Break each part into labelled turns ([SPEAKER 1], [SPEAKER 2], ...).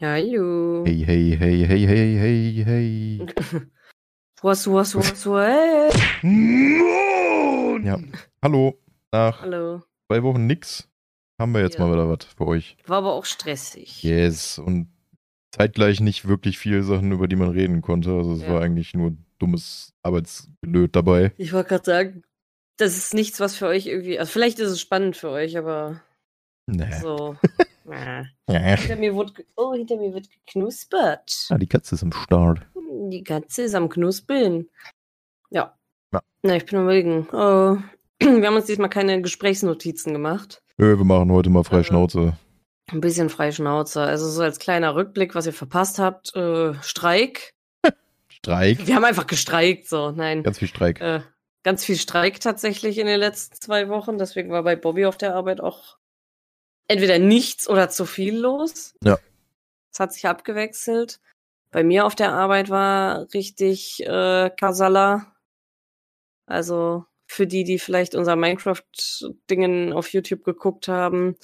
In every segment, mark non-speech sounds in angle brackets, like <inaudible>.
[SPEAKER 1] Hallo.
[SPEAKER 2] Hey, hey, hey, hey, hey, hey, hey.
[SPEAKER 1] Was, was, was, hey.
[SPEAKER 2] Nein! Ja. Hallo. Nach
[SPEAKER 1] Hallo.
[SPEAKER 2] zwei Wochen nix haben wir jetzt
[SPEAKER 1] Ja.
[SPEAKER 2] mal wieder was für euch.
[SPEAKER 1] War aber auch stressig.
[SPEAKER 2] Yes. Und zeitgleich nicht wirklich viele Sachen, über die man reden konnte. Also es
[SPEAKER 1] Ja.
[SPEAKER 2] war eigentlich nur dummes Arbeitsgelöt dabei.
[SPEAKER 1] Ich wollte gerade sagen, das ist nichts, was für euch irgendwie. Also vielleicht ist es spannend für euch, aber
[SPEAKER 2] Nee. <laughs>
[SPEAKER 1] so. Nah.
[SPEAKER 2] Ja.
[SPEAKER 1] hinter mir wird ge- oh, hinter mir wird geknuspert.
[SPEAKER 2] Ah, die Katze ist am Start.
[SPEAKER 1] Die Katze ist am Knuspeln. Ja.
[SPEAKER 2] Ja.
[SPEAKER 1] Na, ich bin am überlegen. Oh. <clears throat> Wir haben uns diesmal keine Gesprächsnotizen gemacht.
[SPEAKER 2] Nö, Äh, wir machen heute mal freie
[SPEAKER 1] Also-
[SPEAKER 2] Schnauze.
[SPEAKER 1] Ein bisschen freie Schnauze. Also so als kleiner Rückblick, was ihr verpasst habt. Äh, Streik. <laughs>
[SPEAKER 2] Streik.
[SPEAKER 1] Wir haben einfach gestreikt, so. Nein.
[SPEAKER 2] Ganz viel Streik.
[SPEAKER 1] Äh, ganz viel Streik tatsächlich in den letzten zwei Wochen. Deswegen war bei Bobby auf der Arbeit auch entweder nichts oder zu viel los.
[SPEAKER 2] Ja.
[SPEAKER 1] Es hat sich abgewechselt. Bei mir auf der Arbeit war richtig äh, Kasala. Also für die, die vielleicht unser Minecraft-Dingen auf YouTube geguckt haben,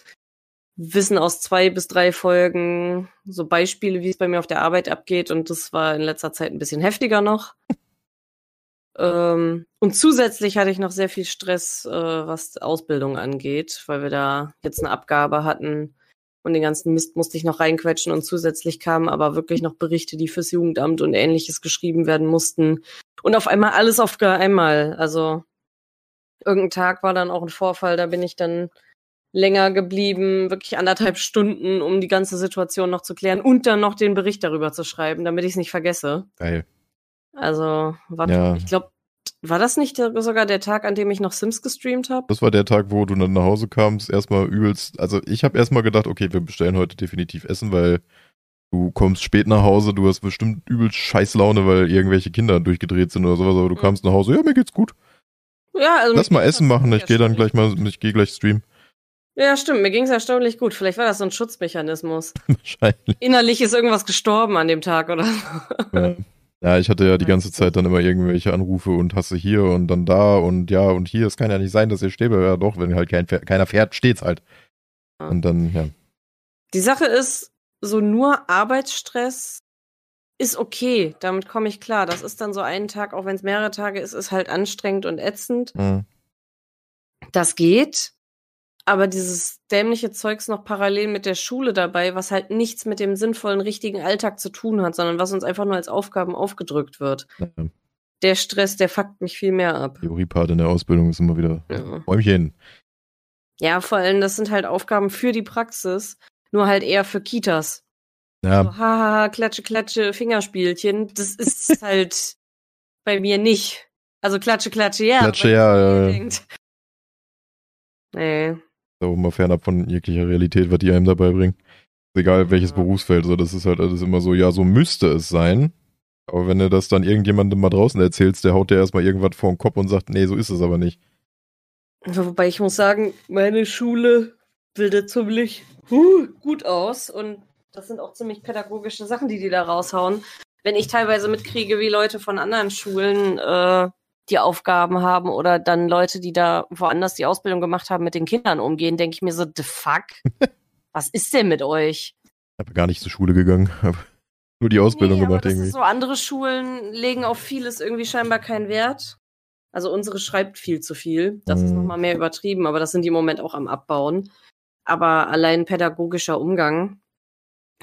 [SPEAKER 1] wissen aus zwei bis drei Folgen so Beispiele, wie es bei mir auf der Arbeit abgeht. Und das war in letzter Zeit ein bisschen heftiger noch. Ähm, und zusätzlich hatte ich noch sehr viel Stress, äh, was Ausbildung angeht, weil wir da jetzt eine Abgabe hatten und den ganzen Mist musste ich noch reinquetschen und zusätzlich kamen aber wirklich noch Berichte, die fürs Jugendamt und ähnliches geschrieben werden mussten. Und auf einmal alles auf gar einmal. Also irgendein Tag war dann auch ein Vorfall, da bin ich dann länger geblieben, wirklich anderthalb Stunden, um die ganze Situation noch zu klären und dann noch den Bericht darüber zu schreiben, damit ich es nicht vergesse.
[SPEAKER 2] Geil.
[SPEAKER 1] Also, war,
[SPEAKER 2] Ja.
[SPEAKER 1] ich glaube, war das nicht der, sogar der Tag, an dem ich noch Sims gestreamt habe?
[SPEAKER 2] Das war der Tag, wo du dann nach Hause kamst, erstmal übelst. Also ich habe erstmal gedacht, okay, wir bestellen heute definitiv Essen, weil du kommst spät nach Hause, du hast bestimmt übelst scheiß Laune, weil irgendwelche Kinder durchgedreht sind oder sowas, aber du
[SPEAKER 1] Mhm.
[SPEAKER 2] kamst nach Hause, ja, mir geht's gut.
[SPEAKER 1] Ja, also.
[SPEAKER 2] Lass
[SPEAKER 1] mir
[SPEAKER 2] mal
[SPEAKER 1] ging's
[SPEAKER 2] Essen machen, ich gehe dann
[SPEAKER 1] erstaunlich-
[SPEAKER 2] gleich mal, ich gehe gleich streamen. <laughs>
[SPEAKER 1] Ja, stimmt, mir ging es erstaunlich gut. Vielleicht war das so ein Schutzmechanismus. <laughs>
[SPEAKER 2] Wahrscheinlich.
[SPEAKER 1] Innerlich ist irgendwas gestorben an dem Tag, oder?
[SPEAKER 2] Ja. ja, ich hatte ja die
[SPEAKER 1] Weiß
[SPEAKER 2] ganze
[SPEAKER 1] ich
[SPEAKER 2] Zeit dann immer irgendwelche Anrufe und hasse hier und dann da und ja und hier. Es kann ja nicht sein, dass ihr steht, ja doch, wenn halt kein, Pferd- keiner fährt, steht's halt.
[SPEAKER 1] Ja.
[SPEAKER 2] Und dann, ja.
[SPEAKER 1] Die Sache ist, so nur Arbeitsstress ist okay. Damit komme ich klar. Das ist dann so einen Tag, auch wenn es mehrere Tage ist, ist halt anstrengend und ätzend.
[SPEAKER 2] Mhm.
[SPEAKER 1] das geht. Aber dieses dämliche Zeugs noch parallel mit der Schule dabei, was halt nichts mit dem sinnvollen, richtigen Alltag zu tun hat, sondern was uns einfach nur als Aufgaben aufgedrückt wird.
[SPEAKER 2] Ja.
[SPEAKER 1] Der Stress, der fuckt mich viel mehr ab.
[SPEAKER 2] Theoriepart in der Ausbildung ist immer wieder
[SPEAKER 1] Ja.
[SPEAKER 2] Bäumchen.
[SPEAKER 1] ja, vor allem, das sind halt Aufgaben für die Praxis, nur halt eher für Kitas.
[SPEAKER 2] Ja.
[SPEAKER 1] So, haha, klatsche, klatsche, Fingerspielchen. Das
[SPEAKER 2] <laughs>
[SPEAKER 1] ist halt bei mir nicht. Also klatsche, klatsche, ja.
[SPEAKER 2] Klatsche,
[SPEAKER 1] weil
[SPEAKER 2] ja,
[SPEAKER 1] man
[SPEAKER 2] ja, ja.
[SPEAKER 1] denkt. Nee.
[SPEAKER 2] da oben mal fernab von jeglicher Realität, was die einem dabei bringen. Egal welches
[SPEAKER 1] Ja.
[SPEAKER 2] Berufsfeld, so das ist halt alles immer so, ja, so müsste es sein. Aber wenn du das dann irgendjemandem mal draußen erzählst, der haut dir erstmal irgendwas vor den Kopf und sagt, nee, so ist es aber nicht.
[SPEAKER 1] Also, Wobei ich muss sagen, meine Schule bildet ziemlich huh, gut aus und das sind auch ziemlich pädagogische Sachen, die die da raushauen. Wenn ich teilweise mitkriege, wie Leute von anderen Schulen äh, die Aufgaben haben oder dann Leute, die da woanders die Ausbildung gemacht haben, mit den Kindern umgehen, denke ich mir so, the
[SPEAKER 2] <laughs>
[SPEAKER 1] fuck? Was ist denn mit euch?
[SPEAKER 2] Ich habe gar nicht zur Schule gegangen, <laughs> habe nur die Ausbildung
[SPEAKER 1] Nee, aber
[SPEAKER 2] gemacht
[SPEAKER 1] das
[SPEAKER 2] irgendwie.
[SPEAKER 1] Ist so, andere Schulen legen auf vieles irgendwie scheinbar keinen Wert. Also unsere schreibt viel zu viel. Das ist
[SPEAKER 2] Mhm.
[SPEAKER 1] nochmal mehr übertrieben, aber das sind die im Moment auch am Abbauen. Aber allein pädagogischer Umgang.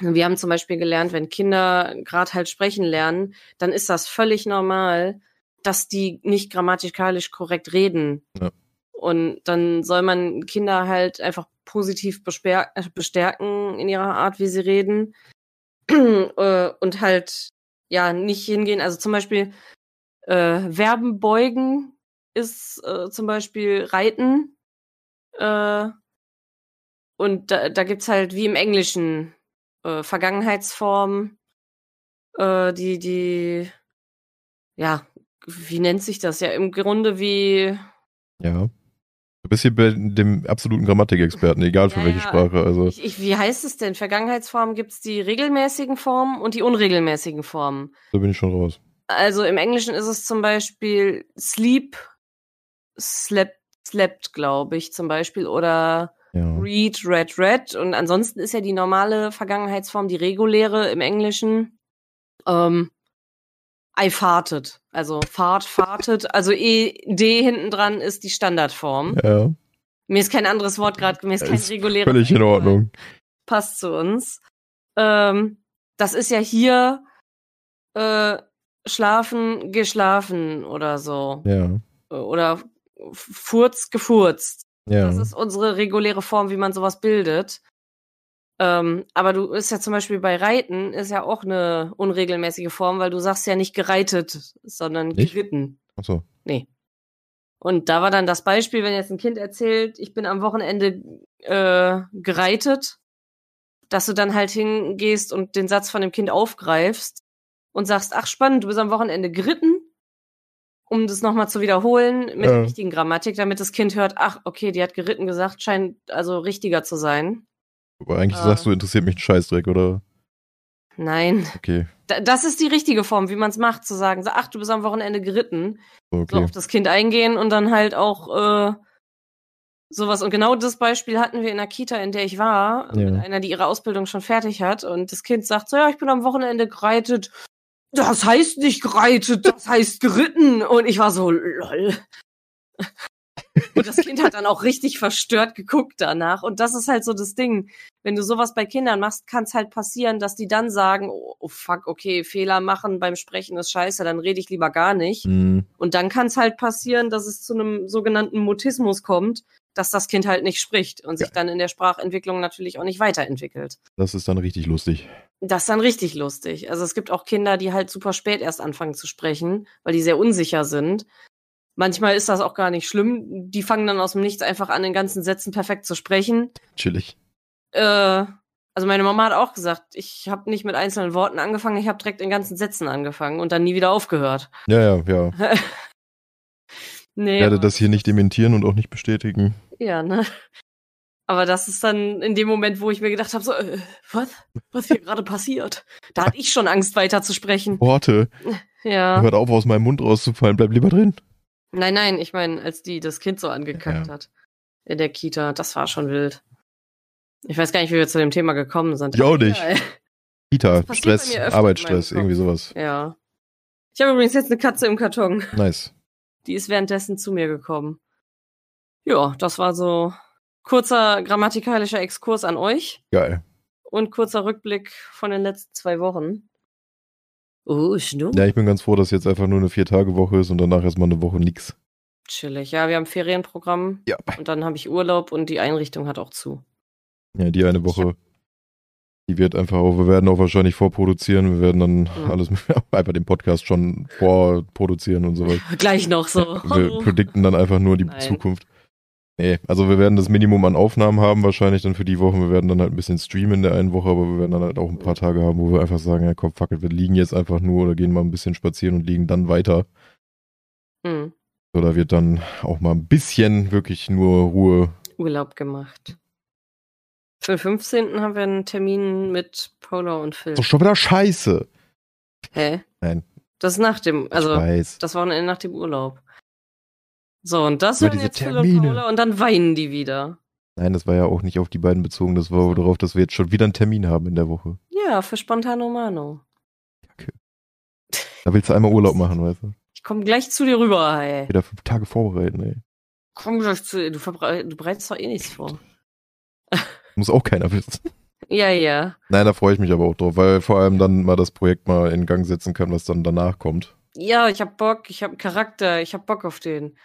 [SPEAKER 1] Wir haben zum Beispiel gelernt, wenn Kinder gerade halt sprechen lernen, dann ist das völlig normal, dass die nicht grammatikalisch korrekt reden.
[SPEAKER 2] Ja.
[SPEAKER 1] Und dann soll man Kinder halt einfach positiv besper- äh, bestärken in ihrer Art, wie sie reden. <clears throat> Äh, und halt, ja, nicht hingehen. Also zum Beispiel äh, Verben beugen ist äh, zum Beispiel reiten. Äh, und da, da gibt's halt wie im Englischen äh, Vergangenheitsformen, äh, die, die, ja, wie nennt sich das? Ja, im Grunde wie
[SPEAKER 2] Ja. Du bist hier bei dem absoluten Grammatikexperten, egal für
[SPEAKER 1] Ja,
[SPEAKER 2] welche
[SPEAKER 1] ja.
[SPEAKER 2] Sprache. Also
[SPEAKER 1] Ich, ich, wie heißt es denn? Vergangenheitsformen gibt's die regelmäßigen Formen und die unregelmäßigen Formen.
[SPEAKER 2] da bin ich schon raus.
[SPEAKER 1] Also im Englischen ist es zum Beispiel sleep, slept, slept, glaube ich, zum Beispiel, oder
[SPEAKER 2] Ja.
[SPEAKER 1] Read, Red, Red. Und ansonsten ist ja die normale Vergangenheitsform, die reguläre im Englischen, ähm, I farted. Also fahrt, fartet. Also ED hinten dran ist die Standardform.
[SPEAKER 2] ja.
[SPEAKER 1] Mir ist kein anderes Wort gerade, mir ist kein
[SPEAKER 2] Ist
[SPEAKER 1] reguläres.
[SPEAKER 2] Völlig in Ordnung.
[SPEAKER 1] Passt zu uns. Ähm, das ist ja hier äh, schlafen, geschlafen oder so.
[SPEAKER 2] Ja.
[SPEAKER 1] Oder furz, gefurzt.
[SPEAKER 2] Ja.
[SPEAKER 1] Das ist unsere reguläre Form, wie man sowas bildet. Ähm, aber du ist ja zum Beispiel bei Reiten ist ja auch eine unregelmäßige Form, weil du sagst ja nicht gereitet, sondern
[SPEAKER 2] Nicht?
[SPEAKER 1] geritten.
[SPEAKER 2] Achso.
[SPEAKER 1] Und da war dann das Beispiel, wenn jetzt ein Kind erzählt, ich bin am Wochenende äh, gereitet, dass du dann halt hingehst und den Satz von dem Kind aufgreifst und sagst, ach spannend, du bist am Wochenende geritten, um das nochmal zu wiederholen mit
[SPEAKER 2] Ja.
[SPEAKER 1] der richtigen Grammatik, damit das Kind hört, ach okay, die hat geritten gesagt, scheint also richtiger zu sein.
[SPEAKER 2] Aber eigentlich
[SPEAKER 1] Ah.
[SPEAKER 2] sagst du, interessiert mich ein Scheißdreck, oder?
[SPEAKER 1] Nein,
[SPEAKER 2] Okay.
[SPEAKER 1] Da- das ist die richtige Form, wie man es macht, zu sagen, so, ach, du bist am Wochenende geritten,
[SPEAKER 2] So,
[SPEAKER 1] so
[SPEAKER 2] okay.
[SPEAKER 1] auf das Kind eingehen und dann halt auch äh, sowas. Und genau das Beispiel hatten wir in der Kita, in der ich war,
[SPEAKER 2] Ja.
[SPEAKER 1] mit einer, die ihre Ausbildung schon fertig hat. Und das Kind sagt so, ja, ich bin am Wochenende gereitet. Das heißt nicht gereitet, das heißt geritten. Und ich war so, lol. <laughs> Und das Kind hat dann auch richtig verstört geguckt danach. Und das ist halt so das Ding. Wenn du sowas bei Kindern machst, kann es halt passieren, dass die dann sagen, oh, oh fuck, okay, Fehler machen beim Sprechen ist scheiße, dann rede ich lieber gar nicht.
[SPEAKER 2] Hm.
[SPEAKER 1] Und dann kann es halt passieren, dass es zu einem sogenannten Mutismus kommt, dass das Kind halt nicht spricht und sich dann in der Sprachentwicklung natürlich auch nicht weiterentwickelt.
[SPEAKER 2] Das ist dann richtig lustig.
[SPEAKER 1] Das ist dann richtig lustig. Also es gibt auch Kinder, die halt super spät erst anfangen zu sprechen, weil die sehr unsicher sind. Manchmal ist das auch gar nicht schlimm. Die fangen dann aus dem Nichts einfach an, in ganzen Sätzen perfekt zu sprechen.
[SPEAKER 2] Chillig.
[SPEAKER 1] Äh, also meine Mama hat auch gesagt, ich habe nicht mit einzelnen Worten angefangen, ich habe direkt in ganzen Sätzen angefangen und dann nie wieder aufgehört.
[SPEAKER 2] Ja, ja, ja.
[SPEAKER 1] Nee,
[SPEAKER 2] Ich werde
[SPEAKER 1] aber
[SPEAKER 2] das hier nicht dementieren und auch nicht bestätigen.
[SPEAKER 1] Ja, ne? Aber das ist dann in dem Moment, wo ich mir gedacht habe, so, äh, was? Was hier gerade passiert? Da hatte ich schon Angst, weiter zu sprechen.
[SPEAKER 2] Worte.
[SPEAKER 1] Ja.
[SPEAKER 2] Hört auf, aus meinem Mund rauszufallen. Bleib lieber drin.
[SPEAKER 1] Nein, nein, ich meine, als die das Kind so angekackt
[SPEAKER 2] Ja.
[SPEAKER 1] hat in der Kita, das war schon wild. Ich weiß gar nicht, wie wir zu dem Thema gekommen sind.
[SPEAKER 2] Ich auch nicht.
[SPEAKER 1] Egal.
[SPEAKER 2] Kita,
[SPEAKER 1] passiert bei
[SPEAKER 2] Stress,
[SPEAKER 1] mir öfter in
[SPEAKER 2] Arbeitsstress,
[SPEAKER 1] meinem Kopf.
[SPEAKER 2] irgendwie sowas.
[SPEAKER 1] Ja. Ich habe übrigens jetzt eine Katze im Karton.
[SPEAKER 2] Nice.
[SPEAKER 1] Die ist währenddessen zu mir gekommen. Ja, das war so kurzer grammatikalischer Exkurs an euch.
[SPEAKER 2] Geil.
[SPEAKER 1] und kurzer Rückblick von den letzten zwei Wochen. Oh, Schnu.
[SPEAKER 2] Ja, ich bin ganz froh, dass jetzt einfach nur eine Vier-Tage-Woche ist und danach erstmal eine Woche nix.
[SPEAKER 1] Chillig. Ja, wir haben Ferienprogramm
[SPEAKER 2] Ja.
[SPEAKER 1] und dann habe ich Urlaub und die Einrichtung hat auch zu. <laughs>
[SPEAKER 2] Ja, die eine Woche, die wird einfach auch, wir werden auch wahrscheinlich vorproduzieren. Wir werden dann
[SPEAKER 1] Mhm.
[SPEAKER 2] alles, <laughs> einfach den Podcast schon vorproduzieren und sowas.
[SPEAKER 1] Gleich noch so.
[SPEAKER 2] Wir predikten dann einfach nur die
[SPEAKER 1] Nein.
[SPEAKER 2] Zukunft. Nee, also wir werden das Minimum an Aufnahmen haben wahrscheinlich dann für die Wochen. Wir werden dann halt ein bisschen streamen in der einen Woche, aber wir werden dann halt auch ein paar Tage haben, wo wir einfach sagen, ja komm, fuck it, wir liegen jetzt einfach nur oder gehen mal ein bisschen spazieren und liegen dann weiter.
[SPEAKER 1] Hm,
[SPEAKER 2] So, da wird dann auch mal ein bisschen wirklich nur Ruhe.
[SPEAKER 1] Urlaub gemacht. Für den 15. haben wir einen Termin mit Paula und Phil.
[SPEAKER 2] Ist doch schon wieder scheiße.
[SPEAKER 1] Hä?
[SPEAKER 2] Oh, Nein.
[SPEAKER 1] Das ist nach dem,
[SPEAKER 2] ich
[SPEAKER 1] also
[SPEAKER 2] weiß.
[SPEAKER 1] das Wochenende nach dem Urlaub. So, und das
[SPEAKER 2] Über
[SPEAKER 1] hören
[SPEAKER 2] diese
[SPEAKER 1] jetzt Phil
[SPEAKER 2] Termine.
[SPEAKER 1] und Paula und dann weinen die wieder.
[SPEAKER 2] Nein, das war ja auch nicht auf die beiden bezogen. Das war darauf, dass wir jetzt schon wieder einen Termin haben in der Woche.
[SPEAKER 1] Ja, für Spontano Mano.
[SPEAKER 2] Da willst du einmal Urlaub machen, weißt du?
[SPEAKER 1] Ich komme gleich zu dir rüber, ey.
[SPEAKER 2] Wieder fünf Tage vorbereiten, ey.
[SPEAKER 1] Komm gleich zu, du, verbre- du bereitest doch eh nichts vor.
[SPEAKER 2] Muss auch keiner wissen.
[SPEAKER 1] Ja, ja.
[SPEAKER 2] Nein, da freue ich mich aber auch drauf, weil vor allem dann mal das Projekt mal in Gang setzen kann, was dann danach kommt.
[SPEAKER 1] Ja, ich hab Bock, ich hab einen Charakter, ich hab Bock auf den.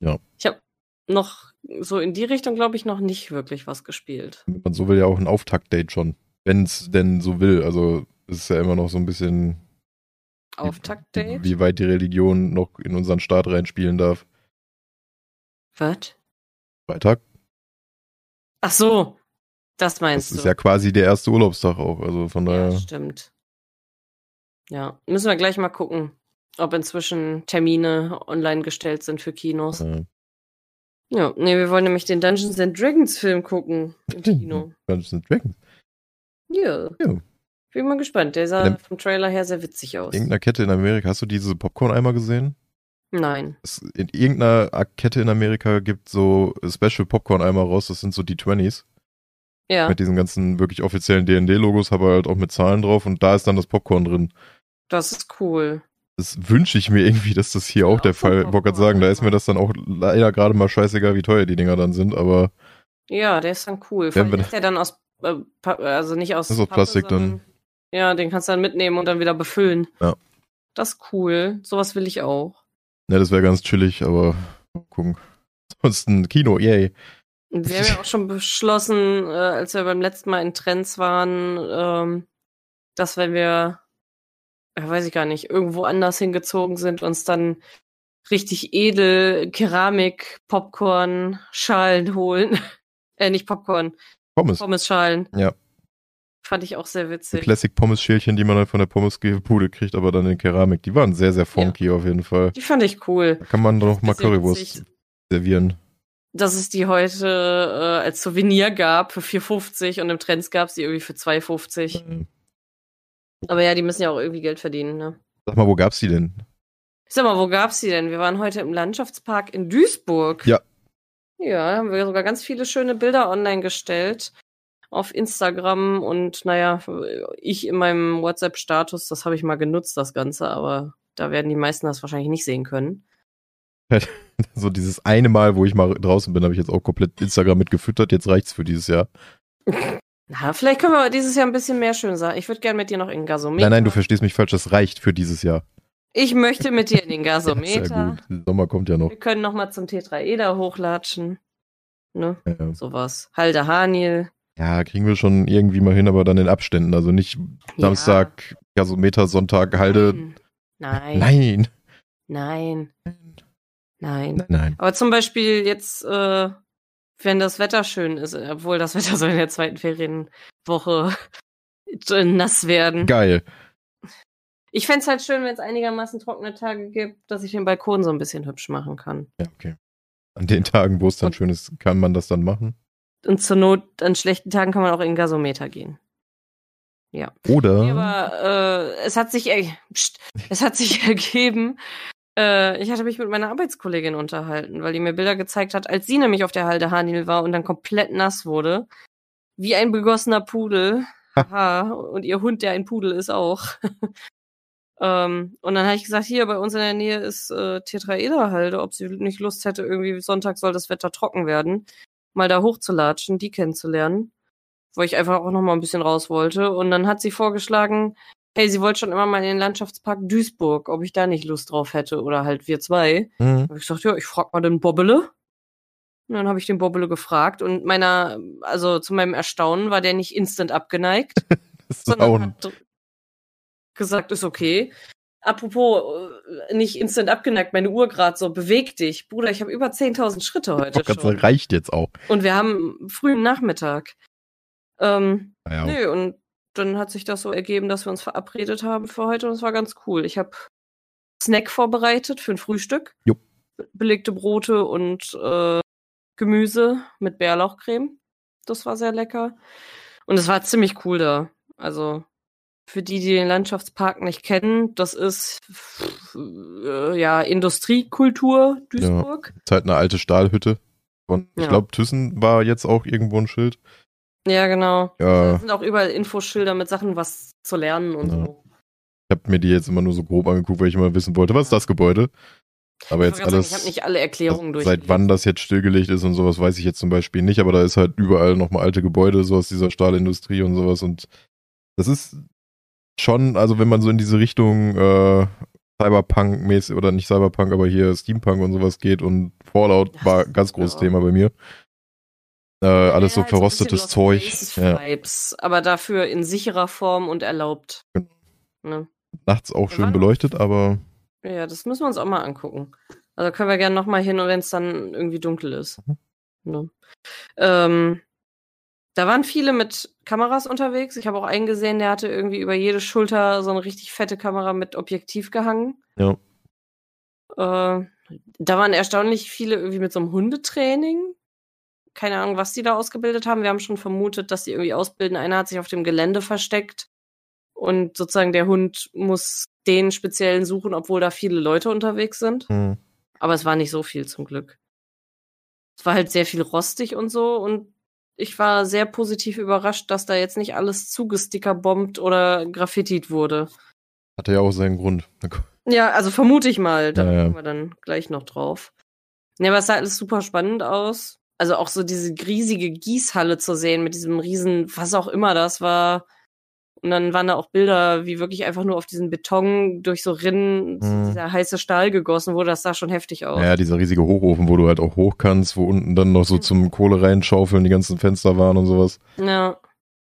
[SPEAKER 2] Ja.
[SPEAKER 1] Ich hab noch so in die Richtung, glaube ich, noch nicht wirklich was gespielt.
[SPEAKER 2] Wenn man so will, ja auch ein Auftakt-Date schon. Wenn es denn so will. Also es ist ja immer noch so ein bisschen,
[SPEAKER 1] Auftaktdate?
[SPEAKER 2] wie weit die Religion noch in unseren Staat reinspielen darf.
[SPEAKER 1] Was?
[SPEAKER 2] Freitag,
[SPEAKER 1] Ach so, das meinst
[SPEAKER 2] das ist
[SPEAKER 1] du.
[SPEAKER 2] ja quasi der erste Urlaubstag auch. Also von
[SPEAKER 1] ja,
[SPEAKER 2] daher.
[SPEAKER 1] stimmt. Ja, müssen wir gleich mal gucken, ob inzwischen Termine online gestellt sind für Kinos.
[SPEAKER 2] äh,
[SPEAKER 1] Ja, nee, wir wollen nämlich den Dungeons and Dragons Film gucken
[SPEAKER 2] <laughs>
[SPEAKER 1] im Kino.
[SPEAKER 2] Dungeons and Dragons.
[SPEAKER 1] Ja.
[SPEAKER 2] Ja.
[SPEAKER 1] Bin mal gespannt. Der sah
[SPEAKER 2] Dann-
[SPEAKER 1] vom Trailer her sehr witzig aus.
[SPEAKER 2] Irgendeiner Kette in Amerika. Hast du diese Popcorn-Eimer gesehen?
[SPEAKER 1] Nein.
[SPEAKER 2] Es, in irgendeiner Kette in Amerika gibt so Special Popcorn-Eimer raus, das sind so die 20s.
[SPEAKER 1] Ja,
[SPEAKER 2] Mit diesen ganzen wirklich offiziellen DND-Logos, aber halt auch mit Zahlen drauf und da ist dann das Popcorn drin.
[SPEAKER 1] das ist cool.
[SPEAKER 2] Das wünsche ich mir irgendwie, dass das hier auch der Fall, ich wollte gerade sagen, da ist mir das dann auch leider gerade mal scheißegal, wie teuer die Dinger dann sind, aber
[SPEAKER 1] Ja, der ist dann cool.
[SPEAKER 2] Wenn
[SPEAKER 1] Vor allem
[SPEAKER 2] wir-
[SPEAKER 1] ist der dann aus, äh, Pa- also nicht aus,
[SPEAKER 2] Das ist aus
[SPEAKER 1] Pappe,
[SPEAKER 2] Plastik dann.
[SPEAKER 1] sondern- Ja, den kannst du dann mitnehmen und dann wieder befüllen.
[SPEAKER 2] Ja.
[SPEAKER 1] Das ist cool. Sowas will ich auch.
[SPEAKER 2] ne, das wäre ganz chillig, aber mal gucken. Ansonsten Kino, yay.
[SPEAKER 1] Und Wir haben ja auch schon beschlossen, äh, als wir beim letzten Mal in Trends waren, ähm, dass wenn wir, äh, weiß ich gar nicht, irgendwo anders hingezogen sind, uns dann richtig edel Keramik, Popcorn, Schalen holen. <laughs> äh, nicht Popcorn,
[SPEAKER 2] Pommes.
[SPEAKER 1] Pommes-Schalen.
[SPEAKER 2] Ja.
[SPEAKER 1] Fand ich auch sehr witzig.
[SPEAKER 2] Die Classic-Pommes-Schälchen, die man halt von der Pommesbude kriegt, aber dann in Keramik. Die waren sehr, sehr funky auf jeden Fall.
[SPEAKER 1] Die fand ich cool.
[SPEAKER 2] Da kann man doch
[SPEAKER 1] ist
[SPEAKER 2] mal
[SPEAKER 1] sehr witzig.
[SPEAKER 2] Currywurst servieren.
[SPEAKER 1] Dass es die heute äh, als Souvenir gab für 4,50 und im Trends gab es die irgendwie für 2,50. Aber ja, die müssen ja auch irgendwie Geld verdienen, ne?
[SPEAKER 2] Sag mal, wo gab's die denn?
[SPEAKER 1] Ich sag mal, wo gab's die denn? Wir waren heute im Landschaftspark in Duisburg.
[SPEAKER 2] Ja.
[SPEAKER 1] Ja, da haben wir sogar ganz viele schöne Bilder online gestellt. Auf Instagram und naja, ich in meinem WhatsApp-Status, das habe ich mal genutzt, das Ganze, aber da werden die meisten das wahrscheinlich nicht sehen können.
[SPEAKER 2] So dieses eine Mal, wo ich mal draußen bin, habe ich jetzt auch komplett Instagram mit gefüttert. Jetzt reicht's für dieses Jahr.
[SPEAKER 1] Na, vielleicht können wir dieses Jahr ein bisschen mehr schöne Sachen. Ich würde gerne mit dir noch in den Gasometer.
[SPEAKER 2] Nein, nein, du verstehst mich falsch. Das reicht für dieses Jahr.
[SPEAKER 1] Ich möchte mit dir in den
[SPEAKER 2] <laughs> Ja, ist ja
[SPEAKER 1] Gasometer.
[SPEAKER 2] gut. Der Sommer kommt ja noch.
[SPEAKER 1] wir können noch mal zum Tetraeder hochlatschen. Ne,
[SPEAKER 2] Ja, Ja,
[SPEAKER 1] sowas. Halde Haniel.
[SPEAKER 2] Ja, kriegen wir schon irgendwie mal hin, aber dann in Abständen. Also nicht Samstag, Gasometer, Sonntag, Halde.
[SPEAKER 1] Nein. Hm. Nein.
[SPEAKER 2] Nein.
[SPEAKER 1] Nein. Nein.
[SPEAKER 2] Nein. Nein.
[SPEAKER 1] Aber zum Beispiel jetzt, äh, wenn das Wetter schön ist, obwohl das <laughs> Wetter soll in der zweiten Ferienwoche <laughs> nass werden.
[SPEAKER 2] Geil.
[SPEAKER 1] Ich fänd's halt schön, wenn es einigermaßen trockene Tage gibt, dass ich den Balkon so ein bisschen hübsch machen kann.
[SPEAKER 2] Ja, okay. An den Tagen, wo es dann
[SPEAKER 1] Und-
[SPEAKER 2] schön ist, kann man das dann machen.
[SPEAKER 1] Und zur Not, an schlechten Tagen kann man auch in den Gasometer gehen. Nee,
[SPEAKER 2] Oder
[SPEAKER 1] aber äh, es hat sich er- Psst, es hat sich <laughs> ergeben. Äh, ich hatte mich mit meiner Arbeitskollegin unterhalten, weil die mir Bilder gezeigt hat, als sie nämlich auf der Halde Hanil war und dann komplett nass wurde, wie ein begossener Pudel. Haha, und ihr Hund, der ein Pudel ist, auch. <laughs> ähm, und dann habe ich gesagt, hier bei uns in der Nähe ist äh, Tetraederhalde, ob sie nicht Lust hätte, irgendwie Sonntag soll das Wetter trocken werden, mal da hochzulatschen, die kennenzulernen wo ich einfach auch noch mal ein bisschen raus wollte. Und dann hat sie vorgeschlagen, hey, sie wollte schon immer mal in den Landschaftspark Duisburg, ob ich da nicht Lust drauf hätte oder halt wir zwei.
[SPEAKER 2] Mhm.
[SPEAKER 1] Da hab ich gesagt, ja, ich frag mal den Bobbele. Und dann habe ich den Bobbele gefragt und meiner, also zu meinem Erstaunen war der nicht instant abgeneigt
[SPEAKER 2] das ist auch
[SPEAKER 1] sondern
[SPEAKER 2] ein,
[SPEAKER 1] hat gesagt, ist okay. Apropos, äh, nicht instant abgeneigt, meine Uhr gerade so, beweg dich. Bruder, ich habe über 10.000 Schritte heute
[SPEAKER 2] das
[SPEAKER 1] schon.
[SPEAKER 2] reicht jetzt auch.
[SPEAKER 1] Und wir haben frühen Nachmittag. Ähm,
[SPEAKER 2] Naja,
[SPEAKER 1] Nö, und dann hat sich das so ergeben, dass wir uns verabredet haben für heute und es war ganz cool. Ich habe Snack vorbereitet für ein Frühstück.
[SPEAKER 2] Jo.
[SPEAKER 1] Belegte Brote und äh, Gemüse mit Bärlauchcreme. Das war sehr lecker. Und es war ziemlich cool da. Also für die, die den Landschaftspark nicht kennen, das ist pff, äh, ja Industriekultur Duisburg.
[SPEAKER 2] ist halt eine alte Stahlhütte. Von, Ich
[SPEAKER 1] Ja.
[SPEAKER 2] glaube, Thyssen war jetzt auch irgendwo ein Schild.
[SPEAKER 1] Ja, genau.
[SPEAKER 2] Ja,
[SPEAKER 1] Da sind auch überall Infoschilder mit Sachen, was zu lernen und
[SPEAKER 2] Ja.
[SPEAKER 1] so.
[SPEAKER 2] ich habe mir die jetzt immer nur so grob angeguckt, weil ich immer wissen wollte, was ist das Gebäude? Aber
[SPEAKER 1] Ich wollte
[SPEAKER 2] jetzt
[SPEAKER 1] gerade
[SPEAKER 2] alles,
[SPEAKER 1] sagen, ich habe nicht alle Erklärungen durch.
[SPEAKER 2] seit wann das jetzt stillgelegt ist und sowas, weiß ich jetzt zum Beispiel nicht. Aber da ist halt überall nochmal alte Gebäude, so aus dieser Stahlindustrie und sowas. Und das ist schon, also wenn man so in diese Richtung äh, Cyberpunk-mäßig oder nicht Cyberpunk, aber hier Steampunk und sowas geht und Fallout
[SPEAKER 1] Ja,
[SPEAKER 2] war ein ganz großes
[SPEAKER 1] ja.
[SPEAKER 2] Thema bei mir. Äh, alles so
[SPEAKER 1] Ja, ein
[SPEAKER 2] verrostetes
[SPEAKER 1] bisschen Lost
[SPEAKER 2] Zeug. Ja.
[SPEAKER 1] Places-Vibes, aber dafür in sicherer Form und erlaubt.
[SPEAKER 2] Genau.
[SPEAKER 1] Ne?
[SPEAKER 2] Nachts auch
[SPEAKER 1] Wir
[SPEAKER 2] schön
[SPEAKER 1] waren-
[SPEAKER 2] beleuchtet, aber
[SPEAKER 1] Ja, das müssen wir uns auch mal angucken. Also können wir gerne nochmal hin, wenn es dann irgendwie dunkel ist.
[SPEAKER 2] Mhm.
[SPEAKER 1] Ne? Ähm, da waren viele mit Kameras unterwegs. Ich habe auch einen gesehen, der hatte irgendwie über jede Schulter so eine richtig fette Kamera mit Objektiv gehangen.
[SPEAKER 2] Ja.
[SPEAKER 1] Äh, da waren erstaunlich viele irgendwie mit so einem Hundetraining. Keine Ahnung, was die da ausgebildet haben. Wir haben schon vermutet, dass die irgendwie ausbilden. Einer hat sich auf dem Gelände versteckt und sozusagen der Hund muss den speziellen suchen, obwohl da viele Leute unterwegs sind.
[SPEAKER 2] Hm.
[SPEAKER 1] Aber es war nicht so viel zum Glück. Es war halt sehr viel rostig und so und ich war sehr positiv überrascht, dass da jetzt nicht alles zugestickerbombt oder graffitit wurde.
[SPEAKER 2] Hatte ja auch seinen Grund.
[SPEAKER 1] Ja, also vermute ich mal. Da
[SPEAKER 2] Ja, ja.
[SPEAKER 1] kommen wir dann gleich noch drauf. Ja, aber es sah alles super spannend aus. Also auch so diese riesige Gießhalle zu sehen mit diesem riesen, was auch immer das war. Und dann waren da auch Bilder, wie wirklich einfach nur auf diesen Beton durch so Rinnen
[SPEAKER 2] Mhm.
[SPEAKER 1] dieser heiße Stahl gegossen wurde. Das sah schon heftig aus.
[SPEAKER 2] Ja, dieser riesige Hochofen, wo du halt auch hoch kannst, wo unten dann noch so zum Kohle reinschaufeln die ganzen Fenster waren und sowas.
[SPEAKER 1] Ja,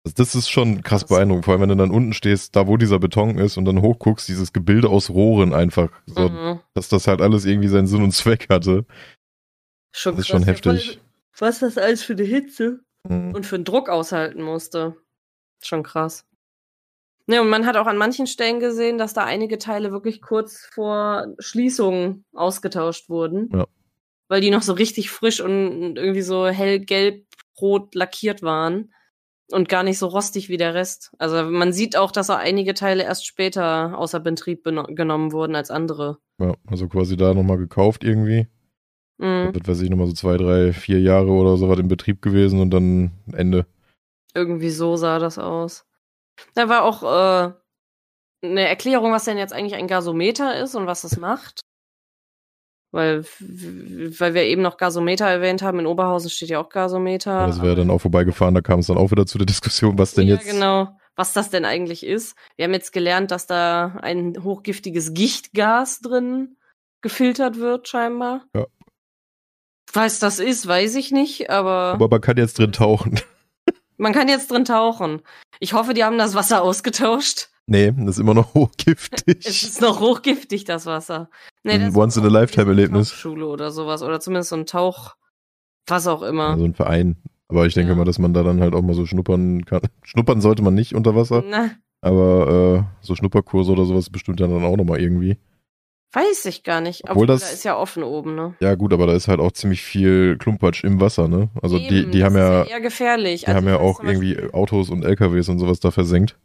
[SPEAKER 2] Also das ist schon krass
[SPEAKER 1] Krass.
[SPEAKER 2] beeindruckend, vor allem wenn du dann unten stehst, da wo dieser Beton ist und dann hochguckst, dieses Gebilde aus Rohren einfach, so,
[SPEAKER 1] mhm.
[SPEAKER 2] dass das halt alles irgendwie seinen Sinn und Zweck hatte.
[SPEAKER 1] schon,
[SPEAKER 2] Das ist schon
[SPEAKER 1] krass.
[SPEAKER 2] heftig.
[SPEAKER 1] Was das alles für eine Hitze
[SPEAKER 2] Mhm.
[SPEAKER 1] und für einen Druck aushalten musste. Schon krass. Ne, und man hat auch an manchen Stellen gesehen, dass da einige Teile wirklich kurz vor Schließung ausgetauscht wurden.
[SPEAKER 2] Ja.
[SPEAKER 1] Weil die noch so richtig frisch und irgendwie so hellgelb, rot lackiert waren. Und gar nicht so rostig wie der Rest. Also man sieht auch, dass da einige Teile erst später außer Betrieb beno- genommen wurden als andere.
[SPEAKER 2] Ja, also quasi da nochmal gekauft irgendwie.
[SPEAKER 1] Mhm.
[SPEAKER 2] Wird, weiß ich, nochmal so zwei, drei, vier Jahre oder so was in Betrieb gewesen und dann Ende.
[SPEAKER 1] Irgendwie so sah das aus. Da war auch äh, eine Erklärung, was denn jetzt eigentlich ein Gasometer ist und was es macht. Weil, weil wir eben noch Gasometer erwähnt haben, in Oberhausen steht ja auch Gasometer.
[SPEAKER 2] das wäre dann auch vorbeigefahren, da kam es dann auch wieder zu der Diskussion, was denn
[SPEAKER 1] Ah. ja,
[SPEAKER 2] jetzt.
[SPEAKER 1] genau. Was das denn eigentlich ist. Wir haben jetzt gelernt, dass da ein hochgiftiges Gichtgas drin gefiltert wird, scheinbar.
[SPEAKER 2] Ja.
[SPEAKER 1] Was das ist, weiß ich nicht, aber.
[SPEAKER 2] Aber man kann jetzt drin tauchen. <laughs>
[SPEAKER 1] Man kann jetzt drin tauchen. Ich hoffe, die haben das Wasser <laughs> ausgetauscht.
[SPEAKER 2] nee, das ist immer noch
[SPEAKER 1] Es
[SPEAKER 2] hochgiftig.
[SPEAKER 1] ist noch hochgiftig, das Wasser.
[SPEAKER 2] Ein
[SPEAKER 1] das
[SPEAKER 2] Mhm, once in a
[SPEAKER 1] kommt
[SPEAKER 2] lifetime
[SPEAKER 1] irgendwie so eine
[SPEAKER 2] Erlebnis.
[SPEAKER 1] Tauchschule oder sowas. Oder zumindest so ein Tauch. Was auch immer.
[SPEAKER 2] Also ein Verein. Aber ich denke
[SPEAKER 1] Ja.
[SPEAKER 2] mal, dass man da dann halt auch mal so schnuppern kann. <laughs> Schnuppern sollte man nicht unter Wasser,
[SPEAKER 1] Na,
[SPEAKER 2] aber äh, so Schnupperkurse oder sowas bestimmt dann auch nochmal irgendwie.
[SPEAKER 1] weiß ich gar nicht.
[SPEAKER 2] Obwohl das-
[SPEAKER 1] da ist ja offen oben, ne?
[SPEAKER 2] Ja, gut, aber da ist halt auch ziemlich viel Klumpatsch im Wasser, ne? Also die,
[SPEAKER 1] Eben,
[SPEAKER 2] die
[SPEAKER 1] das
[SPEAKER 2] haben
[SPEAKER 1] ist
[SPEAKER 2] ja,
[SPEAKER 1] eher gefährlich.
[SPEAKER 2] die
[SPEAKER 1] Also
[SPEAKER 2] haben
[SPEAKER 1] ich
[SPEAKER 2] ja
[SPEAKER 1] weiß
[SPEAKER 2] auch
[SPEAKER 1] zum Beispiel,
[SPEAKER 2] irgendwie Autos und LKWs und sowas da versenkt.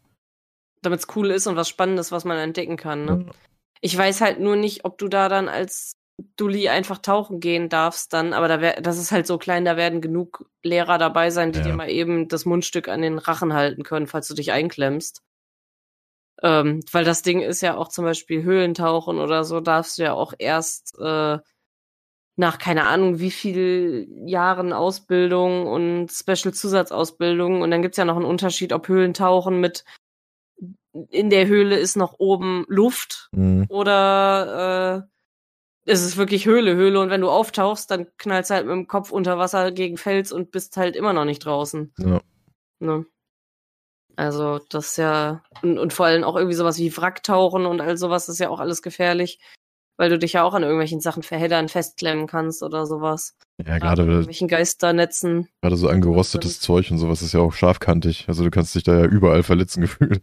[SPEAKER 1] Damit es cool ist und was Spannendes, was man entdecken kann, ne?
[SPEAKER 2] Ja.
[SPEAKER 1] Ich weiß halt nur nicht, ob du da dann als Dulli einfach tauchen gehen darfst dann, aber da wär, das ist halt so klein, da werden genug Lehrer dabei sein, die
[SPEAKER 2] Ja.
[SPEAKER 1] dir mal eben das Mundstück an den Rachen halten können, falls du dich einklemmst. Ähm, weil das Ding ist ja auch zum Beispiel Höhlentauchen oder so, darfst du ja auch erst äh, nach keine Ahnung wie viel Jahren Ausbildung und Special-Zusatzausbildung und dann gibt's ja noch einen Unterschied, ob Höhlentauchen mit in der Höhle ist noch oben Luft
[SPEAKER 2] Mhm.
[SPEAKER 1] oder äh, es ist wirklich Höhle, Höhle und wenn du auftauchst, dann knallst du halt mit dem Kopf unter Wasser gegen Fels und bist halt immer noch nicht draußen.
[SPEAKER 2] Ja.
[SPEAKER 1] Ne? Also das ist ja und, und vor allem auch irgendwie sowas wie Wracktauchen und all sowas ist ja auch alles gefährlich, weil du dich ja auch an irgendwelchen Sachen verheddern, festklemmen kannst oder sowas.
[SPEAKER 2] Ja, gerade
[SPEAKER 1] An irgendwelchen Geisternetzen.
[SPEAKER 2] Gerade
[SPEAKER 1] Also
[SPEAKER 2] so angerostetes Zeug und sowas ist ja auch scharfkantig. Also du kannst dich da ja überall verletzen <laughs> gefühlt.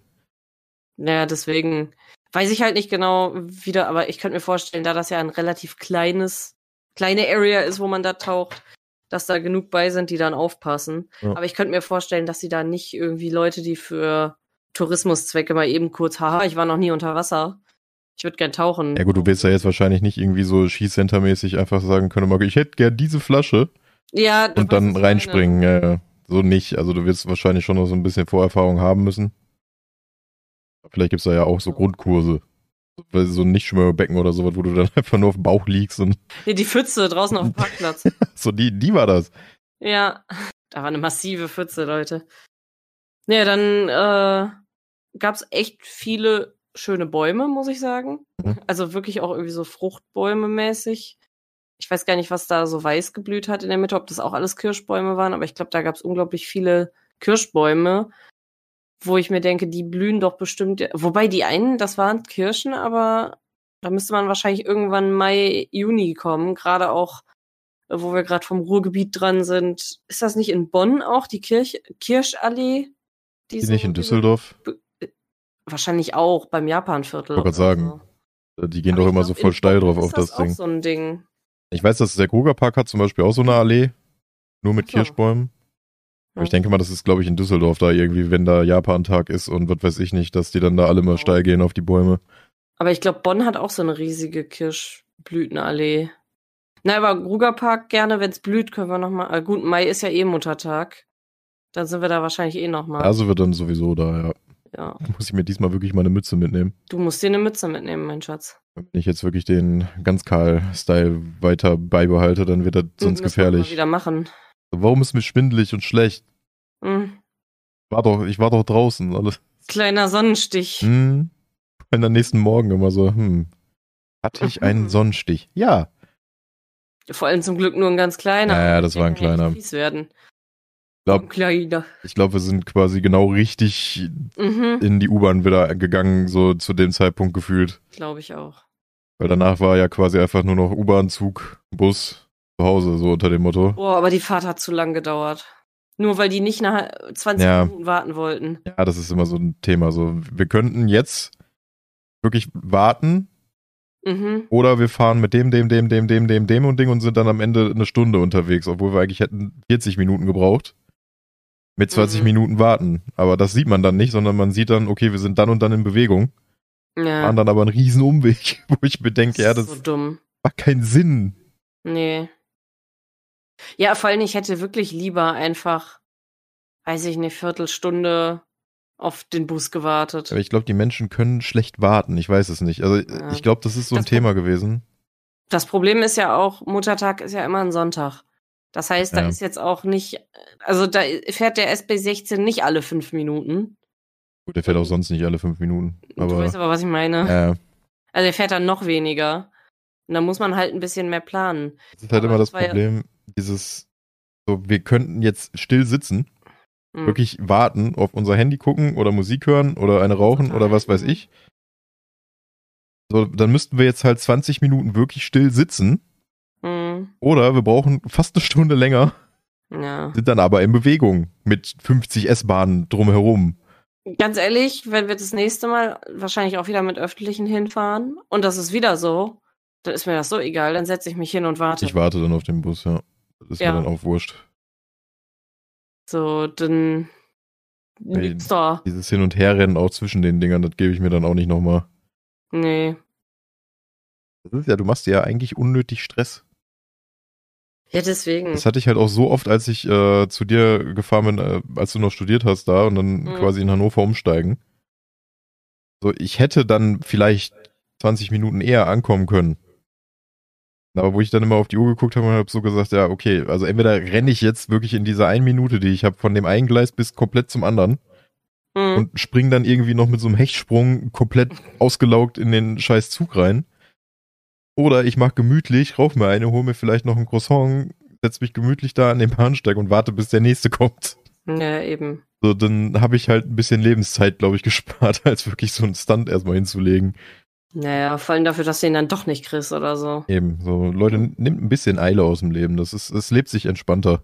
[SPEAKER 1] Naja, deswegen weiß ich halt nicht genau wieder, aber ich könnte mir vorstellen, da das ja ein relativ kleines, kleine Area ist, wo man da taucht, dass da genug bei sind, die dann aufpassen.
[SPEAKER 2] Ja.
[SPEAKER 1] Aber ich könnte mir vorstellen, dass sie da nicht irgendwie Leute, die für Tourismuszwecke mal eben kurz, haha, ich war noch nie unter Wasser. Ich würde gern tauchen.
[SPEAKER 2] Ja gut, du wirst ja jetzt wahrscheinlich nicht irgendwie so Schießcenter-mäßig einfach sagen können, Marco, ich hätte gern diese Flasche
[SPEAKER 1] Ja, du weißt,
[SPEAKER 2] und
[SPEAKER 1] was
[SPEAKER 2] dann
[SPEAKER 1] ich
[SPEAKER 2] reinspringen. Ja, ja. So nicht. Also du wirst wahrscheinlich schon noch so ein bisschen Vorerfahrung haben müssen. Vielleicht gibt's da ja auch so Grundkurse. Weil So ein Nichtschwimmerbecken oder sowas, wo du dann <laughs> einfach nur auf dem Bauch liegst und <laughs>
[SPEAKER 1] meine. Nee, die Pfütze draußen auf dem Parkplatz.
[SPEAKER 2] so, die, die war das.
[SPEAKER 1] Ja, da war eine massive Pfütze, Leute. Ja, dann äh, gab's echt viele schöne Bäume, muss ich sagen.
[SPEAKER 2] Mhm.
[SPEAKER 1] Also wirklich auch irgendwie so Fruchtbäume mäßig. Ich weiß gar nicht, was da so weiß geblüht hat in der Mitte, ob das auch alles Kirschbäume waren, aber ich glaube, da gab's unglaublich viele Kirschbäume, wo ich mir denke, die blühen doch bestimmt. Wobei die einen, das waren Kirschen, aber da müsste man wahrscheinlich irgendwann Mai, Juni kommen, gerade auch äh, wo wir gerade vom Ruhrgebiet dran sind. Ist das nicht in Bonn auch, die Kirch Kirschallee?
[SPEAKER 2] Die
[SPEAKER 1] so-
[SPEAKER 2] nicht in Düsseldorf.
[SPEAKER 1] Wahrscheinlich auch, beim Japanviertel.
[SPEAKER 2] Wollte
[SPEAKER 1] oder
[SPEAKER 2] grad sagen,
[SPEAKER 1] so.
[SPEAKER 2] Äh, Die gehen
[SPEAKER 1] Aber
[SPEAKER 2] doch
[SPEAKER 1] ich
[SPEAKER 2] immer
[SPEAKER 1] glaub,
[SPEAKER 2] so
[SPEAKER 1] in
[SPEAKER 2] voll steil
[SPEAKER 1] Bonn
[SPEAKER 2] drauf
[SPEAKER 1] ist
[SPEAKER 2] auf das,
[SPEAKER 1] auch
[SPEAKER 2] Ding.
[SPEAKER 1] so ein Ding.
[SPEAKER 2] Ich weiß, dass der Kruger Park hat zum Beispiel auch so eine Allee, nur mit
[SPEAKER 1] Ach so.
[SPEAKER 2] Kirschbäumen. Aber ich
[SPEAKER 1] Ja.
[SPEAKER 2] denke mal, das ist, glaube ich, in Düsseldorf da irgendwie, wenn da Japan-Tag ist und was weiß ich nicht, dass die dann da alle mal
[SPEAKER 1] Genau.
[SPEAKER 2] steil gehen auf die Bäume.
[SPEAKER 1] Aber ich glaube, Bonn hat auch so eine riesige Kirschblütenallee. Na, aber Grugerpark gerne, wenn es blüht, können wir nochmal. Äh, gut, Mai ist ja eh Muttertag. Dann sind wir da wahrscheinlich eh nochmal.
[SPEAKER 2] Also wird dann sowieso da, ja.
[SPEAKER 1] ja.
[SPEAKER 2] Muss ich mir diesmal wirklich meine Mütze mitnehmen.
[SPEAKER 1] Du musst dir eine Mütze mitnehmen, mein Schatz.
[SPEAKER 2] Wenn ich jetzt wirklich den ganz Karl-Style weiter beibehalte, dann wird das sonst
[SPEAKER 1] Müssen wir mal
[SPEAKER 2] gefährlich.
[SPEAKER 1] wieder machen.
[SPEAKER 2] Warum ist mir schwindelig und schlecht?
[SPEAKER 1] Hm.
[SPEAKER 2] War doch, ich war doch draußen. Alles.
[SPEAKER 1] Kleiner Sonnenstich.
[SPEAKER 2] Hm. Und am nächsten Morgen immer so, hm. Hatte ich
[SPEAKER 1] <laughs>
[SPEAKER 2] einen
[SPEAKER 1] Mhm.
[SPEAKER 2] Sonnenstich? Ja.
[SPEAKER 1] Vor allem zum Glück nur ein ganz kleiner.
[SPEAKER 2] Ja, ja, das war ein
[SPEAKER 1] Der kann ja
[SPEAKER 2] kleiner.
[SPEAKER 1] echt Fies werden.
[SPEAKER 2] Glaub-
[SPEAKER 1] Ein kleiner.
[SPEAKER 2] Ich glaube, wir sind quasi genau richtig
[SPEAKER 1] Mhm.
[SPEAKER 2] in die U-Bahn wieder gegangen, so zu dem Zeitpunkt gefühlt.
[SPEAKER 1] Glaube ich auch.
[SPEAKER 2] Weil danach war ja quasi einfach nur noch U-Bahn, Zug, Bus, zu Hause, so unter dem Motto.
[SPEAKER 1] Boah, aber die Fahrt hat zu lang gedauert. Nur weil die nicht nach 20
[SPEAKER 2] Ja.
[SPEAKER 1] Minuten warten wollten.
[SPEAKER 2] Ja, das ist immer so ein Thema. So, wir könnten jetzt wirklich warten
[SPEAKER 1] Mhm.
[SPEAKER 2] oder wir fahren mit dem, dem, dem, dem, dem, dem, dem und Ding und sind dann am Ende eine Stunde unterwegs, obwohl wir eigentlich hätten 40 Minuten gebraucht. Mit 20
[SPEAKER 1] Mhm.
[SPEAKER 2] Minuten warten. Aber das sieht man dann nicht, sondern man sieht dann, okay, wir sind dann und dann in Bewegung,
[SPEAKER 1] Ja.
[SPEAKER 2] fahren dann aber einen riesen Umweg, <laughs> wo ich bedenke, ja, das
[SPEAKER 1] so dumm.
[SPEAKER 2] macht keinen Sinn.
[SPEAKER 1] Nee. Ja, vor allem, ich hätte wirklich lieber einfach, weiß ich, eine Viertelstunde auf den Bus gewartet.
[SPEAKER 2] Aber ich glaube, die Menschen können schlecht warten. Ich weiß es nicht. Also
[SPEAKER 1] Ja.
[SPEAKER 2] ich glaube, das ist so ein
[SPEAKER 1] Das-
[SPEAKER 2] Thema gewesen.
[SPEAKER 1] Das Problem ist ja auch, Muttertag ist ja immer ein Sonntag. Das heißt, da
[SPEAKER 2] Ja.
[SPEAKER 1] ist jetzt auch nicht, also da fährt der SB16 nicht alle fünf Minuten.
[SPEAKER 2] Gut, der fährt auch sonst nicht alle fünf Minuten.
[SPEAKER 1] du
[SPEAKER 2] Aber
[SPEAKER 1] weißt aber, was ich meine.
[SPEAKER 2] äh,
[SPEAKER 1] Also er fährt dann noch weniger. Und da muss man halt ein bisschen mehr planen.
[SPEAKER 2] das ist halt
[SPEAKER 1] Aber
[SPEAKER 2] immer das
[SPEAKER 1] das war ja-
[SPEAKER 2] Problem, dieses, so, wir könnten jetzt still sitzen,
[SPEAKER 1] Hm.
[SPEAKER 2] wirklich warten, auf unser Handy gucken oder Musik hören oder eine rauchen oder was weiß ich. So, dann müssten wir jetzt halt 20 Minuten wirklich still sitzen
[SPEAKER 1] Hm.
[SPEAKER 2] oder wir brauchen fast eine Stunde länger,
[SPEAKER 1] Ja.
[SPEAKER 2] sind dann aber in Bewegung mit 50 S-Bahnen drumherum.
[SPEAKER 1] Ganz ehrlich, wenn wir das nächste Mal wahrscheinlich auch wieder mit Öffentlichen hinfahren und das ist wieder so, dann ist mir das so egal, dann setze ich mich hin und warte.
[SPEAKER 2] Ich warte dann auf den Bus, ja. Das ist
[SPEAKER 1] Ja.
[SPEAKER 2] mir dann auch wurscht.
[SPEAKER 1] so, dann
[SPEAKER 2] Ey.
[SPEAKER 1] nix da.
[SPEAKER 2] Dieses Hin- und Herrennen auch zwischen den Dingern, das gebe ich mir dann auch nicht nochmal.
[SPEAKER 1] Nee.
[SPEAKER 2] Das ist ja, du machst dir ja eigentlich unnötig Stress.
[SPEAKER 1] Ja, deswegen.
[SPEAKER 2] Das hatte ich halt auch so oft, als ich äh, zu dir gefahren bin, äh, als du noch studiert hast da und dann
[SPEAKER 1] Mhm.
[SPEAKER 2] quasi in Hannover umsteigen. So, ich hätte dann vielleicht 20 Minuten eher ankommen können. Aber wo ich dann immer auf die Uhr geguckt habe und habe so gesagt, ja, okay, also entweder renne ich jetzt wirklich in dieser einen Minute, die ich habe, von dem einen Gleis bis komplett zum anderen
[SPEAKER 1] Hm.
[SPEAKER 2] und spring dann irgendwie noch mit so einem Hechtsprung komplett ausgelaugt in den scheiß Zug rein. Oder ich mach gemütlich, rauf mir eine, hol mir vielleicht noch ein Croissant, setz mich gemütlich da an den Bahnsteig und warte, bis der nächste kommt.
[SPEAKER 1] ja, eben.
[SPEAKER 2] So, dann habe ich halt ein bisschen Lebenszeit, glaube ich, <laughs> gespart, als wirklich so einen Stunt erstmal hinzulegen.
[SPEAKER 1] Naja, vor allem dafür, dass du ihn dann doch nicht kriegst oder so.
[SPEAKER 2] Eben, so, Leute, nimmt ein bisschen Eile aus dem Leben. Das ist, es lebt sich entspannter.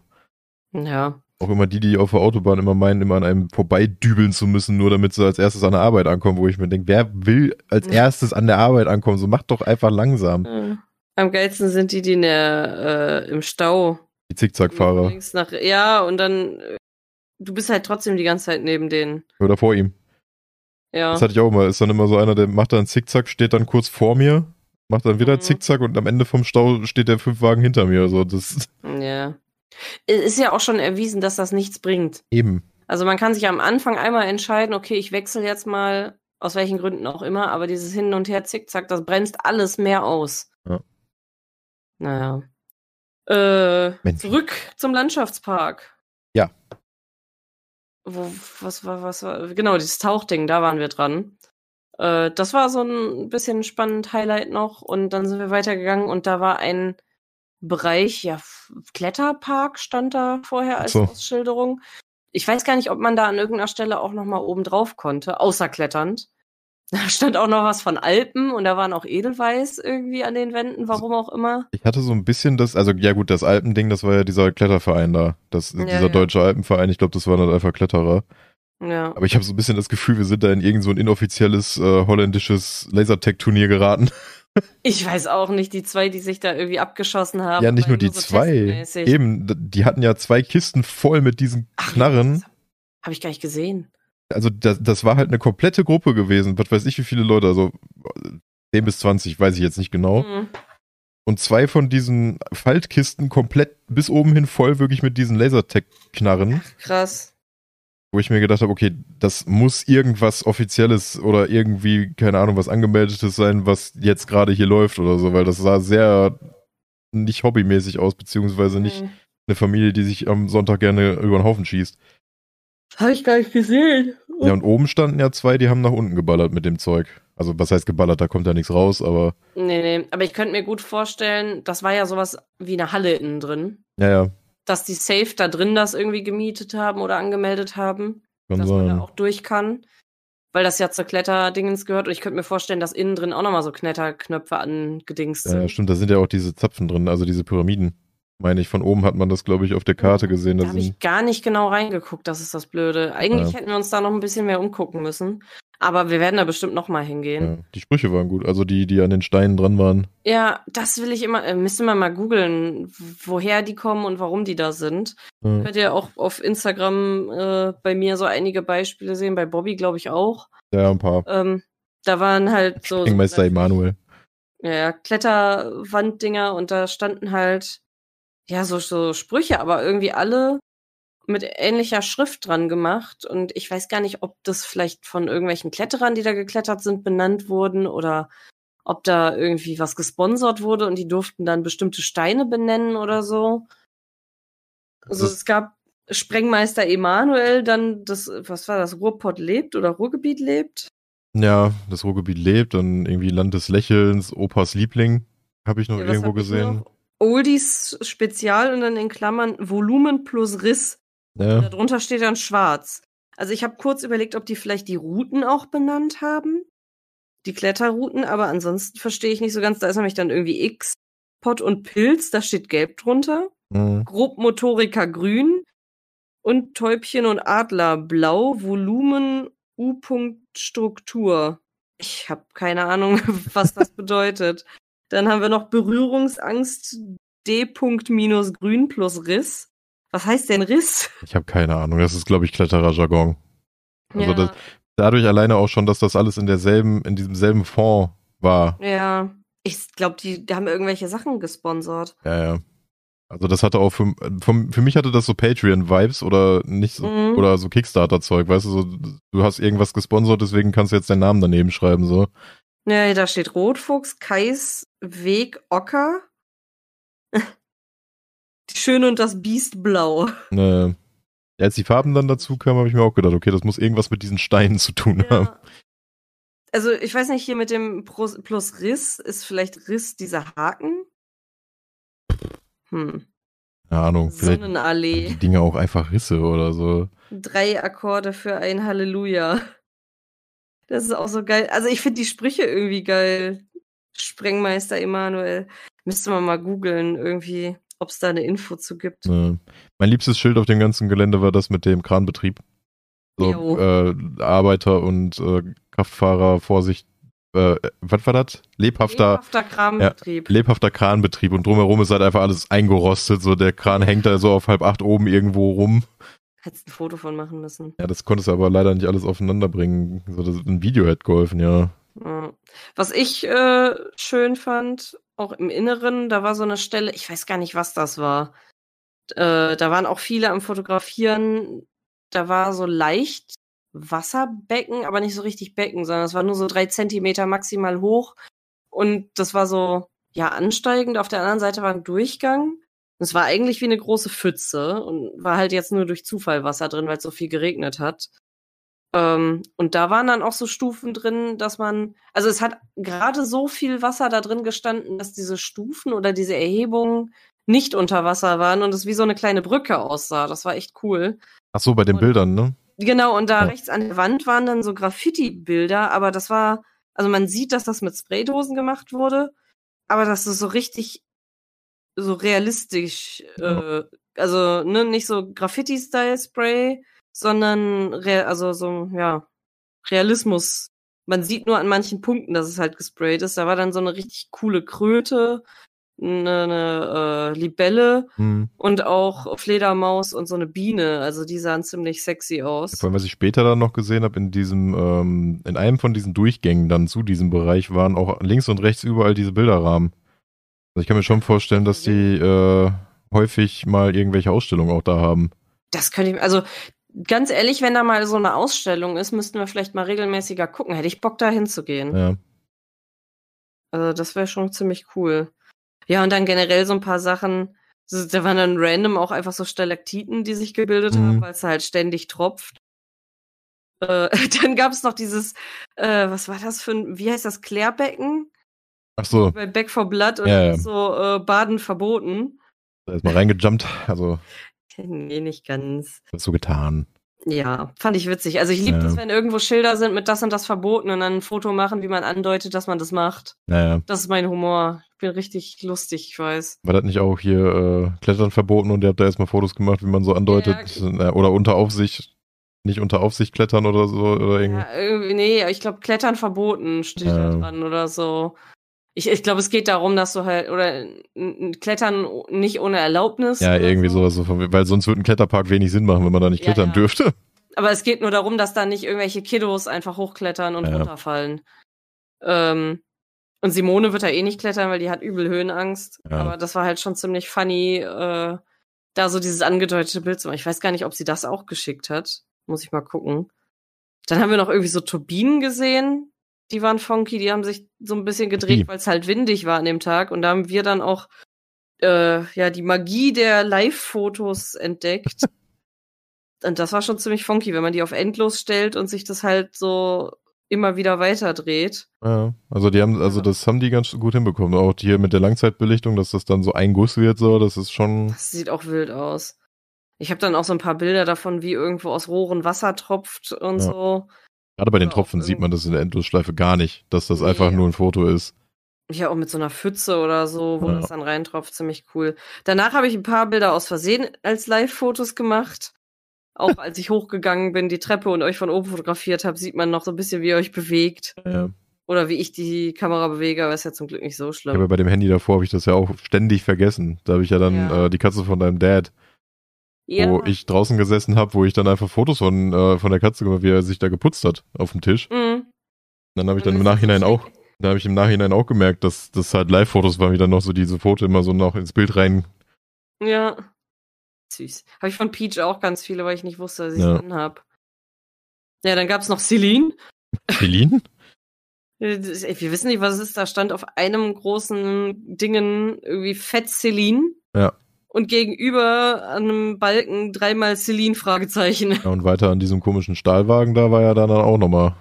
[SPEAKER 1] Ja.
[SPEAKER 2] Auch immer die, die auf der Autobahn immer meinen, immer an einem vorbeidübeln zu müssen, nur damit sie als erstes an der Arbeit ankommen, wo ich mir denke, wer will als
[SPEAKER 1] Ja.
[SPEAKER 2] erstes an der Arbeit ankommen? So macht doch einfach langsam.
[SPEAKER 1] Äh. Am geilsten sind die, die in der, äh, im Stau
[SPEAKER 2] Die Zickzackfahrer.
[SPEAKER 1] links nach. Ja, und dann. äh, Du bist halt trotzdem die ganze Zeit neben denen.
[SPEAKER 2] Oder vor ihm.
[SPEAKER 1] Ja.
[SPEAKER 2] Das hatte ich auch immer. Ist dann immer so einer, der macht dann Zickzack, steht dann kurz vor mir, macht dann wieder
[SPEAKER 1] Mhm.
[SPEAKER 2] Zickzack und am Ende vom Stau steht der fünf Wagen hinter mir. So, das ist <laughs>
[SPEAKER 1] Ja. Es ist ja auch schon erwiesen, dass das nichts bringt.
[SPEAKER 2] eben.
[SPEAKER 1] Also man kann sich am Anfang einmal entscheiden, okay, ich wechsle jetzt mal, aus welchen Gründen auch immer, aber dieses Hin und Her Zickzack, das bremst alles mehr aus.
[SPEAKER 2] Ja.
[SPEAKER 1] Naja. Äh,
[SPEAKER 2] Mensch.
[SPEAKER 1] zurück zum Landschaftspark.
[SPEAKER 2] Ja.
[SPEAKER 1] Wo, was war, was war, genau, dieses Tauchding, da waren wir dran. Äh, das war so ein bisschen spannend Highlight noch und dann sind wir weitergegangen und da war ein Bereich, ja, F- Kletterpark stand da vorher als
[SPEAKER 2] So.
[SPEAKER 1] Ausschilderung. Ich weiß gar nicht, ob man da an irgendeiner Stelle auch noch mal oben drauf konnte, außer kletternd. <laughs> Da stand auch noch was von Alpen und da waren auch Edelweiß irgendwie an den Wänden, warum auch immer.
[SPEAKER 2] Ich hatte so ein bisschen das, also ja gut, das Alpending, das war ja dieser Kletterverein da. Das,
[SPEAKER 1] Ja,
[SPEAKER 2] dieser
[SPEAKER 1] ja.
[SPEAKER 2] deutsche Alpenverein, ich glaube, das waren halt einfach Kletterer.
[SPEAKER 1] Ja.
[SPEAKER 2] Aber ich habe so ein bisschen das Gefühl, wir sind da in irgend so ein inoffizielles äh, holländisches Lasertag-Turnier geraten.
[SPEAKER 1] Ich weiß auch nicht, die zwei, die sich da irgendwie abgeschossen haben.
[SPEAKER 2] ja, nicht
[SPEAKER 1] aber
[SPEAKER 2] nur die
[SPEAKER 1] so
[SPEAKER 2] zwei.
[SPEAKER 1] testmäßig.
[SPEAKER 2] Eben, d- die hatten ja zwei Kisten voll mit diesen Knarren.
[SPEAKER 1] Hab ich gar nicht gesehen.
[SPEAKER 2] Also das, das war halt eine komplette Gruppe gewesen. Was weiß ich, wie viele Leute. Also 10 bis 20, weiß ich jetzt nicht genau.
[SPEAKER 1] Mhm.
[SPEAKER 2] Und zwei von diesen Faltkisten komplett bis oben hin voll, wirklich mit diesen Lasertech-Knarren,
[SPEAKER 1] Krass.
[SPEAKER 2] wo ich mir gedacht habe, okay, das muss irgendwas Offizielles oder irgendwie, keine Ahnung, was Angemeldetes sein, was jetzt gerade hier läuft oder so, weil das sah sehr nicht hobbymäßig aus, beziehungsweise Also nicht
[SPEAKER 1] Mhm.
[SPEAKER 2] eine Familie, die sich am Sonntag gerne über den Haufen schießt.
[SPEAKER 1] Hab ich gar nicht gesehen.
[SPEAKER 2] Ja, und oben standen ja zwei, die haben nach unten geballert mit dem Zeug. Also, was heißt geballert, da kommt ja nichts raus, aber
[SPEAKER 1] Nee, nee. Aber ich könnte mir gut vorstellen, das war ja sowas wie eine Halle innen drin.
[SPEAKER 2] ja, ja,
[SPEAKER 1] Dass die Safe da drin das irgendwie gemietet haben oder angemeldet haben.
[SPEAKER 2] kann
[SPEAKER 1] dass man
[SPEAKER 2] sein.
[SPEAKER 1] da auch durch kann. Weil das ja zur Kletterdingens gehört. Und ich könnte mir vorstellen, dass innen drin auch nochmal so Knetterknöpfe angedingst
[SPEAKER 2] Ja, ja,
[SPEAKER 1] sind.
[SPEAKER 2] stimmt, da sind ja auch diese Zapfen drin, also diese Pyramiden. Meine ich, von oben hat man das, glaube ich, auf der Karte gesehen.
[SPEAKER 1] da
[SPEAKER 2] Da
[SPEAKER 1] habe
[SPEAKER 2] sind,
[SPEAKER 1] Mhm. ich gar nicht genau reingeguckt, das ist das Blöde. Eigentlich hätten wir uns da noch ein bisschen mehr umgucken müssen. Aber wir werden da bestimmt nochmal hingehen.
[SPEAKER 2] ja, die Sprüche waren gut, also die, die an den Steinen dran waren.
[SPEAKER 1] Ja. das will ich immer, äh, müsste man mal googeln, woher die kommen und warum die da sind.
[SPEAKER 2] Ja.
[SPEAKER 1] Könnt ihr auch auf Instagram äh, bei mir so einige Beispiele sehen, bei Bobby glaube ich auch.
[SPEAKER 2] Ja, ein paar.
[SPEAKER 1] Ähm, da waren halt so.
[SPEAKER 2] Ringmeister
[SPEAKER 1] so
[SPEAKER 2] Emanuel.
[SPEAKER 1] ja, ja, Kletterwanddinger und da standen halt ja so, so Sprüche, aber irgendwie alle mit ähnlicher Schrift dran gemacht. Und ich weiß gar nicht, ob das vielleicht von irgendwelchen Kletterern, die da geklettert sind, benannt wurden oder ob da irgendwie was gesponsert wurde und die durften dann bestimmte Steine benennen oder so. Also
[SPEAKER 2] Das-
[SPEAKER 1] es gab Sprengmeister Emanuel, dann das, was war das, Ruhrpott lebt oder Ruhrgebiet lebt.
[SPEAKER 2] Ja, das Ruhrgebiet lebt, dann irgendwie Land des Lächelns, Opas Liebling, habe ich noch
[SPEAKER 1] Ja, was
[SPEAKER 2] irgendwo
[SPEAKER 1] hab ich
[SPEAKER 2] gesehen.
[SPEAKER 1] noch? Oldies Spezial und dann in Klammern Volumen plus Riss.
[SPEAKER 2] Ja,
[SPEAKER 1] Darunter steht dann schwarz. Also ich habe kurz überlegt, ob die vielleicht die Routen auch benannt haben. Die Kletterrouten, aber ansonsten verstehe ich nicht so ganz. Da ist nämlich dann irgendwie X, Pott und Pilz, da steht gelb drunter.
[SPEAKER 2] mhm.
[SPEAKER 1] Grobmotoriker grün und Täubchen und Adler blau, Volumen U-Punkt-Struktur. Ich habe keine Ahnung, <laughs> was das bedeutet. Dann haben wir noch Berührungsangst D-Punkt minus grün plus Riss. Was heißt denn Riss?
[SPEAKER 2] ich habe keine Ahnung. Das ist, glaube ich, Kletterer-Jargon. Also das- Dadurch alleine auch schon, dass das alles in derselben, in diesem selben Fond war.
[SPEAKER 1] ja. Ich glaube, die, die haben irgendwelche Sachen gesponsert.
[SPEAKER 2] Ja, ja. Also das hatte auch für, vom- für mich hatte das so Patreon-Vibes oder nicht so,
[SPEAKER 1] Mhm.
[SPEAKER 2] oder so Kickstarter-Zeug, weißt du, so, du hast irgendwas gesponsert, deswegen kannst du jetzt deinen Namen daneben schreiben, so.
[SPEAKER 1] Nee, da steht Rotfuchs, Kais, Weg, Ocker. <laughs> Die Schöne und das Biest blau.
[SPEAKER 2] Ne. Als die Farben dann dazu kamen, habe ich mir auch gedacht, okay, das muss irgendwas mit diesen Steinen zu tun haben.
[SPEAKER 1] Ja. Also ich weiß nicht, hier mit dem Plus, Plus Riss ist vielleicht Riss dieser Haken? Hm.
[SPEAKER 2] Keine Ahnung, Oh, vielleicht sind die
[SPEAKER 1] Sonnenallee.
[SPEAKER 2] Dinge auch einfach Risse oder so.
[SPEAKER 1] Drei Akkorde für ein Halleluja. Das ist auch so geil. Also ich finde die Sprüche irgendwie geil. Sprengmeister Emanuel. Müsste man mal googeln, irgendwie, ob es da eine Info zu gibt.
[SPEAKER 2] Ne. Mein liebstes Schild auf dem ganzen Gelände war das mit dem Kranbetrieb. So,
[SPEAKER 1] Jo.
[SPEAKER 2] äh, Arbeiter und äh, Kraftfahrer, Vorsicht, äh, was war das? Lebhafter,
[SPEAKER 1] Lebhafter Krambetrieb.
[SPEAKER 2] lebhafter Kranbetrieb und drumherum ist halt einfach alles eingerostet. So der Kran hängt da so auf halb acht oben irgendwo rum.
[SPEAKER 1] Hättest ein Foto von machen müssen.
[SPEAKER 2] Ja, das konntest du aber leider nicht alles aufeinander bringen. So, das, ein Video hätte geholfen, ja.
[SPEAKER 1] Ja. Was ich äh, schön fand, auch im Inneren, da war so eine Stelle, ich weiß gar nicht, was das war. Äh, da waren auch viele am Fotografieren. Da war so leicht Wasserbecken, aber nicht so richtig Becken, sondern es war nur so drei Zentimeter maximal hoch. Und das war so, ja, ansteigend. Auf der anderen Seite war ein Durchgang. Es war eigentlich wie eine große Pfütze und war halt jetzt nur durch Zufall Wasser drin, weil es so viel geregnet hat. Ähm, und da waren dann auch so Stufen drin, dass man, also es hat gerade so viel Wasser da drin gestanden, dass diese Stufen oder diese Erhebungen nicht unter Wasser waren und es wie so eine kleine Brücke aussah. Das war echt cool.
[SPEAKER 2] Ach so, bei den
[SPEAKER 1] Und-
[SPEAKER 2] Bildern, ne?
[SPEAKER 1] Genau, und da
[SPEAKER 2] Ja.
[SPEAKER 1] rechts an der Wand waren dann so Graffiti-Bilder, aber das war, also man sieht, dass das mit Spraydosen gemacht wurde, aber das ist so richtig, so realistisch,
[SPEAKER 2] Ja.
[SPEAKER 1] äh, also ne, nicht so Graffiti-Style-Spray, sondern, rea- also so, ja, Realismus. Man sieht nur an manchen Punkten, dass es halt gesprayt ist. Da war dann so eine richtig coole Kröte eine, eine äh, Libelle
[SPEAKER 2] Hm.
[SPEAKER 1] und auch Fledermaus und so eine Biene. Also die sahen ziemlich sexy aus.
[SPEAKER 2] Vor allem, was ich später dann noch gesehen habe, in diesem, ähm, in einem von diesen Durchgängen dann zu diesem Bereich waren auch links und rechts überall diese Bilderrahmen. Also ich kann mir schon vorstellen, dass die äh, häufig mal irgendwelche Ausstellungen auch da haben.
[SPEAKER 1] Das könnte ich, also ganz ehrlich, wenn da mal so eine Ausstellung ist, müssten wir vielleicht mal regelmäßiger gucken. Hätte ich Bock da hinzugehen.
[SPEAKER 2] Ja.
[SPEAKER 1] Also das wäre schon ziemlich cool. Ja, und dann generell so ein paar Sachen. so- Da waren dann random auch einfach so Stalaktiten, die sich gebildet
[SPEAKER 2] Mhm.
[SPEAKER 1] haben, weil es halt ständig tropft. Äh, <laughs> dann gab es noch dieses, äh, was war das für ein, wie heißt das, Klärbecken?
[SPEAKER 2] Ach so,
[SPEAKER 1] Bei Back for Blood und
[SPEAKER 2] Ja, ja.
[SPEAKER 1] so äh, Baden verboten. <laughs>
[SPEAKER 2] da ist mal reingejumpt. Also,
[SPEAKER 1] Nee, nicht ganz.
[SPEAKER 2] das ist so getan.
[SPEAKER 1] Ja, fand ich witzig. Also ich liebe
[SPEAKER 2] Ja.
[SPEAKER 1] das, wenn irgendwo Schilder sind mit das und das verboten und dann ein Foto machen, wie man andeutet, dass man das macht.
[SPEAKER 2] Naja.
[SPEAKER 1] Das ist mein Humor. Ich bin richtig lustig, ich weiß.
[SPEAKER 2] War das nicht auch hier äh, Klettern verboten und ihr habt da erstmal Fotos gemacht, wie man so andeutet? Na, Oder unter Aufsicht, nicht unter Aufsicht klettern oder so? Oder irgendwie.
[SPEAKER 1] Ja, irgendwie, nee, ich glaube, Klettern verboten steht da
[SPEAKER 2] Ja.
[SPEAKER 1] dran oder so. Ich, ich glaube, es geht darum, dass du halt, oder n- n- Klettern o- nicht ohne Erlaubnis.
[SPEAKER 2] Ja,
[SPEAKER 1] oder
[SPEAKER 2] irgendwie
[SPEAKER 1] so.
[SPEAKER 2] sowas, so von, weil sonst würde ein Kletterpark wenig Sinn machen, wenn man da nicht
[SPEAKER 1] Ja,
[SPEAKER 2] klettern
[SPEAKER 1] ja.
[SPEAKER 2] dürfte.
[SPEAKER 1] Aber es geht nur darum, dass da nicht irgendwelche Kiddos einfach hochklettern und
[SPEAKER 2] Ja.
[SPEAKER 1] runterfallen. Ähm, und Simone wird da eh nicht klettern, weil die hat übel Höhenangst.
[SPEAKER 2] Ja.
[SPEAKER 1] Aber das war halt schon ziemlich funny, äh, da so dieses angedeutete Bild zu machen. Ich weiß gar nicht, ob sie das auch geschickt hat. Muss ich mal gucken. Dann haben wir noch irgendwie so Turbinen gesehen. Die waren funky, die haben sich so ein bisschen gedreht,
[SPEAKER 2] Die.
[SPEAKER 1] weil es halt windig war an dem Tag. Und da haben wir dann auch äh, ja die Magie der Live-Fotos entdeckt. Und das war schon ziemlich funky, wenn man die auf endlos stellt und sich das halt so immer wieder weiter dreht.
[SPEAKER 2] Ja, also die haben, also
[SPEAKER 1] Ja.
[SPEAKER 2] das haben die ganz gut hinbekommen. Auch hier mit der Langzeitbelichtung, dass das dann so ein Guss wird, so, das ist schon.
[SPEAKER 1] Das sieht auch wild aus. Ich habe dann auch so ein paar Bilder davon, wie irgendwo aus Rohren Wasser tropft und
[SPEAKER 2] Ja.
[SPEAKER 1] so.
[SPEAKER 2] Gerade bei den
[SPEAKER 1] Ja,
[SPEAKER 2] Tropfen
[SPEAKER 1] auch
[SPEAKER 2] sieht man das in der Endlosschleife gar nicht, dass das
[SPEAKER 1] Nee.
[SPEAKER 2] einfach nur ein Foto ist.
[SPEAKER 1] Ja, auch mit so einer Pfütze oder so, wo
[SPEAKER 2] Ja.
[SPEAKER 1] das dann reintropft, ziemlich cool. Danach habe ich ein paar Bilder aus Versehen als Live-Fotos gemacht. Auch
[SPEAKER 2] <laughs>
[SPEAKER 1] als ich hochgegangen bin, die Treppe und euch von oben fotografiert habe, sieht man noch so ein bisschen, wie ihr euch bewegt.
[SPEAKER 2] Ja.
[SPEAKER 1] Oder wie ich die Kamera bewege, aber ist ja zum Glück nicht so
[SPEAKER 2] Ich habe ja
[SPEAKER 1] schlimm.
[SPEAKER 2] bei dem Handy davor habe ich das ja auch ständig vergessen. Da habe ich ja dann
[SPEAKER 1] Ja.
[SPEAKER 2] Äh, die Katze von deinem Dad, wo ich draußen gesessen habe, wo ich dann einfach Fotos von, äh, von der Katze gemacht wie er sich da geputzt hat auf dem Tisch.
[SPEAKER 1] Mhm.
[SPEAKER 2] Und dann habe ich
[SPEAKER 1] Und
[SPEAKER 2] dann im
[SPEAKER 1] das ist
[SPEAKER 2] Nachhinein
[SPEAKER 1] so
[SPEAKER 2] auch,
[SPEAKER 1] schrecklich.
[SPEAKER 2] da habe ich im Nachhinein auch gemerkt, dass das halt Live-Fotos waren, wie dann noch so diese Foto immer so noch ins Bild rein.
[SPEAKER 1] Ja. Süß. Habe ich von Peach auch ganz viele, weil ich nicht wusste, dass ich es
[SPEAKER 2] Ja.
[SPEAKER 1] anhab. Ja, dann gab's noch Celine.
[SPEAKER 2] Celine?
[SPEAKER 1] Äh, das- ey, Wir wissen nicht, was es ist. Da stand auf einem großen Dingen irgendwie Fett Celine.
[SPEAKER 2] Ja.
[SPEAKER 1] Und gegenüber an einem Balken dreimal Celine Fragezeichen. <laughs>
[SPEAKER 2] Ja, und weiter an diesem komischen Stahlwagen, da war ja dann auch nochmal.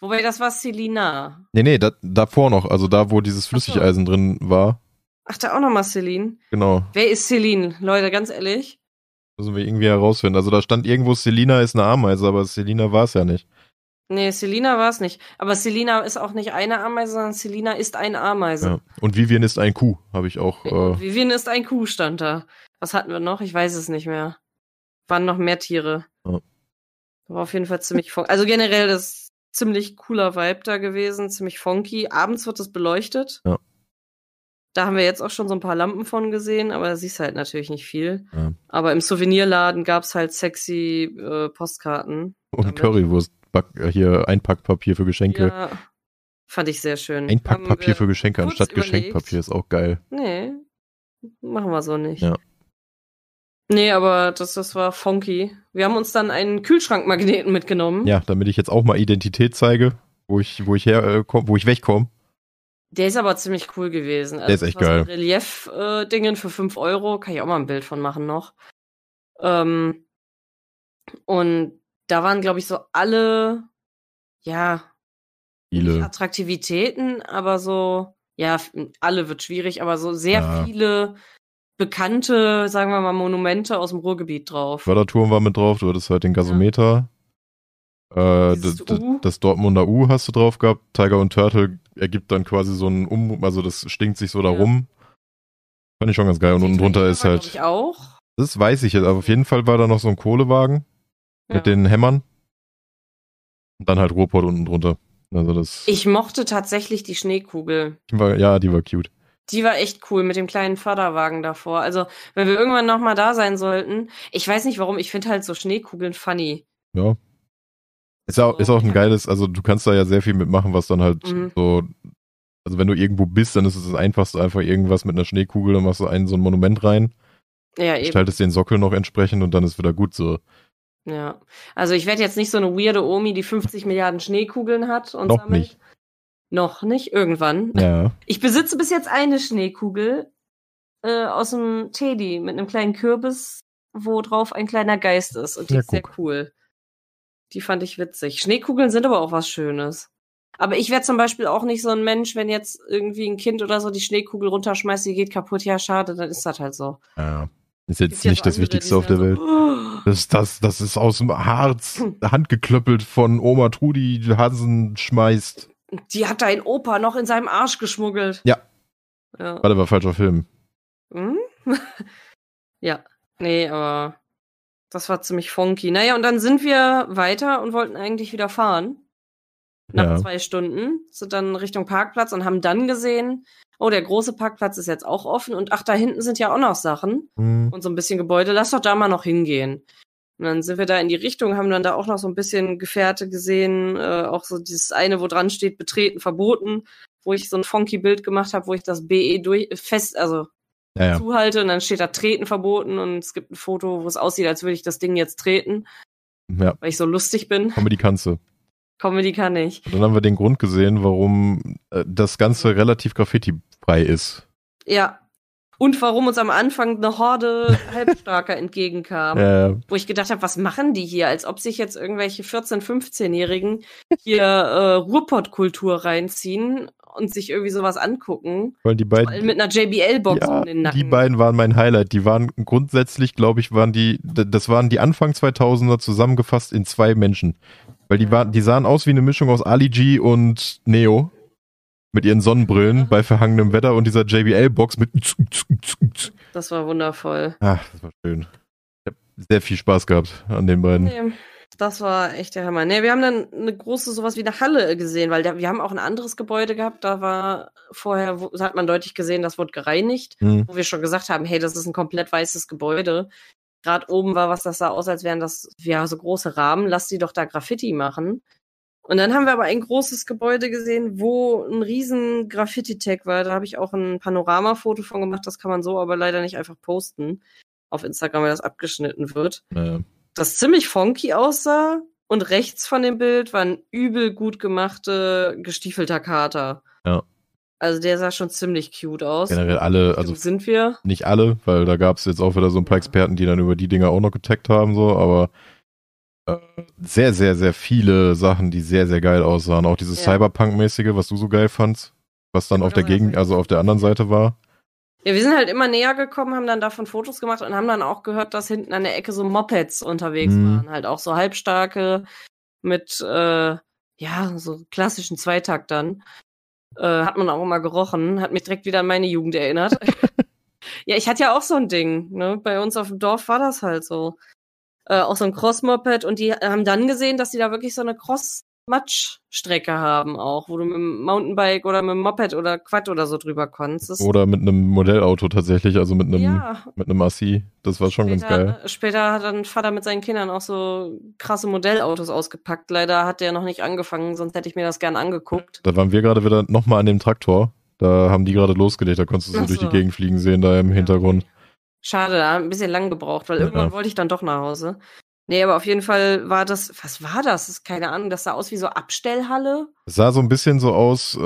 [SPEAKER 1] Wobei das war Celina.
[SPEAKER 2] Nee, nee, da, davor noch, also da, wo dieses Flüssigeisen drin war.
[SPEAKER 1] Ach, da auch nochmal Celine.
[SPEAKER 2] Genau.
[SPEAKER 1] Wer ist Celine? Leute, ganz ehrlich.
[SPEAKER 2] Müssen wir irgendwie herausfinden. Also da stand irgendwo, Selina ist eine Ameise, aber Selina war es ja nicht.
[SPEAKER 1] Nee, Selina war es nicht. Aber Selina ist auch nicht eine Ameise, sondern Selina ist eine Ameise.
[SPEAKER 2] Ja. Und Vivian ist ein Kuh, habe ich auch. Äh,
[SPEAKER 1] Vivien ist ein Kuh, stand da. Was hatten wir noch? Ich weiß es nicht mehr. Waren noch mehr Tiere.
[SPEAKER 2] Ja.
[SPEAKER 1] War auf jeden Fall ziemlich funky. Also generell das ist ziemlich cooler Vibe da gewesen, ziemlich funky. Abends wird es beleuchtet.
[SPEAKER 2] Ja.
[SPEAKER 1] Da haben wir jetzt auch schon so ein paar Lampen von gesehen, aber da siehst du halt natürlich nicht viel.
[SPEAKER 2] Ja.
[SPEAKER 1] Aber im Souvenirladen gab es halt sexy äh, Postkarten.
[SPEAKER 2] und
[SPEAKER 1] damit.
[SPEAKER 2] Currywurst, Back, äh, hier Einpackpapier für Geschenke.
[SPEAKER 1] Ja, fand ich sehr schön. Haben
[SPEAKER 2] Einpackpapier
[SPEAKER 1] wir-
[SPEAKER 2] für Geschenke
[SPEAKER 1] kurz
[SPEAKER 2] anstatt
[SPEAKER 1] überlegt.
[SPEAKER 2] Geschenkpapier ist auch geil.
[SPEAKER 1] Nee, machen wir so nicht.
[SPEAKER 2] Ja.
[SPEAKER 1] Nee, aber das, das war funky. Wir haben uns dann einen Kühlschrankmagneten mitgenommen.
[SPEAKER 2] Ja, damit ich jetzt auch mal Identität zeige, wo ich, wo ich her, äh, komm, wo ich wegkomme.
[SPEAKER 1] Der ist aber ziemlich cool gewesen. Also
[SPEAKER 2] Der ist echt
[SPEAKER 1] das war
[SPEAKER 2] geil.
[SPEAKER 1] So Relief-Dingen für 5 Euro. Kann ich auch mal ein Bild von machen noch. Ähm, und da waren, glaube ich, so alle, ja, nicht
[SPEAKER 2] Viele.
[SPEAKER 1] Attraktivitäten, aber so, ja, f- alle wird schwierig, aber so sehr
[SPEAKER 2] Ja.
[SPEAKER 1] viele bekannte, sagen wir mal, Monumente aus dem Ruhrgebiet drauf.
[SPEAKER 2] Förderturm war mit drauf, du hattest halt den Gasometer. Äh,
[SPEAKER 1] Dieses
[SPEAKER 2] d- d-
[SPEAKER 1] U.
[SPEAKER 2] das Dortmunder U hast du drauf gehabt. Tiger und Turtle ergibt dann quasi so einen Um, also das stinkt sich so da
[SPEAKER 1] Ja.
[SPEAKER 2] rum. Fand ich schon ganz geil. Und unten drunter ist
[SPEAKER 1] War, glaub Ich
[SPEAKER 2] halt.
[SPEAKER 1] auch.
[SPEAKER 2] Das weiß ich jetzt, aber auf jeden Fall war da noch so ein Kohlewagen
[SPEAKER 1] Ja.
[SPEAKER 2] mit den Hämmern. Und dann halt Ruhrpott unten drunter. Also das.
[SPEAKER 1] Ich mochte tatsächlich die Schneekugel.
[SPEAKER 2] war, ja, die war cute.
[SPEAKER 1] die war echt cool mit dem kleinen Förderwagen davor. Also, wenn wir irgendwann nochmal da sein sollten, ich weiß nicht warum, ich finde halt so Schneekugeln funny.
[SPEAKER 2] Ja. Ist, auch, ist auch ein geiles, also du kannst da ja sehr viel mitmachen, was dann halt
[SPEAKER 1] Mhm.
[SPEAKER 2] so, also wenn du irgendwo bist, dann ist es das einfachste einfach irgendwas mit einer Schneekugel, dann machst du einen so ein Monument rein,
[SPEAKER 1] Ja, eben.
[SPEAKER 2] gestaltest den Sockel noch entsprechend und dann ist wieder gut so.
[SPEAKER 1] Ja. Also, ich werde jetzt nicht so eine weirde Omi, die 50 Milliarden Schneekugeln hat und
[SPEAKER 2] Noch
[SPEAKER 1] sammelt.
[SPEAKER 2] nicht.
[SPEAKER 1] Noch nicht, irgendwann.
[SPEAKER 2] Ja.
[SPEAKER 1] Ich besitze bis jetzt eine Schneekugel äh, aus dem Teddy mit einem kleinen Kürbis, wo drauf ein kleiner Geist ist. Und die
[SPEAKER 2] Ja,
[SPEAKER 1] ist sehr
[SPEAKER 2] guck.
[SPEAKER 1] cool. Die fand ich witzig. Schneekugeln sind aber auch was Schönes. Aber ich wäre zum Beispiel auch nicht so ein Mensch, wenn jetzt irgendwie ein Kind oder so die Schneekugel runterschmeißt, die geht kaputt. Ja, schade, dann ist das halt so.
[SPEAKER 2] ja. Ist jetzt
[SPEAKER 1] Gibt's
[SPEAKER 2] nicht das
[SPEAKER 1] andere,
[SPEAKER 2] ne? Wichtigste
[SPEAKER 1] die
[SPEAKER 2] auf der
[SPEAKER 1] sind
[SPEAKER 2] Welt.
[SPEAKER 1] so,
[SPEAKER 2] Das, das, das ist aus dem Harz,
[SPEAKER 1] Hm.
[SPEAKER 2] handgeklöppelt von Oma Trudi, Hansen schmeißt.
[SPEAKER 1] "Oh, <gasps> Die hat dein Opa noch in seinem Arsch geschmuggelt.
[SPEAKER 2] Ja.
[SPEAKER 1] ja.
[SPEAKER 2] Warte, war falscher Film.
[SPEAKER 1] Hm? <laughs> ja, nee, aber das war ziemlich funky. Naja, und dann sind wir weiter und wollten eigentlich wieder fahren. Nach
[SPEAKER 2] Ja.
[SPEAKER 1] zwei Stunden sind dann Richtung Parkplatz und haben dann gesehen, oh, der große Parkplatz ist jetzt auch offen und ach, da hinten sind ja auch noch Sachen
[SPEAKER 2] Hm.
[SPEAKER 1] und so ein bisschen Gebäude. Lass doch da mal noch hingehen. Und dann sind wir da in die Richtung, haben dann da auch noch so ein bisschen Gefährte gesehen, äh, auch so dieses eine, wo dran steht, betreten, verboten, wo ich so ein funky Bild gemacht habe, wo ich das BE durch fest, also
[SPEAKER 2] Naja,
[SPEAKER 1] zuhalte und dann steht da Treten verboten und es gibt ein Foto, wo es aussieht, als würde ich das Ding jetzt treten,
[SPEAKER 2] ja,
[SPEAKER 1] weil ich so lustig bin.
[SPEAKER 2] Comedy kannst du.
[SPEAKER 1] Comedy kann ich.
[SPEAKER 2] Und dann haben wir den Grund gesehen, warum äh, das Ganze relativ graffitifrei ist.
[SPEAKER 1] Ja. Und warum uns am Anfang eine
[SPEAKER 2] <laughs>
[SPEAKER 1] Horde Halbstarker entgegenkam,
[SPEAKER 2] Äh,
[SPEAKER 1] wo ich gedacht habe, was machen die hier? Als ob sich jetzt irgendwelche 14-, 15-Jährigen hier äh, Ruhrpott-Kultur reinziehen und sich irgendwie sowas angucken.
[SPEAKER 2] weil die
[SPEAKER 1] Vor allem
[SPEAKER 2] beiden,
[SPEAKER 1] mit einer JBL-Box
[SPEAKER 2] ja,
[SPEAKER 1] um den Nacken.
[SPEAKER 2] die beiden waren mein Highlight. Die waren grundsätzlich, glaube ich, waren die, d- das waren die Anfang 2000er zusammengefasst in zwei Menschen. Weil die waren, die sahen aus wie eine Mischung aus Ali G und Neo. Mit ihren Sonnenbrillen bei verhangenem Wetter und dieser JBL-Box mit.
[SPEAKER 1] Das war wundervoll.
[SPEAKER 2] Ach, das war schön. Ich habe sehr viel Spaß gehabt an den beiden.
[SPEAKER 1] Nee, das war echt der Hammer. Nee, wir haben dann eine große, sowas wie eine Halle gesehen, weil da, wir haben auch ein anderes Gebäude gehabt, da war vorher, wo, da hat man deutlich gesehen, das wurde gereinigt,
[SPEAKER 2] Hm.
[SPEAKER 1] wo wir schon gesagt haben, hey, das ist ein komplett weißes Gebäude. Gerade oben war was, das sah aus, als wären das, ja, so große Rahmen, lass die doch da Graffiti machen. Und dann haben wir aber ein großes Gebäude gesehen, wo ein riesen Graffiti-Tag war. Da habe ich auch ein Panoramafoto von gemacht, das kann man so aber leider nicht einfach posten auf Instagram, weil das abgeschnitten wird
[SPEAKER 2] Äh,
[SPEAKER 1] das ziemlich funky aussah. Und rechts von dem Bild war ein übel gut gemachte, gestiefelter Kater.
[SPEAKER 2] Ja.
[SPEAKER 1] Also der sah schon ziemlich cute aus.
[SPEAKER 2] generell alle, also
[SPEAKER 1] also sind wir?
[SPEAKER 2] nicht alle, weil da gab es jetzt auch wieder so ein
[SPEAKER 1] Ja.
[SPEAKER 2] paar Experten, die dann über die Dinger auch noch getaggt haben, so, aber äh, sehr, sehr, sehr viele Sachen, die sehr, sehr geil aussahen. Auch dieses
[SPEAKER 1] Ja.
[SPEAKER 2] Cyberpunk-mäßige, was du so geil fandst, was dann
[SPEAKER 1] Ja,
[SPEAKER 2] auf der
[SPEAKER 1] das war
[SPEAKER 2] Gegend,
[SPEAKER 1] sehr
[SPEAKER 2] also auf der anderen Seite war.
[SPEAKER 1] Ja, wir sind halt immer näher gekommen, haben dann davon Fotos gemacht und haben dann auch gehört, dass hinten an der Ecke so Mopeds unterwegs
[SPEAKER 2] Mhm.
[SPEAKER 1] waren. Halt auch so halbstarke mit, äh, ja, so klassischen Zweitaktern. Äh, hat man auch immer gerochen, hat mich direkt wieder an meine Jugend
[SPEAKER 2] <laughs>
[SPEAKER 1] erinnert. ja, ich hatte ja auch so ein Ding, ne? Bei uns auf dem Dorf war das halt so. Äh, auch so ein Cross-Moped und die haben dann gesehen, dass die da wirklich so eine Cross-Matsch-Strecke haben auch, wo du mit dem Mountainbike oder mit dem Moped oder Quad oder so drüber konntest. Das-
[SPEAKER 2] Oder mit einem Modellauto tatsächlich, also mit einem,
[SPEAKER 1] ja,
[SPEAKER 2] mit einem Assi. Das war schon ganz geil.
[SPEAKER 1] später, ne? später hat dann Vater mit seinen Kindern auch so krasse Modellautos ausgepackt. Leider hat der noch nicht angefangen, sonst hätte ich mir das gern angeguckt.
[SPEAKER 2] Da waren wir gerade wieder nochmal an dem Traktor. Da haben die gerade losgelegt, da konntest du so
[SPEAKER 1] Ach
[SPEAKER 2] durch die
[SPEAKER 1] so.
[SPEAKER 2] Gegend fliegen sehen, da im Hintergrund.
[SPEAKER 1] Schade, da hat ein bisschen lang gebraucht, weil
[SPEAKER 2] Ja.
[SPEAKER 1] irgendwann wollte ich dann doch nach Hause. Nee, aber auf jeden Fall war das, was war das? Ist keine Ahnung, das sah aus wie so Abstellhalle.
[SPEAKER 2] Es sah so ein bisschen so aus, äh,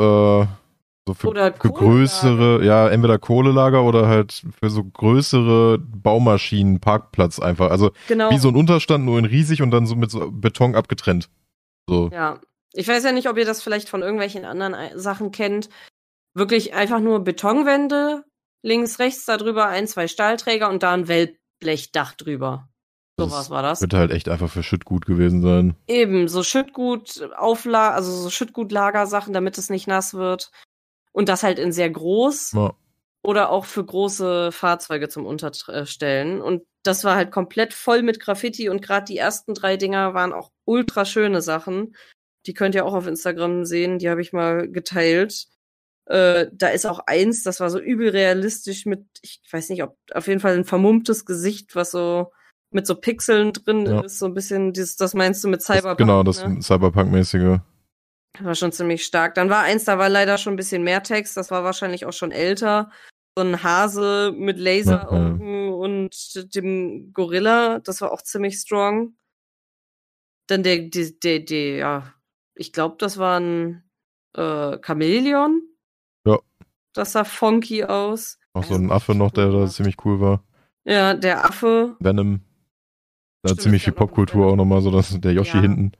[SPEAKER 2] so für,
[SPEAKER 1] Oder
[SPEAKER 2] für
[SPEAKER 1] Kohlelager.
[SPEAKER 2] größere, ja, entweder Kohlelager oder halt für so größere Baumaschinen Parkplatz einfach. Also
[SPEAKER 1] Genau.
[SPEAKER 2] wie so ein Unterstand, nur in riesig und dann so mit so Beton abgetrennt. So.
[SPEAKER 1] Ja. Ich weiß ja nicht, ob ihr das vielleicht von irgendwelchen anderen Ei- Sachen kennt. Wirklich einfach nur Betonwände, links, rechts, darüber ein, zwei Stahlträger und da ein Wellblechdach drüber.
[SPEAKER 2] Das
[SPEAKER 1] Sowas
[SPEAKER 2] ist-
[SPEAKER 1] war das.
[SPEAKER 2] Könnte halt echt einfach für Shit gut gewesen sein.
[SPEAKER 1] Eben, so Schüttgut, Aufla also so Schüttgutlagersachen, damit es nicht nass wird. Und das halt in sehr groß
[SPEAKER 2] Ja.
[SPEAKER 1] oder auch für große Fahrzeuge zum Unterstellen. Und das war halt komplett voll mit Graffiti und gerade die ersten drei Dinger waren auch ultra schöne Sachen. Die könnt ihr auch auf Instagram sehen, die habe ich mal geteilt. Äh, da ist auch eins, das war so übel realistisch mit, ich weiß nicht, ob auf jeden Fall ein vermummtes Gesicht, was so mit so Pixeln drin
[SPEAKER 2] Ja.
[SPEAKER 1] ist, so ein bisschen, dieses, das meinst du mit Cyberpunk?
[SPEAKER 2] genau, das
[SPEAKER 1] ne?
[SPEAKER 2] Cyberpunk-mäßige.
[SPEAKER 1] war schon ziemlich stark. Dann war eins, da war leider schon ein bisschen mehr Text, das war wahrscheinlich auch schon älter. So ein Hase mit Laseraugen und dem Gorilla, das war auch ziemlich strong. Dann der, der, der, der ja, ich glaube, das war ein äh, Chamäleon.
[SPEAKER 2] Ja.
[SPEAKER 1] Das sah funky aus.
[SPEAKER 2] Auch so ein Affe noch, der da ziemlich cool war.
[SPEAKER 1] Ja, der Affe.
[SPEAKER 2] Venom. Da
[SPEAKER 1] Stimmt,
[SPEAKER 2] ziemlich
[SPEAKER 1] es
[SPEAKER 2] viel
[SPEAKER 1] gab noch
[SPEAKER 2] Popkultur
[SPEAKER 1] Venom.
[SPEAKER 2] auch nochmal, so dass der Yoshi
[SPEAKER 1] Ja.
[SPEAKER 2] hinten.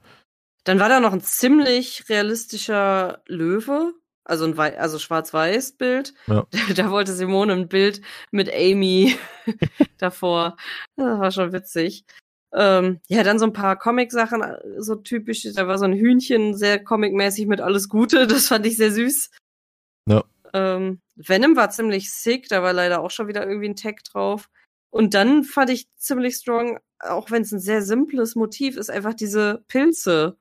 [SPEAKER 1] Dann war da noch ein ziemlich realistischer Löwe, also ein Wei also schwarz-weiß Bild.
[SPEAKER 2] Ja.
[SPEAKER 1] <laughs> Da wollte Simone ein Bild mit Amy <laughs> davor. Das war schon witzig. Ähm, ja, dann so ein paar Comic-Sachen, äh, so typisch. Da war so ein Hühnchen sehr comicmäßig mit alles Gute. <laughs> Das fand ich sehr süß.
[SPEAKER 2] Ja.
[SPEAKER 1] Ähm, Venom war ziemlich sick. Da war leider auch schon wieder irgendwie ein Tag drauf. Und dann fand ich ziemlich strong, auch wenn es ein sehr simples Motiv ist, einfach diese Pilze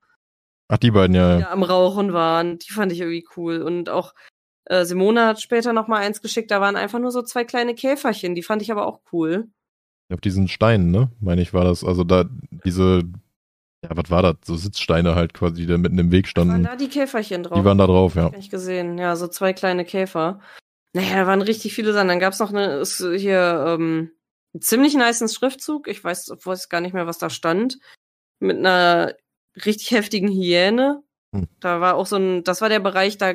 [SPEAKER 2] Ach, die beiden, ja, ja.
[SPEAKER 1] ja, am Rauchen waren. Die fand ich irgendwie cool. Und auch äh, Simone hat später noch mal eins geschickt. Da waren einfach nur so zwei kleine Käferchen. Die fand ich aber auch cool.
[SPEAKER 2] Auf diesen Steinen, ne? Meine ich, war das. Also da diese, ja, was war das? So Sitzsteine halt quasi, die da mitten im Weg
[SPEAKER 1] waren
[SPEAKER 2] standen.
[SPEAKER 1] da die Käferchen drauf?
[SPEAKER 2] Mhm. Die waren da drauf, ja.
[SPEAKER 1] Hab ich gesehen. Ja, so zwei kleine Käfer. Naja, da waren richtig viele Sachen. Dann gab's noch eine, ist hier ähm, einen ziemlich niceen Schriftzug. Ich weiß, weiß gar nicht mehr, was da stand. Mit einer richtig heftigen Hyäne.
[SPEAKER 2] Hm.
[SPEAKER 1] Da war auch so ein, das war der Bereich, da,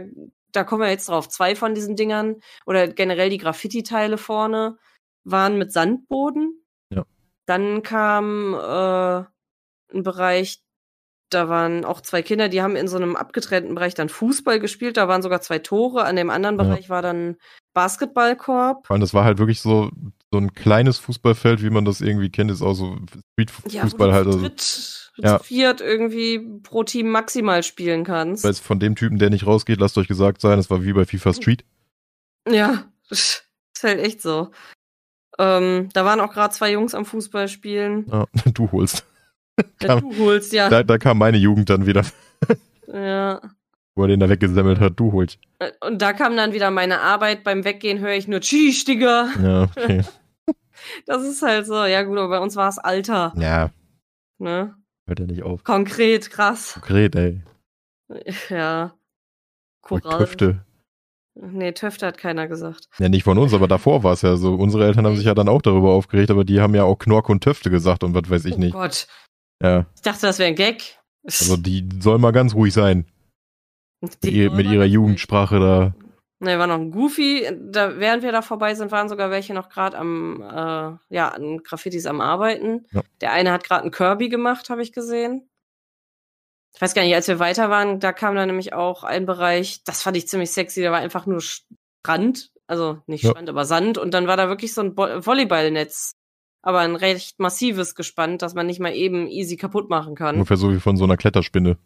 [SPEAKER 1] da kommen wir jetzt drauf. Zwei von diesen Dingern oder generell die Graffiti-Teile vorne waren mit Sandboden.
[SPEAKER 2] Ja.
[SPEAKER 1] Dann kam äh, ein Bereich, da waren auch zwei Kinder, die haben in so einem abgetrennten Bereich dann Fußball gespielt. Da waren sogar zwei Tore. An dem anderen
[SPEAKER 2] Ja.
[SPEAKER 1] Bereich war dann Basketballkorb.
[SPEAKER 2] Vor allem, das war halt wirklich so, so ein kleines Fußballfeld, wie man das irgendwie kennt, ist auch so
[SPEAKER 1] Ja, wo
[SPEAKER 2] Street-Fußball
[SPEAKER 1] du
[SPEAKER 2] halt.
[SPEAKER 1] zu
[SPEAKER 2] Also,
[SPEAKER 1] dritt,
[SPEAKER 2] Ja.
[SPEAKER 1] zu viert irgendwie pro Team maximal spielen kannst.
[SPEAKER 2] weil es von dem Typen, der nicht rausgeht, lasst euch gesagt sein, das war wie bei FIFA Street.
[SPEAKER 1] Ja, <laughs> ist halt echt so. Ähm, da waren auch gerade zwei Jungs am Fußballspielen.
[SPEAKER 2] Ja, <laughs> du holst.
[SPEAKER 1] Ja, du holst, ja.
[SPEAKER 2] Da, da kam meine Jugend dann wieder, <laughs>
[SPEAKER 1] ja.
[SPEAKER 2] wo er den da weggesammelt hat, du holst.
[SPEAKER 1] Äh, Und da kam dann wieder meine Arbeit. Beim Weggehen höre ich nur Tschüss, Digga. <laughs>
[SPEAKER 2] Ja, okay.
[SPEAKER 1] Das ist halt so. Ja, gut, aber bei uns war es Alter.
[SPEAKER 2] ja,
[SPEAKER 1] Ne?
[SPEAKER 2] hört ja nicht auf.
[SPEAKER 1] Konkret, krass.
[SPEAKER 2] Konkret, ey.
[SPEAKER 1] Ja.
[SPEAKER 2] Voll Töfte.
[SPEAKER 1] Nee, Töfte hat keiner gesagt.
[SPEAKER 2] Ja, nicht von uns, aber davor war es ja so. Unsere Eltern haben sich ja dann auch darüber aufgeregt, aber die haben ja auch Knorke und Töfte gesagt und was weiß ich
[SPEAKER 1] oh
[SPEAKER 2] nicht.
[SPEAKER 1] Gott.
[SPEAKER 2] Ja,
[SPEAKER 1] Ich dachte, das wäre ein Gag. <laughs>
[SPEAKER 2] also die soll mal ganz ruhig sein.
[SPEAKER 1] Die-
[SPEAKER 2] Die, mit ihrer Jugendsprache da.
[SPEAKER 1] Ne, war noch ein Goofy. Da, während wir da vorbei sind, waren sogar welche noch gerade am, äh, ja, an Graffitis am Arbeiten.
[SPEAKER 2] Ja.
[SPEAKER 1] Der eine hat gerade einen Kirby gemacht, habe ich gesehen. Ich weiß gar nicht, als wir weiter waren, da kam dann nämlich auch ein Bereich, das fand ich ziemlich sexy, da war einfach nur Strand, also nicht
[SPEAKER 2] Ja.
[SPEAKER 1] Strand, aber Sand. Und dann war da wirklich so ein Bo Volleyballnetz, aber ein recht massives gespannt, das man nicht mal eben easy kaputt machen kann.
[SPEAKER 2] Ungefähr so wie von so einer Kletterspinne.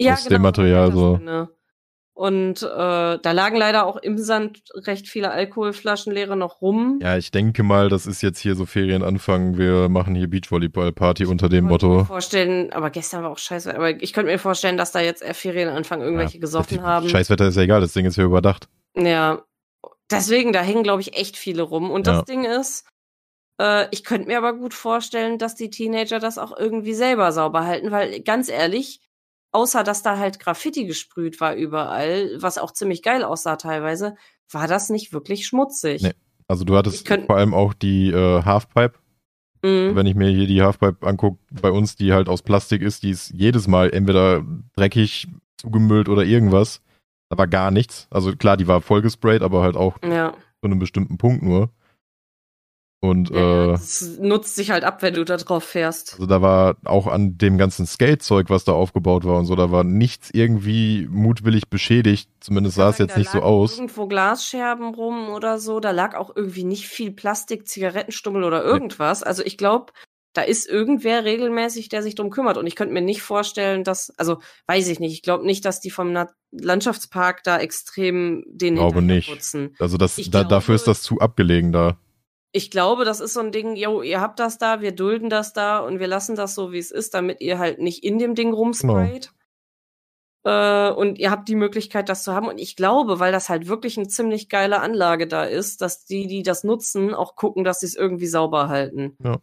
[SPEAKER 1] Ja, genau,
[SPEAKER 2] aus dem Material
[SPEAKER 1] das
[SPEAKER 2] so.
[SPEAKER 1] eine. ne? Und äh, da lagen leider auch im Sand recht viele Alkoholflaschen leere noch rum.
[SPEAKER 2] Ja, ich denke mal, das ist jetzt hier so Ferienanfang. Wir machen hier Beachvolleyball-Party unter dem
[SPEAKER 1] Ich könnte mir
[SPEAKER 2] Motto.
[SPEAKER 1] vorstellen, aber gestern war auch scheiße, aber ich könnte mir vorstellen, dass da jetzt eher Ferienanfang irgendwelche
[SPEAKER 2] Ja,
[SPEAKER 1] gesoffen
[SPEAKER 2] die-
[SPEAKER 1] haben.
[SPEAKER 2] Scheißwetter ist ja egal, das Ding ist ja überdacht.
[SPEAKER 1] Ja. Deswegen, da hängen, glaube ich, echt viele rum. Und
[SPEAKER 2] Ja.
[SPEAKER 1] das Ding ist, äh, ich könnte mir aber gut vorstellen, dass die Teenager das auch irgendwie selber sauber halten, weil ganz ehrlich, außer dass da halt Graffiti gesprüht war überall, was auch ziemlich geil aussah teilweise, war das nicht wirklich schmutzig.
[SPEAKER 2] Nee. Also du
[SPEAKER 1] Ich
[SPEAKER 2] hattest
[SPEAKER 1] könnt-
[SPEAKER 2] vor allem auch die äh, Halfpipe.
[SPEAKER 1] Mhm.
[SPEAKER 2] Wenn ich mir hier die Halfpipe angucke, bei uns, die halt aus Plastik ist, die ist jedes Mal entweder dreckig, zugemüllt oder irgendwas. Da war gar nichts. Also klar, die war vollgesprayt, aber halt auch zu
[SPEAKER 1] Ja,
[SPEAKER 2] einem bestimmten Punkt nur. Und
[SPEAKER 1] ja
[SPEAKER 2] äh,
[SPEAKER 1] das nutzt sich halt ab, wenn du da drauf fährst.
[SPEAKER 2] also da war auch an dem ganzen Skate-Zeug, was da aufgebaut war und so, da war nichts irgendwie mutwillig beschädigt. Zumindest sah es
[SPEAKER 1] sagen,
[SPEAKER 2] jetzt
[SPEAKER 1] da
[SPEAKER 2] nicht so
[SPEAKER 1] lagen
[SPEAKER 2] aus.
[SPEAKER 1] Irgendwo Glasscherben rum oder so. Da lag auch irgendwie nicht viel Plastik, Zigarettenstummel oder irgendwas. Also ich glaube, da ist irgendwer regelmäßig, der sich drum kümmert. Und ich könnte mir nicht vorstellen, dass, also weiß ich nicht, ich glaube nicht, dass die vom Na Landschaftspark da extrem den
[SPEAKER 2] Glaube
[SPEAKER 1] Hintern
[SPEAKER 2] nicht.
[SPEAKER 1] putzen.
[SPEAKER 2] Also das,
[SPEAKER 1] Ich
[SPEAKER 2] da,
[SPEAKER 1] glaube-
[SPEAKER 2] dafür ist das zu abgelegen da.
[SPEAKER 1] Ich glaube, das ist so ein Ding, yo, ihr habt das da, wir dulden das da und wir lassen das so, wie es ist, damit ihr halt nicht in dem Ding rumsprayt.
[SPEAKER 2] Genau.
[SPEAKER 1] Äh, und ihr habt die Möglichkeit, das zu haben. Und ich glaube, weil das halt wirklich eine ziemlich geile Anlage da ist, dass die, die das nutzen, auch gucken, dass sie es irgendwie sauber halten.
[SPEAKER 2] Ja.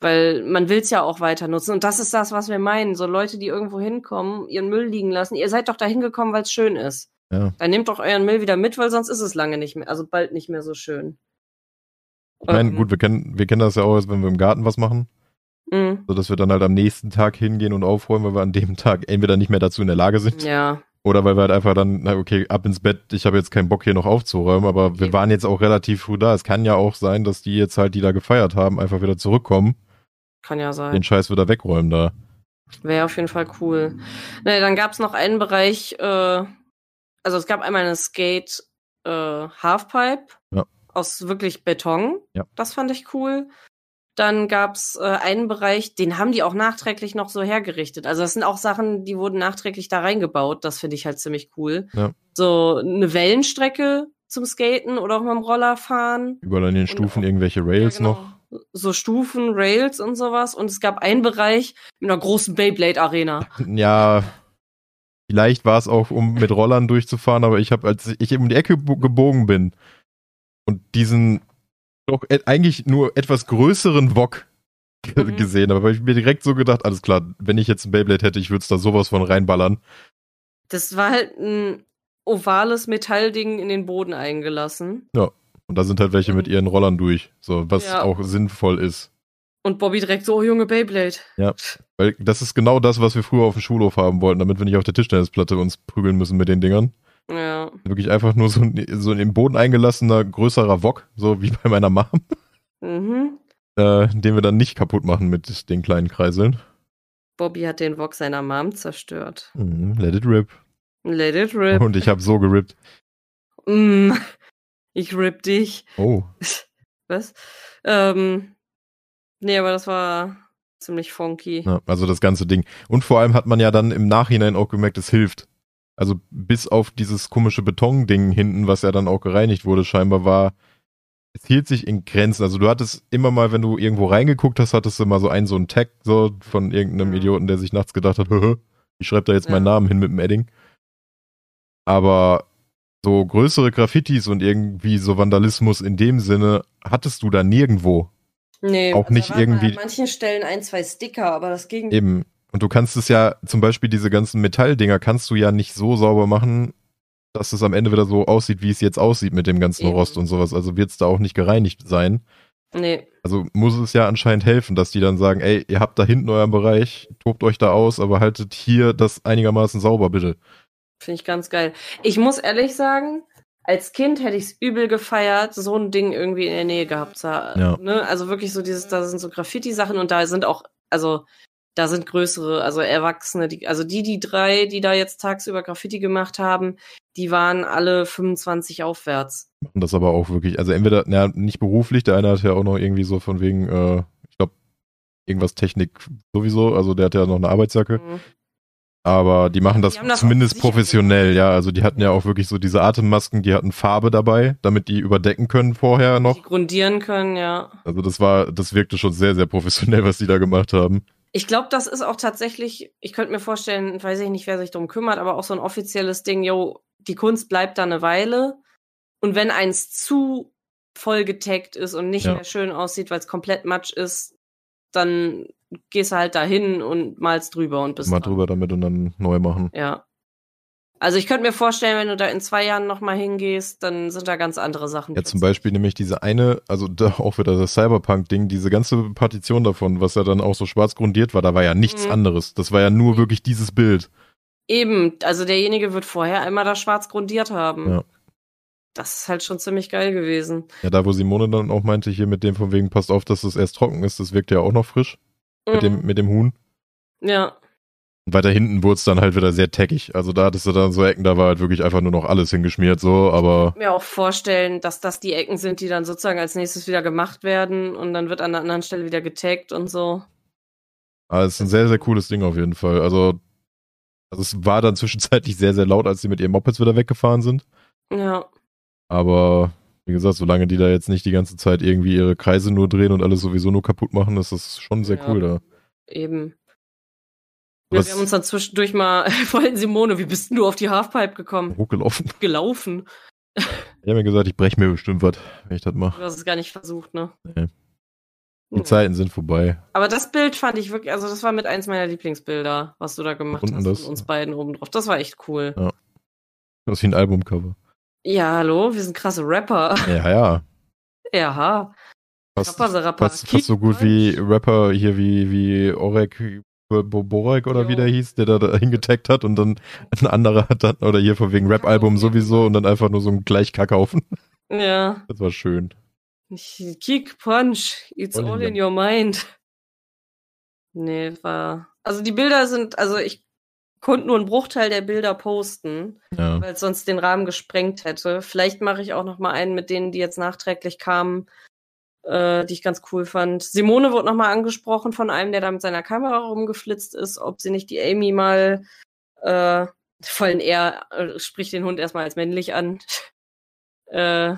[SPEAKER 1] Weil man will es ja auch weiter nutzen. Und das ist das, was wir meinen. So Leute, die irgendwo hinkommen, ihren Müll liegen lassen. Ihr seid doch da hingekommen, weil es schön ist.
[SPEAKER 2] Ja.
[SPEAKER 1] Dann nehmt doch euren Müll wieder mit, weil sonst ist es lange nicht mehr, also bald nicht mehr so schön.
[SPEAKER 2] Ich meine, gut, wir kennen, wir kennen das ja auch, als wenn wir im Garten was machen,
[SPEAKER 1] Mhm.
[SPEAKER 2] so dass wir dann halt am nächsten Tag hingehen und aufräumen, weil wir an dem Tag entweder nicht mehr dazu in der Lage sind
[SPEAKER 1] Ja.
[SPEAKER 2] oder weil wir halt einfach dann, na okay, ab ins Bett, ich habe jetzt keinen Bock hier noch aufzuräumen, aber wir
[SPEAKER 1] Okay.
[SPEAKER 2] waren jetzt auch relativ früh da. Es kann ja auch sein, dass die jetzt halt, die da gefeiert haben, einfach wieder zurückkommen,
[SPEAKER 1] Kann ja sein.
[SPEAKER 2] den Scheiß wieder wegräumen da.
[SPEAKER 1] Wäre auf jeden Fall cool. Ne, dann gab es noch einen Bereich, äh, also es gab einmal eine Skate äh, Halfpipe
[SPEAKER 2] Ja.
[SPEAKER 1] aus wirklich Beton.
[SPEAKER 2] Ja.
[SPEAKER 1] Das fand ich cool. Dann gab es äh, einen Bereich, den haben die auch nachträglich noch so hergerichtet. Also das sind auch Sachen, die wurden nachträglich da reingebaut. Das finde ich halt ziemlich cool.
[SPEAKER 2] Ja.
[SPEAKER 1] So eine Wellenstrecke zum Skaten oder auch mit dem Roller fahren.
[SPEAKER 2] Überall an den
[SPEAKER 1] Und
[SPEAKER 2] Stufen
[SPEAKER 1] auch-
[SPEAKER 2] irgendwelche Rails
[SPEAKER 1] Ja, genau.
[SPEAKER 2] noch.
[SPEAKER 1] So Stufen, Rails und sowas. Und es gab einen Bereich mit einer großen Beyblade-Arena.
[SPEAKER 2] Ja, vielleicht war es auch, um mit Rollern durchzufahren, aber ich habe, als ich eben um die Ecke bo- gebogen bin und diesen doch e- eigentlich nur etwas größeren Wok ge-
[SPEAKER 1] Mhm.
[SPEAKER 2] gesehen habe, habe ich mir direkt so gedacht, alles klar, wenn ich jetzt ein Beyblade hätte, ich würde es da sowas von reinballern.
[SPEAKER 1] Das war halt ein ovales Metallding in den Boden eingelassen.
[SPEAKER 2] Und da sind halt welche mit
[SPEAKER 1] Mhm.
[SPEAKER 2] ihren Rollern durch, so was
[SPEAKER 1] Ja.
[SPEAKER 2] auch sinnvoll ist.
[SPEAKER 1] Und Bobby direkt so, oh Junge, Beyblade.
[SPEAKER 2] Weil das ist genau das, was wir früher auf dem Schulhof haben wollten, damit wir nicht auf der Tischtennisplatte uns prügeln müssen mit den Dingern.
[SPEAKER 1] Ja.
[SPEAKER 2] Wirklich einfach nur so ein, so ein im Boden eingelassener, größerer Wok, so wie bei meiner Mom.
[SPEAKER 1] Mhm.
[SPEAKER 2] äh, den wir dann nicht kaputt machen mit den kleinen Kreiseln.
[SPEAKER 1] Bobby hat den Wok seiner Mom zerstört.
[SPEAKER 2] Mhm, let it rip.
[SPEAKER 1] Let it rip.
[SPEAKER 2] Und ich habe so gerippt.
[SPEAKER 1] Mm. Ich rip dich. <laughs>
[SPEAKER 2] Oh,
[SPEAKER 1] Was? Ähm. Nee, aber das war ziemlich funky.
[SPEAKER 2] ja, also das ganze Ding. Und vor allem hat man ja dann im Nachhinein auch gemerkt, es hilft. Also bis auf dieses komische Betonding hinten, was ja dann auch gereinigt wurde, scheinbar war, es hielt sich in Grenzen. Also du hattest immer mal, wenn du irgendwo reingeguckt hast, hattest du immer so einen, so einen Tag so von irgendeinem
[SPEAKER 1] Mhm.
[SPEAKER 2] Idioten, der sich nachts gedacht hat, <laughs> "Höhö, ich schreibe da jetzt
[SPEAKER 1] Ja.
[SPEAKER 2] meinen Namen hin mit dem Edding. Aber so größere Graffitis und irgendwie so Vandalismus in dem Sinne hattest du da nirgendwo.
[SPEAKER 1] Nee, also
[SPEAKER 2] Auch nicht
[SPEAKER 1] da waren
[SPEAKER 2] irgendwie-
[SPEAKER 1] An manchen Stellen ein, zwei Sticker, aber das ging.
[SPEAKER 2] Eben. Und du kannst es ja, zum Beispiel diese ganzen Metalldinger, kannst du ja nicht so sauber machen, dass es am Ende wieder so aussieht, wie es jetzt aussieht mit dem ganzen
[SPEAKER 1] Eben.
[SPEAKER 2] Rost und sowas. Also wird es da auch nicht gereinigt sein.
[SPEAKER 1] Nee.
[SPEAKER 2] Also muss es ja anscheinend helfen, dass die dann sagen, ey, ihr habt da hinten euren Bereich, tobt euch da aus, aber haltet hier das einigermaßen sauber, bitte.
[SPEAKER 1] Finde ich ganz geil. Ich muss ehrlich sagen, als Kind hätte ich es übel gefeiert, so ein Ding irgendwie in der Nähe gehabt zu haben.
[SPEAKER 2] Ja.
[SPEAKER 1] Ne? Also wirklich so dieses, da sind so Graffiti-Sachen und da sind auch, also da sind größere, also Erwachsene, die, also die, die drei, die da jetzt tagsüber Graffiti gemacht haben, die waren alle 25 aufwärts.
[SPEAKER 2] Machen das aber auch wirklich, also entweder, na, nicht beruflich, der eine hat ja auch noch irgendwie so von wegen, äh, ich glaube, irgendwas Technik sowieso, also der hat ja noch eine Arbeitsjacke.
[SPEAKER 1] Mhm.
[SPEAKER 2] Aber die
[SPEAKER 1] Die
[SPEAKER 2] machen das,
[SPEAKER 1] haben das
[SPEAKER 2] zumindest
[SPEAKER 1] auch sicher
[SPEAKER 2] professionell, ja. Also die hatten ja auch wirklich so diese Atemmasken, die hatten Farbe dabei, damit die überdecken können vorher
[SPEAKER 1] Die
[SPEAKER 2] noch.
[SPEAKER 1] grundieren können, ja.
[SPEAKER 2] Also das war, das wirkte schon sehr, sehr professionell, <laughs> was die da gemacht haben.
[SPEAKER 1] Ich glaube, das ist auch tatsächlich, ich könnte mir vorstellen, weiß ich nicht, wer sich drum kümmert, aber auch so ein offizielles Ding, yo, die Kunst bleibt da eine Weile. Und wenn eins zu voll getaggt ist und nicht
[SPEAKER 2] Ja.
[SPEAKER 1] mehr schön aussieht, weil es komplett matsch ist, dann gehst du halt dahin und malst drüber und bist
[SPEAKER 2] Mal
[SPEAKER 1] dran.
[SPEAKER 2] drüber damit und dann neu machen.
[SPEAKER 1] Ja. Also ich könnte mir vorstellen, wenn du da in zwei Jahren nochmal hingehst, dann sind da ganz andere Sachen.
[SPEAKER 2] Ja, zum Beispiel nämlich diese eine, also da auch wieder das Cyberpunk-Ding, diese ganze Partition davon, was ja dann auch so schwarz grundiert war, da war ja nichts
[SPEAKER 1] Mhm.
[SPEAKER 2] anderes. Das war ja nur wirklich dieses Bild.
[SPEAKER 1] Eben, also derjenige wird vorher einmal das schwarz grundiert haben.
[SPEAKER 2] Ja.
[SPEAKER 1] Das ist halt schon ziemlich geil gewesen.
[SPEAKER 2] Ja, da wo Simone dann auch meinte, hier mit dem von wegen, passt auf, dass das erst trocken ist, das wirkt ja auch noch frisch mit,
[SPEAKER 1] Mm. Mhm.
[SPEAKER 2] dem, mit dem Huhn.
[SPEAKER 1] ja,
[SPEAKER 2] Und Weiter hinten wurde es dann halt wieder sehr tackig. Also da hattest du dann so Ecken, da war halt wirklich einfach nur noch alles hingeschmiert, so, aber
[SPEAKER 1] mir auch vorstellen, dass das die Ecken sind, die dann sozusagen als nächstes wieder gemacht werden und dann wird an der anderen Stelle wieder getaggt und so.
[SPEAKER 2] aber ah, es ist ein sehr, sehr cooles Ding auf jeden Fall. Also, also es war dann zwischenzeitlich sehr, sehr laut, als sie mit ihren Mopeds wieder weggefahren sind.
[SPEAKER 1] Ja,
[SPEAKER 2] Aber wie gesagt, solange die da jetzt nicht die ganze Zeit irgendwie ihre Kreise nur drehen und alles sowieso nur kaputt machen, ist das schon sehr
[SPEAKER 1] Ja.
[SPEAKER 2] cool da.
[SPEAKER 1] eben. Ja, wir haben uns dann zwischendurch mal, <laughs> vorhin Simone, wie bist denn du auf die Halfpipe gekommen?
[SPEAKER 2] hochgelaufen.
[SPEAKER 1] Gelaufen.
[SPEAKER 2] Ich habe mir gesagt, ich breche mir bestimmt was, wenn ich das mache.
[SPEAKER 1] Du hast es gar nicht versucht, ne?
[SPEAKER 2] Nee. Die
[SPEAKER 1] Ja.
[SPEAKER 2] Zeiten sind vorbei.
[SPEAKER 1] Aber das Bild fand ich wirklich, also das war mit eins meiner Lieblingsbilder, was du da gemacht
[SPEAKER 2] Unten
[SPEAKER 1] hast
[SPEAKER 2] das?
[SPEAKER 1] von uns beiden oben drauf. Das war echt cool.
[SPEAKER 2] Das ist wie ein Albumcover.
[SPEAKER 1] Ja, hallo, wir sind krasse Rapper. <laughs>
[SPEAKER 2] Ja, ja.
[SPEAKER 1] Ja,
[SPEAKER 2] Passt,
[SPEAKER 1] Rapper, Rapper.
[SPEAKER 2] passt, passt so gut wie Rapper hier wie, wie Orek Bo- Bo- Borek oder
[SPEAKER 1] Jo.
[SPEAKER 2] wie der hieß, der da, da hingetaggt hat und dann ein anderer hat dann, oder hier von wegen Rap-Album sowieso und dann einfach nur so einen Gleichkackhaufen.
[SPEAKER 1] Ja.
[SPEAKER 2] <laughs> Das war schön.
[SPEAKER 1] Ich- <laughs> Kick, Punch, it's
[SPEAKER 2] All in
[SPEAKER 1] all in
[SPEAKER 2] your-
[SPEAKER 1] your mind. Nee, war. Also die Bilder sind, also ich konnte nur einen Bruchteil der Bilder posten,
[SPEAKER 2] Ja.
[SPEAKER 1] weil es sonst den Rahmen gesprengt hätte. Vielleicht mache ich auch noch mal einen mit denen, die jetzt nachträglich kamen, äh, die ich ganz cool fand. Simone wurde noch mal angesprochen von einem, der da mit seiner Kamera rumgeflitzt ist, ob sie nicht die Amy mal, äh, <laughs> vor allem er äh, spricht den Hund erstmal als männlich an. <laughs> äh,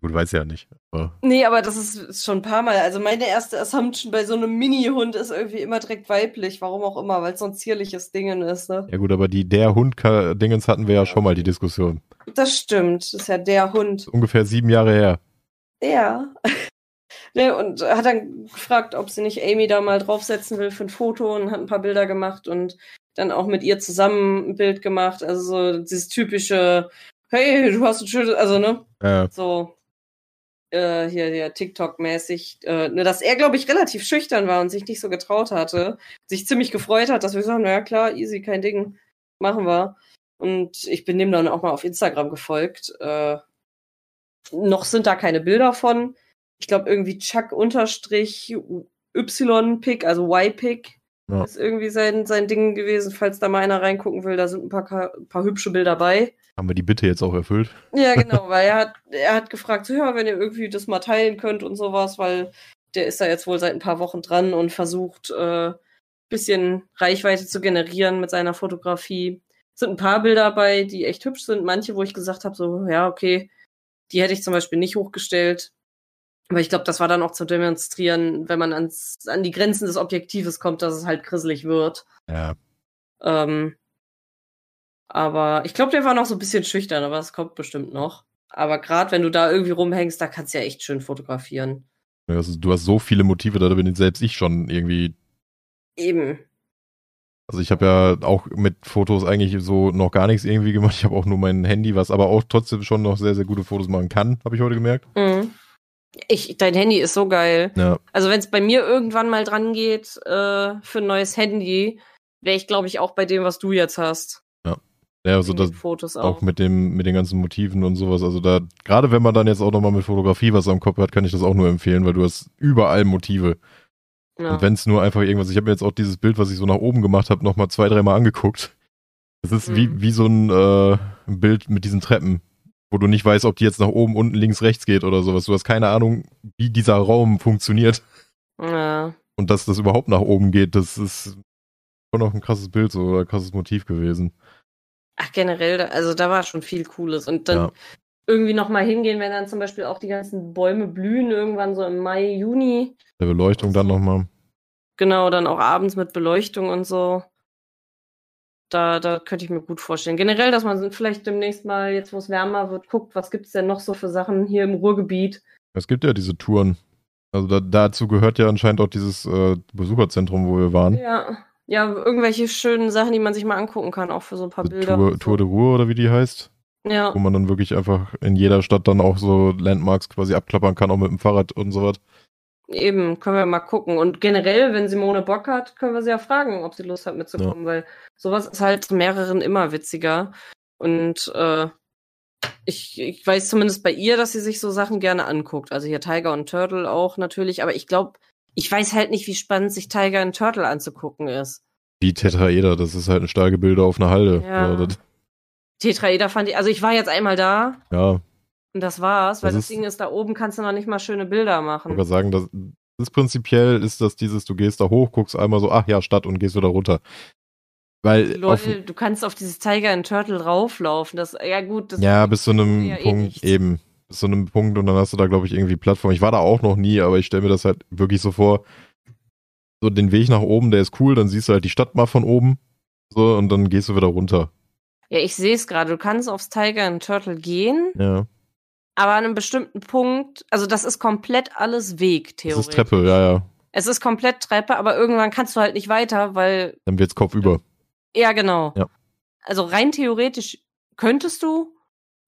[SPEAKER 2] Gut, weiß ja nicht. Aber
[SPEAKER 1] Nee, aber das ist, ist schon ein paar Mal. Also meine erste Assumption bei so einem Mini-Hund ist irgendwie immer direkt weiblich, warum auch immer, weil es so ein zierliches Ding ist, ne?
[SPEAKER 2] Ja gut, aber die der Hund-Dingens hatten wir ja schon mal die Diskussion.
[SPEAKER 1] Das stimmt, ist ja der Hund.
[SPEAKER 2] Ist Ungefähr sieben Jahre her.
[SPEAKER 1] Ja. <laughs> ne, und hat dann gefragt, ob sie nicht Amy da mal draufsetzen will für ein Foto und hat ein paar Bilder gemacht und dann auch mit ihr zusammen ein Bild gemacht. Also so dieses typische, hey, du hast ein schönes, also ne?
[SPEAKER 2] Ja.
[SPEAKER 1] so äh, hier, hier TikTok-mäßig. Äh, nur, dass er, glaube ich, relativ schüchtern war und sich nicht so getraut hatte. Sich ziemlich gefreut hat, dass wir sagen, naja, klar, easy, kein Ding, machen wir. Und ich bin dem dann auch mal auf Instagram gefolgt. Äh, noch sind da keine Bilder von. Ich glaube, irgendwie Chuck-Y-Pick, also Y-Pick.
[SPEAKER 2] Ja.
[SPEAKER 1] Ist irgendwie sein, sein Ding gewesen, falls da mal einer reingucken will, da sind ein paar, Ka- paar hübsche Bilder bei.
[SPEAKER 2] Haben wir die Bitte jetzt auch erfüllt?
[SPEAKER 1] Ja, genau, weil er hat, er hat gefragt, so, ja, wenn ihr irgendwie das mal teilen könnt und sowas, weil der ist da jetzt wohl seit ein paar Wochen dran und versucht, äh, bisschen Reichweite zu generieren mit seiner Fotografie. Es sind ein paar Bilder bei, die echt hübsch sind, manche, wo ich gesagt habe, so, ja, okay, die hätte ich zum Beispiel nicht hochgestellt. Aber ich glaube, das war dann auch zu demonstrieren, wenn man ans, an die Grenzen des Objektives kommt, dass es halt grisselig wird.
[SPEAKER 2] Ja.
[SPEAKER 1] Ähm, aber ich glaube, der war noch so ein bisschen schüchtern, aber das kommt bestimmt noch. Aber gerade wenn du da irgendwie rumhängst, da kannst du ja echt schön fotografieren.
[SPEAKER 2] Ja, das ist- Du hast so viele Motive, da bin ich selbst ich schon irgendwie.
[SPEAKER 1] Eben.
[SPEAKER 2] Also ich habe ja auch mit Fotos eigentlich so noch gar nichts irgendwie gemacht. Ich habe auch nur mein Handy, was aber auch trotzdem schon noch sehr, sehr gute Fotos machen kann, habe ich heute gemerkt.
[SPEAKER 1] Mhm. Ich, dein Handy ist so geil.
[SPEAKER 2] Ja.
[SPEAKER 1] Also wenn es bei mir irgendwann mal dran geht äh, für ein neues Handy, wäre ich, glaube ich, auch bei dem, was du jetzt hast.
[SPEAKER 2] Ja, also
[SPEAKER 1] Mit
[SPEAKER 2] das
[SPEAKER 1] den Fotos Mhm. auch.
[SPEAKER 2] auch mit dem, mit den ganzen Motiven und sowas. Also da, gerade wenn man dann jetzt auch nochmal mit Fotografie was am Kopf hat, kann ich das auch nur empfehlen, weil du hast überall Motive.
[SPEAKER 1] ja.
[SPEAKER 2] Und wenn es nur einfach irgendwas, ich habe mir jetzt auch dieses Bild, was ich so nach oben gemacht habe, nochmal zwei, dreimal angeguckt. Das ist wie,
[SPEAKER 1] Mhm.
[SPEAKER 2] wie so ein äh, ein Bild mit diesen Treppen, wo du nicht weißt, ob die jetzt nach oben, unten, links, rechts geht oder sowas. Du hast keine Ahnung, wie dieser Raum funktioniert
[SPEAKER 1] ja.
[SPEAKER 2] und dass das überhaupt nach oben geht. Das ist schon noch ein krasses Bild so, oder ein krasses Motiv gewesen.
[SPEAKER 1] Ach, generell, da- also da war schon viel Cooles. Und dann
[SPEAKER 2] Ja.
[SPEAKER 1] irgendwie nochmal hingehen, wenn dann zum Beispiel auch die ganzen Bäume blühen, irgendwann so im Mai, Juni.
[SPEAKER 2] Der Beleuchtung dann nochmal.
[SPEAKER 1] Genau, dann auch abends mit Beleuchtung und so. Da, da könnte ich mir gut vorstellen. Generell, dass man vielleicht demnächst mal, jetzt wo es wärmer wird, guckt, was gibt's denn noch so für Sachen hier im Ruhrgebiet.
[SPEAKER 2] Es gibt ja diese Touren. Also da, dazu gehört ja anscheinend auch dieses äh, Besucherzentrum, wo wir waren.
[SPEAKER 1] Ja, ja, irgendwelche schönen Sachen, die man sich mal angucken kann, auch für so ein paar
[SPEAKER 2] Diese
[SPEAKER 1] Bilder.
[SPEAKER 2] Tour,
[SPEAKER 1] und
[SPEAKER 2] Tour
[SPEAKER 1] so.
[SPEAKER 2] de Ruhr oder wie die heißt.
[SPEAKER 1] ja,
[SPEAKER 2] wo man dann wirklich einfach in jeder Stadt dann auch so Landmarks quasi abklappern kann, auch mit dem Fahrrad und sowas.
[SPEAKER 1] eben, können wir mal gucken. Und generell, wenn Simone Bock hat, können wir sie ja fragen, ob sie Lust hat mitzukommen, weil sowas ist halt zu mehreren immer witziger. Und äh, ich, ich weiß zumindest bei ihr, dass sie sich so Sachen gerne anguckt. Also hier Tiger und Turtle auch natürlich, aber ich glaube, ich weiß halt nicht, wie spannend sich Tiger und Turtle anzugucken ist.
[SPEAKER 2] Wie Tetraeder, das ist halt ein Stahlgebilde auf einer Halde.
[SPEAKER 1] Ja.
[SPEAKER 2] Ja, das,
[SPEAKER 1] Tetraeder fand ich, also ich war jetzt einmal da
[SPEAKER 2] ja
[SPEAKER 1] und das war's, weil
[SPEAKER 2] Das
[SPEAKER 1] das,
[SPEAKER 2] ist-
[SPEAKER 1] Ding ist, da oben kannst du noch nicht mal schöne Bilder machen.
[SPEAKER 2] sogar sagen, das, das ist prinzipiell ist das dieses, du gehst da hoch, guckst einmal so, ach ja, Stadt und gehst wieder runter. Weil auf,
[SPEAKER 1] Lol, du kannst auf dieses Tiger und Turtle rauflaufen. Das, ja gut, das
[SPEAKER 2] ja, bis zu einem
[SPEAKER 1] Ja, eh
[SPEAKER 2] Punkt
[SPEAKER 1] nichts.
[SPEAKER 2] eben. Bis zu einem Punkt und dann hast du da, glaube ich, irgendwie Plattform. Ich war da auch noch nie, aber ich stelle mir das halt wirklich so vor. so den Weg nach oben, der ist cool, dann siehst du halt die Stadt mal von oben. So, und dann gehst du wieder runter.
[SPEAKER 1] Ja, ich sehe es gerade. Du kannst aufs Tiger and Turtle gehen,
[SPEAKER 2] Ja.
[SPEAKER 1] aber an einem bestimmten Punkt, also das ist komplett alles Weg,
[SPEAKER 2] Das
[SPEAKER 1] theoretisch.
[SPEAKER 2] ist Treppe, ja, ja.
[SPEAKER 1] Es ist komplett Treppe, aber irgendwann kannst du halt nicht weiter, weil,
[SPEAKER 2] Dann wird's kopfüber.
[SPEAKER 1] ja, genau.
[SPEAKER 2] Ja.
[SPEAKER 1] Also rein theoretisch könntest du,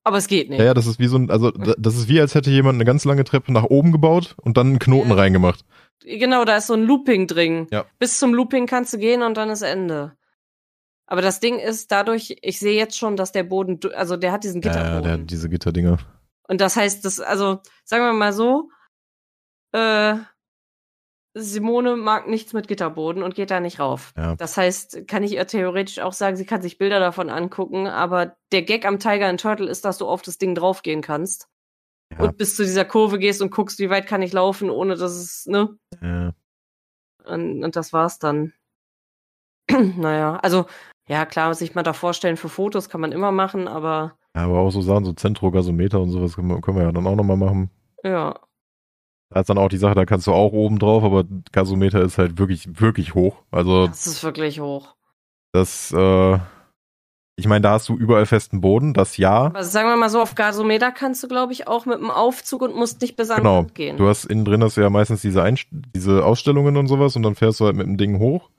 [SPEAKER 1] aber es geht nicht.
[SPEAKER 2] Ja, ja, das ist wie so ein, also da- das ist wie, als hätte jemand eine ganz lange Treppe nach oben gebaut und dann einen Knoten
[SPEAKER 1] Ja.
[SPEAKER 2] reingemacht.
[SPEAKER 1] Genau, da ist so ein Looping drin.
[SPEAKER 2] Ja.
[SPEAKER 1] Bis zum Looping kannst du gehen und dann ist Ende. Aber das Ding ist dadurch, ich sehe jetzt schon, dass der Boden, du- also der hat diesen
[SPEAKER 2] Ja, ja,
[SPEAKER 1] Gitterboden.
[SPEAKER 2] der hat diese Gitterdinger.
[SPEAKER 1] Und das heißt, das, also, sagen wir mal so, äh, Simone mag nichts mit Gitterboden und geht da nicht rauf.
[SPEAKER 2] Ja.
[SPEAKER 1] Das heißt, kann ich ihr theoretisch auch sagen, sie kann sich Bilder davon angucken, aber der Gag am Tiger and Turtle ist, dass du auf das Ding draufgehen kannst.
[SPEAKER 2] Ja.
[SPEAKER 1] Und bis zu dieser Kurve gehst und guckst, wie weit kann ich laufen, ohne dass es, ne?
[SPEAKER 2] Ja.
[SPEAKER 1] Und, und das war's dann. <clears throat> naja, also, ja, klar, sich mal da vorstellen für Fotos kann man immer machen, aber
[SPEAKER 2] Ja, aber auch so Sachen, so Zentrogasometer und sowas können wir, können wir ja dann auch nochmal machen.
[SPEAKER 1] ja.
[SPEAKER 2] Da ist dann auch die Sache, da kannst du auch oben drauf, aber Gasometer ist halt wirklich, wirklich hoch. Also
[SPEAKER 1] Das ist wirklich hoch.
[SPEAKER 2] das, äh, ich meine, da hast du überall festen Boden, das ja.
[SPEAKER 1] Also sagen wir mal so, auf Gasometer kannst du, glaube ich, auch mit dem Aufzug und musst nicht bis an
[SPEAKER 2] Genau.
[SPEAKER 1] den Rand gehen.
[SPEAKER 2] Du hast innen drin hast du ja meistens diese, Einst diese Ausstellungen und sowas und dann fährst du halt mit dem Ding hoch.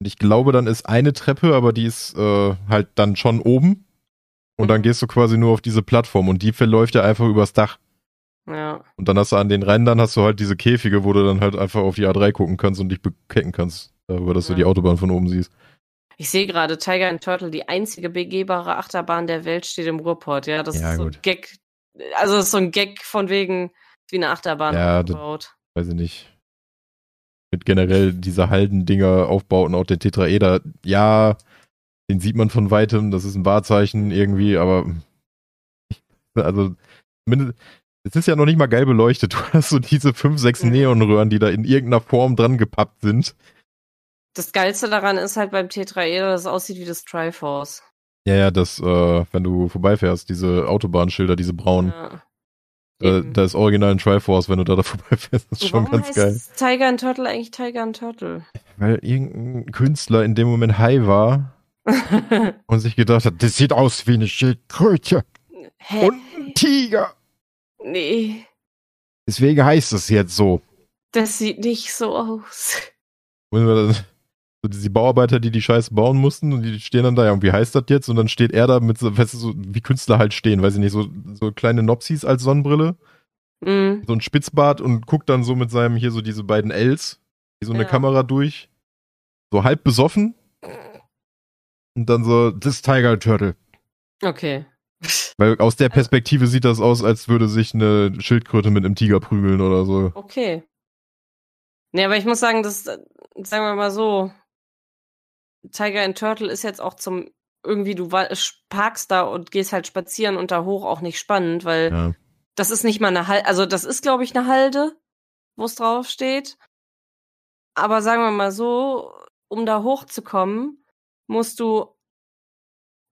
[SPEAKER 2] Und ich glaube, dann ist eine Treppe, aber die ist äh, halt dann schon oben. Und dann
[SPEAKER 1] Mhm.
[SPEAKER 2] gehst du quasi nur auf diese Plattform und die verläuft ja einfach übers Dach.
[SPEAKER 1] ja.
[SPEAKER 2] Und dann hast du an den Rändern hast du halt diese Käfige, wo du dann halt einfach auf die A3 gucken kannst und dich bekecken kannst, darüber, dass
[SPEAKER 1] Ja.
[SPEAKER 2] du die Autobahn von oben siehst.
[SPEAKER 1] Ich sehe gerade, Tiger and Turtle, die einzige begehbare Achterbahn der Welt, steht im Ruhrpott. Ja, das
[SPEAKER 2] Ja,
[SPEAKER 1] ist so ein
[SPEAKER 2] gut.
[SPEAKER 1] Gag. Also, das ist so ein Gag von wegen, wie eine Achterbahn
[SPEAKER 2] Ja, das-
[SPEAKER 1] aufgebaut.
[SPEAKER 2] Weiß ich nicht. Mit generell dieser Haldendinger aufbauten, auch der Tetraeder, ja, den sieht man von weitem, das ist ein Wahrzeichen irgendwie, aber <laughs> also mindest- es ist ja noch nicht mal geil beleuchtet. <laughs> Du hast so diese fünf, sechs
[SPEAKER 1] Mhm.
[SPEAKER 2] Neonröhren, die da in irgendeiner Form dran gepappt sind.
[SPEAKER 1] Das Geilste daran ist halt beim Tetraeder, dass es aussieht wie das Triforce.
[SPEAKER 2] Ja, ja, das, äh, wenn du vorbeifährst, diese Autobahnschilder, diese braunen,
[SPEAKER 1] Ja.
[SPEAKER 2] Da,
[SPEAKER 1] Eben.
[SPEAKER 2] da ist original ein Triforce, wenn du da, <laughs> da vorbeifährst. Das ist schon
[SPEAKER 1] Warum
[SPEAKER 2] ganz
[SPEAKER 1] heißt
[SPEAKER 2] geil.
[SPEAKER 1] es Tiger and Turtle eigentlich Tiger and Turtle? <laughs>
[SPEAKER 2] Weil irgendein Künstler in dem Moment high war und sich gedacht hat, das sieht aus wie eine Schildkröte
[SPEAKER 1] Hä?
[SPEAKER 2] und ein Tiger.
[SPEAKER 1] Nee,
[SPEAKER 2] Deswegen heißt es jetzt so.
[SPEAKER 1] das sieht nicht so aus.
[SPEAKER 2] Und wir dann- so die Bauarbeiter, die die Scheiße bauen mussten, und die stehen dann da, ja, und wie heißt das jetzt? Und dann steht er da mit so, weißt du, so wie Künstler halt stehen, weiß ich nicht, so, so kleine Nopsis als Sonnenbrille,
[SPEAKER 1] Mhm.
[SPEAKER 2] so ein Spitzbart und guckt dann so mit seinem, hier so diese beiden Ls, hier so eine
[SPEAKER 1] Ja.
[SPEAKER 2] Kamera durch, so halb besoffen. Und dann so, das Tiger Turtle.
[SPEAKER 1] Okay.
[SPEAKER 2] Weil aus
[SPEAKER 1] Also-
[SPEAKER 2] der Perspektive sieht das aus, als würde sich eine Schildkröte mit einem Tiger prügeln oder so.
[SPEAKER 1] Okay. Nee, aber ich muss sagen, das, äh, sagen wir mal so, Tiger and Turtle ist jetzt auch zum, irgendwie, du wa- sch- parkst da und gehst halt spazieren und da hoch auch nicht spannend, weil
[SPEAKER 2] Ja.
[SPEAKER 1] das ist nicht mal eine Halde, also das ist, glaube ich, eine Halde, wo es drauf steht. Aber sagen wir mal so, um da hochzukommen, musst du,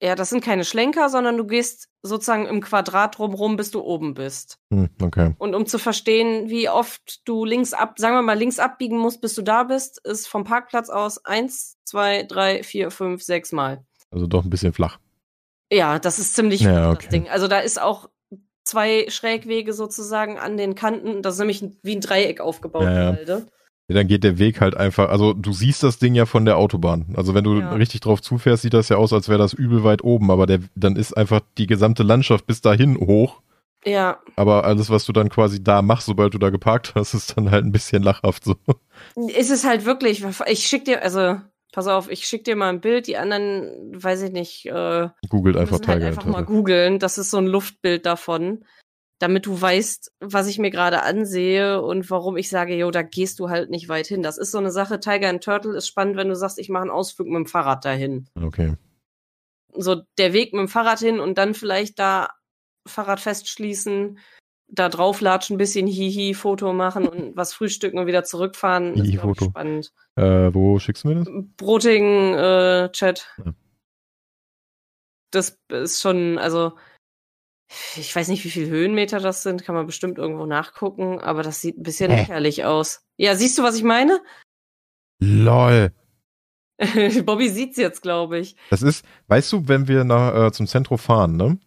[SPEAKER 1] ja, das sind keine Schlenker, sondern du gehst sozusagen im Quadrat drumrum, bis du oben bist.
[SPEAKER 2] Hm, okay.
[SPEAKER 1] Und um zu verstehen, wie oft du links ab, sagen wir mal, links abbiegen musst, bis du da bist, ist vom Parkplatz aus eins, zwei, drei, vier, fünf, sechs Mal.
[SPEAKER 2] Also doch ein bisschen flach.
[SPEAKER 1] Ja, das ist ziemlich
[SPEAKER 2] Ja,
[SPEAKER 1] flach,
[SPEAKER 2] okay.
[SPEAKER 1] das Ding. Also da ist auch zwei Schrägwege sozusagen an den Kanten. Das ist nämlich ein- wie ein Dreieck aufgebaut.
[SPEAKER 2] Ja, ja.
[SPEAKER 1] die Halde.
[SPEAKER 2] Ja, dann geht der Weg halt einfach. Also du siehst das Ding ja von der Autobahn. Also wenn du
[SPEAKER 1] Ja.
[SPEAKER 2] richtig drauf zufährst, sieht das ja aus, als wäre das übel weit oben. Aber der, dann ist einfach die gesamte Landschaft bis dahin hoch.
[SPEAKER 1] ja.
[SPEAKER 2] Aber alles, was du dann quasi da machst, sobald du da geparkt hast, ist dann halt ein bisschen lachhaft so. <laughs>
[SPEAKER 1] Ist es halt wirklich, ich schick dir, also, pass auf, ich schick dir mal ein Bild, die anderen, weiß ich nicht, äh,
[SPEAKER 2] Googelt einfach
[SPEAKER 1] müssen halt
[SPEAKER 2] Tiger.
[SPEAKER 1] einfach
[SPEAKER 2] Turtle.
[SPEAKER 1] mal googeln. Das ist so ein Luftbild davon, damit du weißt, was ich mir gerade ansehe und warum ich sage, jo, da gehst du halt nicht weit hin. Das ist so eine Sache. Tiger and Turtle ist spannend, wenn du sagst, ich mache einen Ausflug mit dem Fahrrad dahin.
[SPEAKER 2] okay.
[SPEAKER 1] So der Weg mit dem Fahrrad hin und dann vielleicht da Fahrrad festschließen, da drauflatschen, ein bisschen hihi, Foto machen und was frühstücken und wieder zurückfahren. Ist,
[SPEAKER 2] Hihi,
[SPEAKER 1] glaub ich,
[SPEAKER 2] Foto.
[SPEAKER 1] spannend.
[SPEAKER 2] Äh, wo schickst du mir das?
[SPEAKER 1] Brotigen äh, Chat.
[SPEAKER 2] Ja.
[SPEAKER 1] Das ist schon, also ich weiß nicht, wie viel Höhenmeter das sind, kann man bestimmt irgendwo nachgucken, aber das sieht ein bisschen
[SPEAKER 2] Hä?
[SPEAKER 1] lächerlich aus. Ja, siehst du, was ich meine? <laughs>
[SPEAKER 2] Lol.
[SPEAKER 1] Bobby sieht's jetzt, glaube ich.
[SPEAKER 2] Das ist, weißt du, wenn wir nach, äh, zum Zentrum fahren, ne?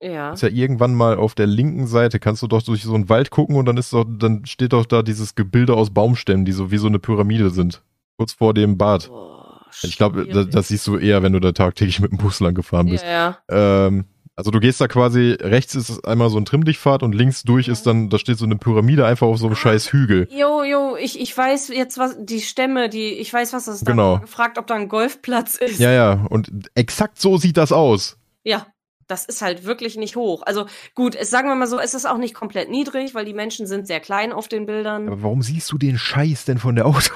[SPEAKER 1] Ja.
[SPEAKER 2] Ist ja irgendwann mal auf der linken Seite, kannst du doch durch so einen Wald gucken und dann ist doch, dann steht doch da dieses Gebilde aus Baumstämmen, die so wie so eine Pyramide sind. Kurz vor dem Bad.
[SPEAKER 1] Boah,
[SPEAKER 2] Ich glaube, da,
[SPEAKER 1] schwierig.
[SPEAKER 2] das siehst du eher, wenn du da tagtäglich mit dem Bus lang gefahren bist.
[SPEAKER 1] Ja, ja.
[SPEAKER 2] Ähm, also du gehst da quasi, rechts ist einmal so ein Trimmdichtpfad und links durch ist dann, da steht so eine Pyramide einfach auf so einem
[SPEAKER 1] Ah.
[SPEAKER 2] scheiß Hügel.
[SPEAKER 1] Jo, jo, ich, ich weiß jetzt, was die Stämme, die, ich weiß, was das ist. Da
[SPEAKER 2] Genau.
[SPEAKER 1] hab ich gefragt, ob da ein Golfplatz ist.
[SPEAKER 2] Ja, ja. Und exakt so sieht das aus.
[SPEAKER 1] Ja, das ist halt wirklich nicht hoch. Also gut, es, sagen wir mal so, es ist auch nicht komplett niedrig, weil die Menschen sind sehr klein auf den Bildern.
[SPEAKER 2] Aber warum siehst du den Scheiß denn von der Auto?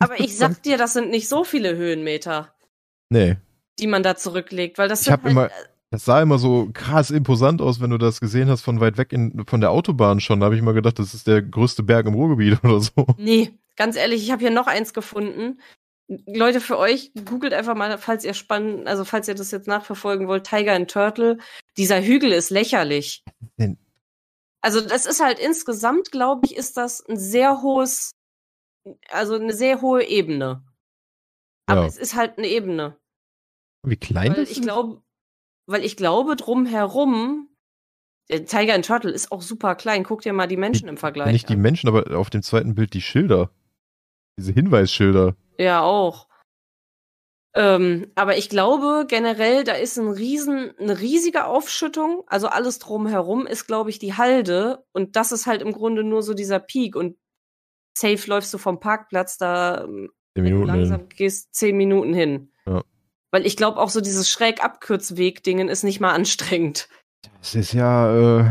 [SPEAKER 1] Aber ich
[SPEAKER 2] <laughs>
[SPEAKER 1] sag dir, das sind nicht so viele Höhenmeter,
[SPEAKER 2] Nee.
[SPEAKER 1] die man da zurücklegt, weil das
[SPEAKER 2] Ich
[SPEAKER 1] sind halt
[SPEAKER 2] hab immer- Das sah immer so krass imposant aus, wenn du das gesehen hast von weit weg in, von der Autobahn schon. Da habe ich mal gedacht, das ist der größte Berg im Ruhrgebiet <laughs> oder so.
[SPEAKER 1] Nee, ganz ehrlich, ich habe hier noch eins gefunden. Leute, für euch, googelt einfach mal, falls ihr spannend, also falls ihr das jetzt nachverfolgen wollt, Tiger and Turtle. Dieser Hügel ist lächerlich.
[SPEAKER 2] Denn-
[SPEAKER 1] Also, das ist halt insgesamt, glaube ich, ist das ein sehr hohes, also eine sehr hohe Ebene. Aber
[SPEAKER 2] Ja.
[SPEAKER 1] es ist halt eine Ebene.
[SPEAKER 2] Wie klein
[SPEAKER 1] Weil
[SPEAKER 2] das
[SPEAKER 1] ich
[SPEAKER 2] ist?
[SPEAKER 1] glaube, weil ich glaube, drumherum, der Tiger and Turtle ist auch super klein. Guck dir mal die Menschen im Vergleich
[SPEAKER 2] Nicht die
[SPEAKER 1] an.
[SPEAKER 2] Menschen, aber auf dem zweiten Bild die Schilder. Diese Hinweisschilder.
[SPEAKER 1] Ja, auch. Ähm, aber ich glaube generell, da ist ein riesen, eine riesige Aufschüttung. Also alles drumherum ist, glaube ich, die Halde. Und das ist halt im Grunde nur so dieser Peak. Und safe läufst du vom Parkplatz da, ähm,
[SPEAKER 2] Die
[SPEAKER 1] wenn du
[SPEAKER 2] Minuten.
[SPEAKER 1] langsam gehst, zehn Minuten hin.
[SPEAKER 2] Ja.
[SPEAKER 1] Weil ich glaube auch so dieses schräg Abkürzweg-Dingen ist nicht mal anstrengend.
[SPEAKER 2] Das ist ja, äh,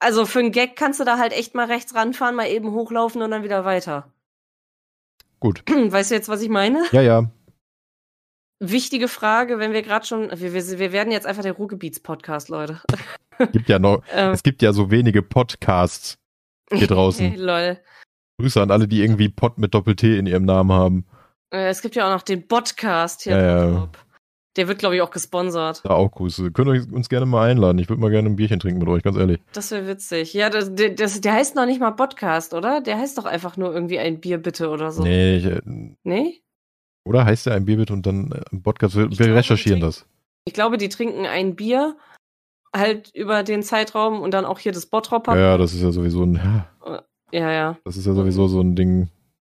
[SPEAKER 1] Also für einen Gag kannst du da halt echt mal rechts ranfahren, mal eben hochlaufen und dann wieder weiter.
[SPEAKER 2] Gut.
[SPEAKER 1] <clears throat> Weißt du jetzt, was ich meine?
[SPEAKER 2] ja, ja.
[SPEAKER 1] Wichtige Frage, wenn wir gerade schon, wir, wir, wir werden jetzt einfach der Ruhrgebiets-Podcast, Leute.
[SPEAKER 2] Gibt <laughs> ja noch,
[SPEAKER 1] Ähm,
[SPEAKER 2] es gibt ja so wenige Podcasts hier
[SPEAKER 1] hey, <laughs>
[SPEAKER 2] draußen.
[SPEAKER 1] lol.
[SPEAKER 2] Grüße an alle, die irgendwie Pod mit Doppel-T in ihrem Namen haben.
[SPEAKER 1] Äh, es gibt ja auch noch den Podcast hier.
[SPEAKER 2] Ja, ja.
[SPEAKER 1] Top. Der wird, glaube ich, auch gesponsert.
[SPEAKER 2] Da auch Grüße. Könnt ihr uns gerne mal einladen. Ich würde mal gerne ein Bierchen trinken mit euch, ganz ehrlich.
[SPEAKER 1] Das wäre witzig. Ja, das, der- das, der heißt noch nicht mal Podcast, oder? Der heißt doch einfach nur irgendwie ein Bier bitte oder so.
[SPEAKER 2] Nee, ich, äh,
[SPEAKER 1] Nee?
[SPEAKER 2] oder heißt der ein Bier bitte und dann äh, ein Podcast? Wir,
[SPEAKER 1] Ich
[SPEAKER 2] wir
[SPEAKER 1] glaube,
[SPEAKER 2] recherchieren
[SPEAKER 1] wir
[SPEAKER 2] das.
[SPEAKER 1] Ich glaube, die trinken ein Bier halt über den Zeitraum und dann auch hier das
[SPEAKER 2] Ja,
[SPEAKER 1] Bottropper.
[SPEAKER 2] ja, das ist ja sowieso ein, ja,
[SPEAKER 1] ja, ja.
[SPEAKER 2] das ist ja sowieso so ein Ding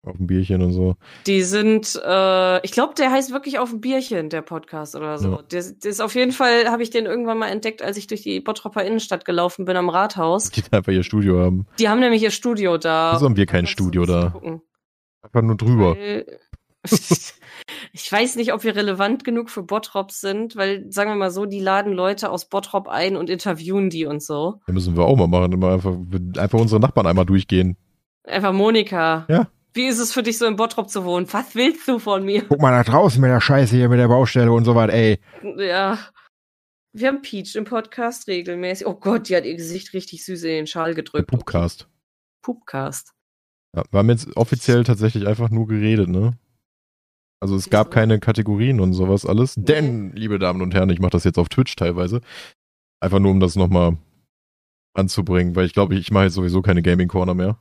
[SPEAKER 2] auf dem Bierchen und so.
[SPEAKER 1] Die sind, äh, ich glaube, der heißt wirklich auf dem Bierchen, der Podcast oder so.
[SPEAKER 2] Ja.
[SPEAKER 1] Der, der ist auf jeden Fall, habe ich den irgendwann mal entdeckt, als ich durch die Bottropper Innenstadt gelaufen bin am Rathaus.
[SPEAKER 2] Die da einfach ihr Studio haben.
[SPEAKER 1] Die haben nämlich ihr Studio da.
[SPEAKER 2] Wieso haben wir kein
[SPEAKER 1] Kannst du
[SPEAKER 2] Studio
[SPEAKER 1] ein bisschen
[SPEAKER 2] da?
[SPEAKER 1] gucken.
[SPEAKER 2] Einfach nur drüber.
[SPEAKER 1] Weil- <laughs> Ich weiß nicht, ob wir relevant genug für Bottrop sind, weil, sagen wir mal so, die laden Leute aus Bottrop ein und interviewen die und so.
[SPEAKER 2] Da müssen wir auch mal machen. Immer einfach, einfach unsere Nachbarn einmal durchgehen.
[SPEAKER 1] Einfach Monika.
[SPEAKER 2] Ja.
[SPEAKER 1] Wie ist es für dich, so in Bottrop zu wohnen? Was willst du von mir? <laughs>
[SPEAKER 2] Guck mal nach draußen mit der Scheiße hier, mit der Baustelle und so was, ey.
[SPEAKER 1] Ja. Wir haben Peach im Podcast regelmäßig. Oh Gott, die hat ihr Gesicht richtig süß in den Schal gedrückt.
[SPEAKER 2] Pupcast.
[SPEAKER 1] Pupcast.
[SPEAKER 2] Ja, wir haben jetzt offiziell tatsächlich einfach nur geredet, ne? Also es gab
[SPEAKER 1] Wieso?
[SPEAKER 2] keine Kategorien und sowas alles. Denn, liebe Damen und Herren, ich mache das jetzt auf Twitch teilweise. Einfach nur, um das nochmal anzubringen, weil ich glaube, ich mache jetzt sowieso keine Gaming Corner mehr.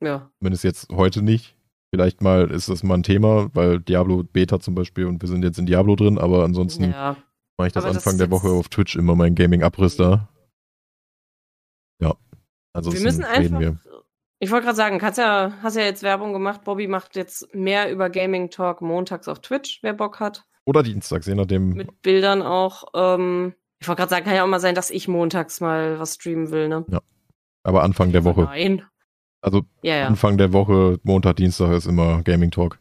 [SPEAKER 1] Ja.
[SPEAKER 2] Zumindest jetzt heute nicht. Vielleicht mal ist das mal ein Thema, weil Diablo Beta zum Beispiel und wir sind jetzt in Diablo drin, aber ansonsten
[SPEAKER 1] Ja.
[SPEAKER 2] mache ich das
[SPEAKER 1] Aber das
[SPEAKER 2] Anfang
[SPEAKER 1] ist
[SPEAKER 2] der
[SPEAKER 1] jetzt-
[SPEAKER 2] Woche auf Twitch immer meinen Gaming-Abriss da. Ja.
[SPEAKER 1] Wir
[SPEAKER 2] Ansonsten
[SPEAKER 1] müssen einfach.
[SPEAKER 2] reden wir.
[SPEAKER 1] Ich wollte gerade sagen, kannst ja, hast ja jetzt Werbung gemacht. Bobby macht jetzt mehr über Gaming Talk montags auf Twitch, wer Bock hat.
[SPEAKER 2] Oder Dienstags, je nachdem,
[SPEAKER 1] Mit Bildern auch. Ähm, ich wollte gerade sagen, kann ja auch mal sein, dass ich montags mal was streamen will, ne?
[SPEAKER 2] aber Anfang der
[SPEAKER 1] genau.
[SPEAKER 2] Woche.
[SPEAKER 1] Nein.
[SPEAKER 2] Also
[SPEAKER 1] Ja, ja. Ich
[SPEAKER 2] Anfang der Woche, Montag, Dienstag ist immer Gaming Talk.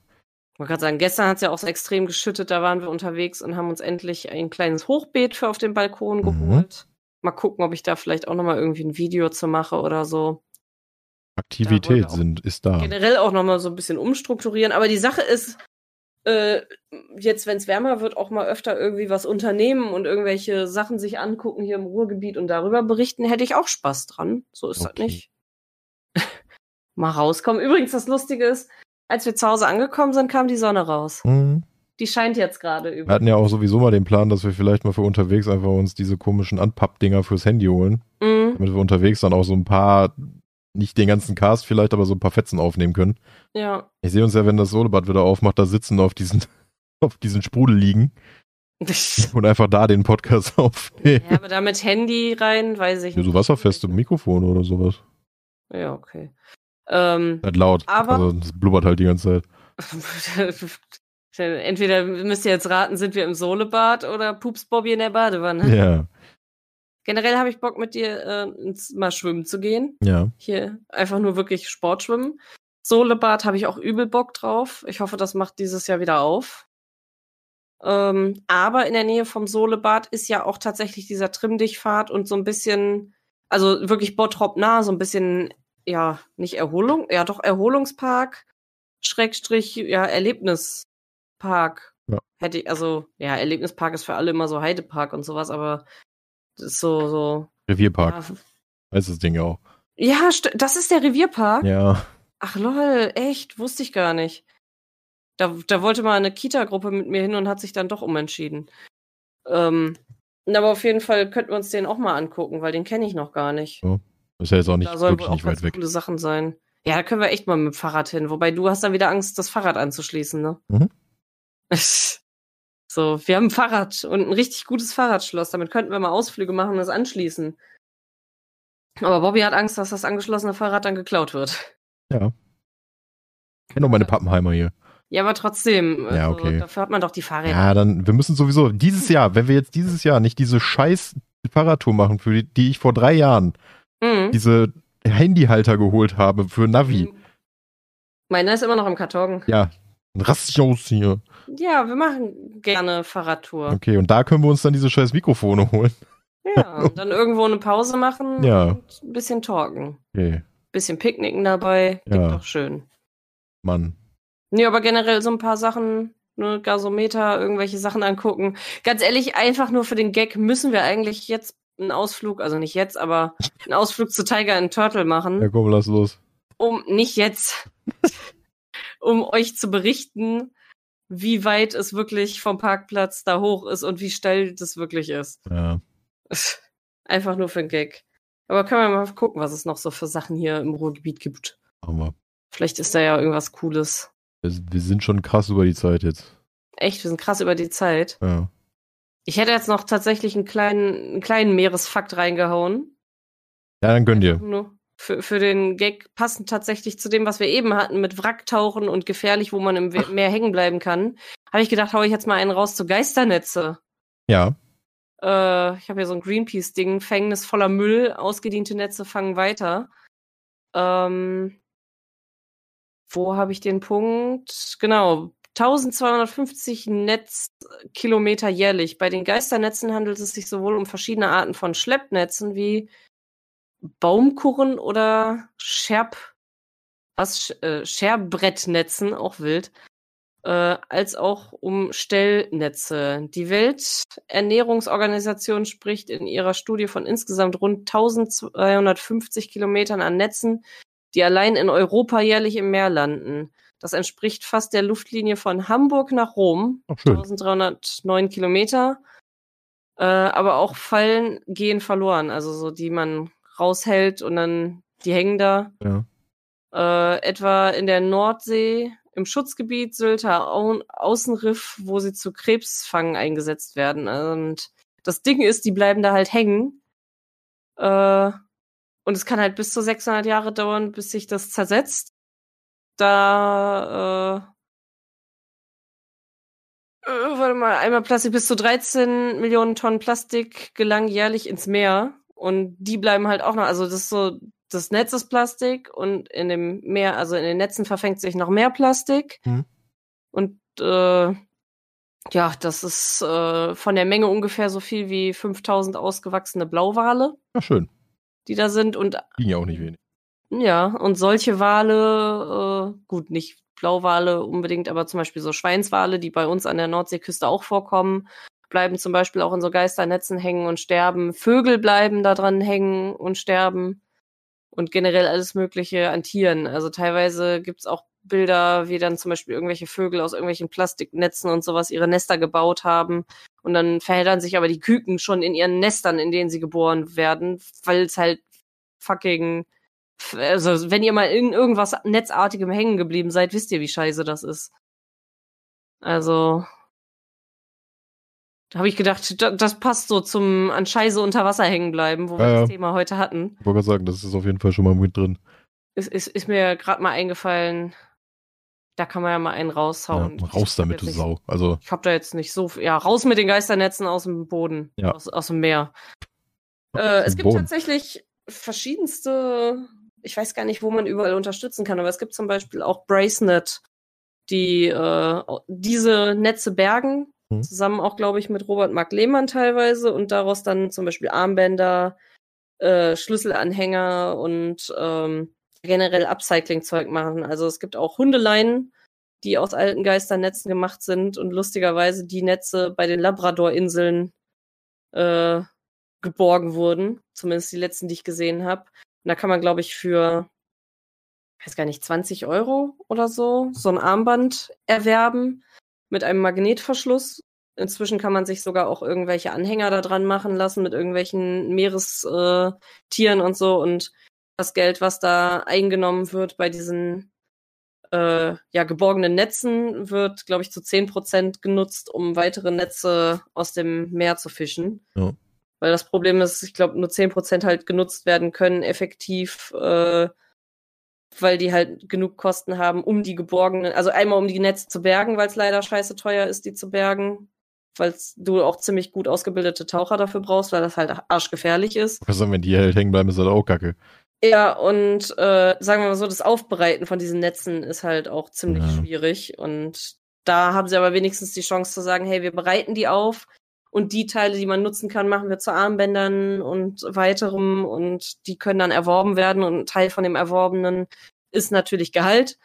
[SPEAKER 1] wollte gerade sagen, gestern hat es ja auch so extrem geschüttet. Da waren wir unterwegs und haben uns endlich ein kleines Hochbeet für auf den Balkon
[SPEAKER 2] Mhm.
[SPEAKER 1] geholt. Mal gucken, ob ich da vielleicht auch nochmal irgendwie ein Video zu mache oder so. Da wollen wir
[SPEAKER 2] Aktivität
[SPEAKER 1] auch- Genau.
[SPEAKER 2] sind, ist da.
[SPEAKER 1] generell auch nochmal so ein bisschen umstrukturieren. Aber die Sache ist, äh, jetzt, wenn es wärmer wird, auch mal öfter irgendwie was unternehmen und irgendwelche Sachen sich angucken hier im Ruhrgebiet und darüber berichten, hätte ich auch Spaß dran. So ist
[SPEAKER 2] Okay.
[SPEAKER 1] das nicht. <laughs> mal rauskommen. Übrigens, das Lustige ist, als wir zu Hause angekommen sind, kam die Sonne raus.
[SPEAKER 2] Hm.
[SPEAKER 1] Die scheint jetzt gerade über.
[SPEAKER 2] Wir hatten ja auch sowieso mal den Plan, dass wir vielleicht mal für unterwegs einfach uns diese komischen Anpapp-Dinger fürs Handy holen,
[SPEAKER 1] Mhm.
[SPEAKER 2] damit wir unterwegs dann auch so ein paar nicht den ganzen Cast vielleicht, aber so ein paar Fetzen aufnehmen können. <laughs>
[SPEAKER 1] Ja.
[SPEAKER 2] Ich sehe uns ja, wenn das Solobad wieder aufmacht, da sitzen auf diesen, <laughs> auf diesen Sprudel liegen und einfach da den Podcast <laughs> aufnehmen.
[SPEAKER 1] ja, aber da mit Handy rein, weiß ich
[SPEAKER 2] Ja, so wasserfeste Mikrofone oder sowas.
[SPEAKER 1] Ja, okay. Ähm, <laughs>
[SPEAKER 2] Halt laut.
[SPEAKER 1] Aber-
[SPEAKER 2] also, das blubbert halt die ganze Zeit.
[SPEAKER 1] Entweder müsst ihr jetzt raten, sind wir im Solebad oder pups Bobby in der Badewanne.
[SPEAKER 2] Ja,
[SPEAKER 1] Generell habe ich Bock, mit dir äh, ins, mal schwimmen zu gehen.
[SPEAKER 2] ja.
[SPEAKER 1] Hier einfach nur wirklich Sportschwimmen. Solebad habe ich auch übel Bock drauf. Ich hoffe, das macht dieses Jahr wieder auf. Ähm, aber in der Nähe vom Solebad ist ja auch tatsächlich dieser Trimm-Dich-Pfad und so ein bisschen, also wirklich Bottrop nah, so ein bisschen, ja, nicht Erholung, ja doch Erholungspark, Schrägstrich, ja, Erlebnispark.
[SPEAKER 2] Ja.
[SPEAKER 1] Hätte ich, also, ja, Erlebnispark ist für alle immer so Heidepark und sowas, aber das ist so, so.
[SPEAKER 2] Revierpark. Heißt das Ding ja auch.
[SPEAKER 1] Ja, st- das ist der Revierpark.
[SPEAKER 2] Ja.
[SPEAKER 1] Ach lol, echt, wusste ich gar nicht. Da, da wollte mal eine Kita-Gruppe mit mir hin und hat sich dann doch umentschieden. Ähm, na, aber auf jeden Fall könnten wir uns den auch mal angucken, weil den kenne ich noch gar nicht.
[SPEAKER 2] Ist ja jetzt auch nicht,
[SPEAKER 1] da sollen wohl
[SPEAKER 2] wirklich
[SPEAKER 1] auch
[SPEAKER 2] nicht
[SPEAKER 1] ganz
[SPEAKER 2] weit weg.
[SPEAKER 1] coole Sachen sein. Ja, da können wir echt mal mit dem Fahrrad hin. Wobei du hast dann wieder Angst, das Fahrrad anzuschließen, ne?
[SPEAKER 2] Mhm.
[SPEAKER 1] <laughs> so, wir haben ein Fahrrad und ein richtig gutes Fahrradschloss. Damit könnten wir mal Ausflüge machen und das anschließen. Aber Bobby hat Angst, dass das angeschlossene Fahrrad dann geklaut wird.
[SPEAKER 2] Ich kenne auch meine Pappenheimer hier.
[SPEAKER 1] Ja, aber trotzdem.
[SPEAKER 2] Ja,
[SPEAKER 1] also,
[SPEAKER 2] okay.
[SPEAKER 1] Dafür hat man doch die Fahrräder.
[SPEAKER 2] Ja, dann, wir müssen sowieso dieses Jahr, wenn wir jetzt dieses Jahr nicht diese scheiß Fahrradtour machen, für die, die ich vor drei Jahren
[SPEAKER 1] Mhm.
[SPEAKER 2] diese Handyhalter geholt habe für Navi.
[SPEAKER 1] Meiner ist immer noch im Karton.
[SPEAKER 2] Ja, dann raste ich aus hier.
[SPEAKER 1] Ja, wir machen gerne
[SPEAKER 2] <laughs>
[SPEAKER 1] Fahrradtour.
[SPEAKER 2] Okay, und da können wir uns dann diese scheiß Mikrofone holen.
[SPEAKER 1] Ja, und dann irgendwo eine Pause machen
[SPEAKER 2] Ja.
[SPEAKER 1] und ein bisschen talken.
[SPEAKER 2] Okay,
[SPEAKER 1] bisschen picknicken dabei. Klingt
[SPEAKER 2] Ja.
[SPEAKER 1] doch schön.
[SPEAKER 2] Mann.
[SPEAKER 1] Nee, aber generell so ein paar Sachen, ne, Gasometer, irgendwelche Sachen angucken. Ganz ehrlich, einfach nur für den Gag müssen wir eigentlich jetzt einen Ausflug, also nicht jetzt, aber einen Ausflug zu Tiger and Turtle machen.
[SPEAKER 2] Ja, komm, lass los.
[SPEAKER 1] um nicht jetzt, um euch zu berichten, wie weit es wirklich vom Parkplatz da hoch ist und wie steil das wirklich ist. <laughs>
[SPEAKER 2] Ja.
[SPEAKER 1] Einfach nur für einen Gag. Aber können wir mal gucken, was es noch so für Sachen hier im Ruhrgebiet gibt.
[SPEAKER 2] Machen wir.
[SPEAKER 1] Vielleicht ist da ja irgendwas Cooles.
[SPEAKER 2] Wir wir sind schon krass über die Zeit jetzt.
[SPEAKER 1] Echt, wir sind krass über die Zeit.
[SPEAKER 2] Ja.
[SPEAKER 1] Ich hätte jetzt noch tatsächlich einen kleinen, einen kleinen Meeresfakt reingehauen.
[SPEAKER 2] Ja, dann gönn dir.
[SPEAKER 1] Nur für, für den Gag passend tatsächlich zu dem, was wir eben hatten, mit Wracktauchen und gefährlich, wo man im We- Meer hängen bleiben kann, habe ich gedacht, hau ich jetzt mal einen raus zu Geisternetze.
[SPEAKER 2] Ja.
[SPEAKER 1] Äh, ich habe ja so ein Greenpeace-Ding, Fängnis voller Müll, ausgediente Netze fangen weiter. Ähm, wo habe ich den Punkt? Genau, 1250 Netzkilometer jährlich. Bei den Geisternetzen handelt es sich sowohl um verschiedene Arten von Schleppnetzen wie Baumkurren oder Scherb, was, Sch- äh, Scherbrettnetzen, auch wild, äh, als auch um Stellnetze. Die Welternährungsorganisation spricht in ihrer Studie von insgesamt rund 1250 Kilometern an Netzen, die allein in Europa jährlich im Meer landen. Das entspricht fast der Luftlinie von Hamburg nach Rom,
[SPEAKER 2] Auch schön.
[SPEAKER 1] 1309 Kilometer. Äh, aber auch Fallen gehen verloren, also so die man raushält und dann die hängen da.
[SPEAKER 2] Ja.
[SPEAKER 1] Äh, etwa in der Nordsee, im Schutzgebiet Sylter Au Außenriff, wo sie zu Krebsfangen eingesetzt werden. Und das Ding ist, die bleiben da halt hängen. Äh, und es kann halt bis zu 600 Jahre dauern, bis sich das zersetzt. Da äh, äh, warte mal, einmal Plastik, bis zu 13 Millionen Tonnen Plastik gelangen jährlich ins Meer und die bleiben halt auch noch, also das ist so, das Netz ist Plastik und in dem Meer, also in den Netzen verfängt sich noch mehr Plastik
[SPEAKER 2] Mhm.
[SPEAKER 1] und äh, ja, das ist äh, von der Menge ungefähr so viel wie 5000 ausgewachsene Blauwale,
[SPEAKER 2] Ja, schön.
[SPEAKER 1] die da sind und
[SPEAKER 2] Ging ja auch nicht wenig.
[SPEAKER 1] ja, und solche Wale, äh, gut, nicht Blauwale unbedingt, aber zum Beispiel so Schweinswale, die bei uns an der Nordseeküste auch vorkommen, bleiben zum Beispiel auch in so Geisternetzen hängen und sterben. Vögel bleiben da dran hängen und sterben. Und generell alles Mögliche an Tieren. Also teilweise gibt's auch Bilder, wie dann zum Beispiel irgendwelche Vögel aus irgendwelchen Plastiknetzen und sowas ihre Nester gebaut haben. Und dann verheddern sich aber die Küken schon in ihren Nestern, in denen sie geboren werden, weil es halt fucking also wenn ihr mal in irgendwas Netzartigem hängen geblieben seid, wisst ihr, wie scheiße das ist. Also, da habe ich gedacht, da, das passt so zum an Scheiße unter Wasser hängen bleiben, wo wir
[SPEAKER 2] Ja,
[SPEAKER 1] das
[SPEAKER 2] ja.
[SPEAKER 1] Thema heute hatten.
[SPEAKER 2] Ich wollte gerade sagen, das ist auf jeden Fall schon mal mit drin.
[SPEAKER 1] Ist, ist, ist mir gerade mal eingefallen, da kann man ja mal einen
[SPEAKER 2] Ja,
[SPEAKER 1] raushauen.
[SPEAKER 2] raus damit, du
[SPEAKER 1] Ich-
[SPEAKER 2] Sau. Also,
[SPEAKER 1] Ich hab da jetzt nicht so viel. Ja, raus mit den Geisternetzen aus dem Boden.
[SPEAKER 2] Ja.
[SPEAKER 1] Aus, aus dem Meer. Äh,
[SPEAKER 2] auf
[SPEAKER 1] es
[SPEAKER 2] den
[SPEAKER 1] gibt
[SPEAKER 2] Boden.
[SPEAKER 1] tatsächlich verschiedenste. Ich weiß gar nicht, wo man überall unterstützen kann, aber es gibt zum Beispiel auch Bracenet, die äh, diese Netze bergen.
[SPEAKER 2] Mhm.
[SPEAKER 1] Zusammen auch, glaube ich, mit Robert Mark Lehmann teilweise und daraus dann zum Beispiel Armbänder, äh, Schlüsselanhänger und ähm, generell Upcycling-Zeug machen. Also es gibt auch Hundeleinen, die aus alten Geisternetzen gemacht sind und lustigerweise die Netze bei den Labrador-Inseln äh, geborgen wurden. Zumindest die letzten, die ich gesehen habe. Und da kann man, glaube ich, für, weiß gar nicht, 20 Euro oder so, so ein Armband erwerben mit einem Magnetverschluss. Inzwischen kann man sich sogar auch irgendwelche Anhänger da dran machen lassen mit irgendwelchen Meerestieren äh, Tieren und so. Und das Geld, was da eingenommen wird bei diesen äh, ja, geborgenen Netzen, wird, glaube ich, zu 10% genutzt, um weitere Netze aus dem Meer zu fischen.
[SPEAKER 2] Ja.
[SPEAKER 1] Weil das Problem ist, ich glaube, nur 10% halt genutzt werden können, effektiv, äh, weil die halt genug Kosten haben, um die geborgenen, also einmal um die Netze zu bergen, weil es leider scheiße teuer ist, die zu bergen, weil du auch ziemlich gut ausgebildete Taucher dafür brauchst, weil das halt arschgefährlich ist.
[SPEAKER 2] was sagen, wenn die halt hängen bleiben, ist das auch kacke.
[SPEAKER 1] Ja, und äh, sagen wir mal so, das Aufbereiten von diesen Netzen ist halt auch ziemlich
[SPEAKER 2] Ja.
[SPEAKER 1] schwierig. Und da haben sie aber wenigstens die Chance zu sagen, hey, wir bereiten die auf und die Teile, die man nutzen kann, machen wir zu Armbändern und weiterem und die können dann erworben werden und ein Teil von dem Erworbenen ist natürlich Gehalt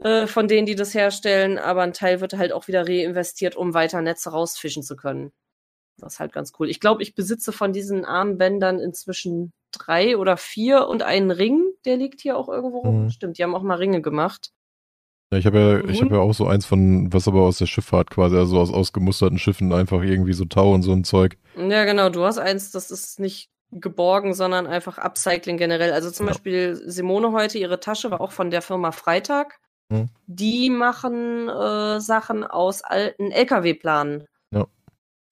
[SPEAKER 1] äh, von denen, die das herstellen, aber ein Teil wird halt auch wieder reinvestiert, um weiter Netze rausfischen zu können. Das ist halt ganz cool. Ich glaube, ich besitze von diesen Armbändern inzwischen drei oder vier und einen Ring, der liegt hier auch irgendwo rum.
[SPEAKER 2] Mhm.
[SPEAKER 1] Stimmt, die haben auch mal Ringe gemacht.
[SPEAKER 2] Ja, ich habe ja, ich
[SPEAKER 1] Mhm.
[SPEAKER 2] hab ja auch so eins von, was aber aus der Schifffahrt quasi, also aus ausgemusterten Schiffen, einfach irgendwie so Tau und so ein Zeug.
[SPEAKER 1] Ja, genau, du hast eins, das ist nicht geborgen, sondern einfach Upcycling generell. Also zum
[SPEAKER 2] Ja.
[SPEAKER 1] Beispiel Simone heute, ihre Tasche war auch von der Firma Freitag.
[SPEAKER 2] Mhm.
[SPEAKER 1] Die machen äh, Sachen aus alten LKW-Planen.
[SPEAKER 2] Ja.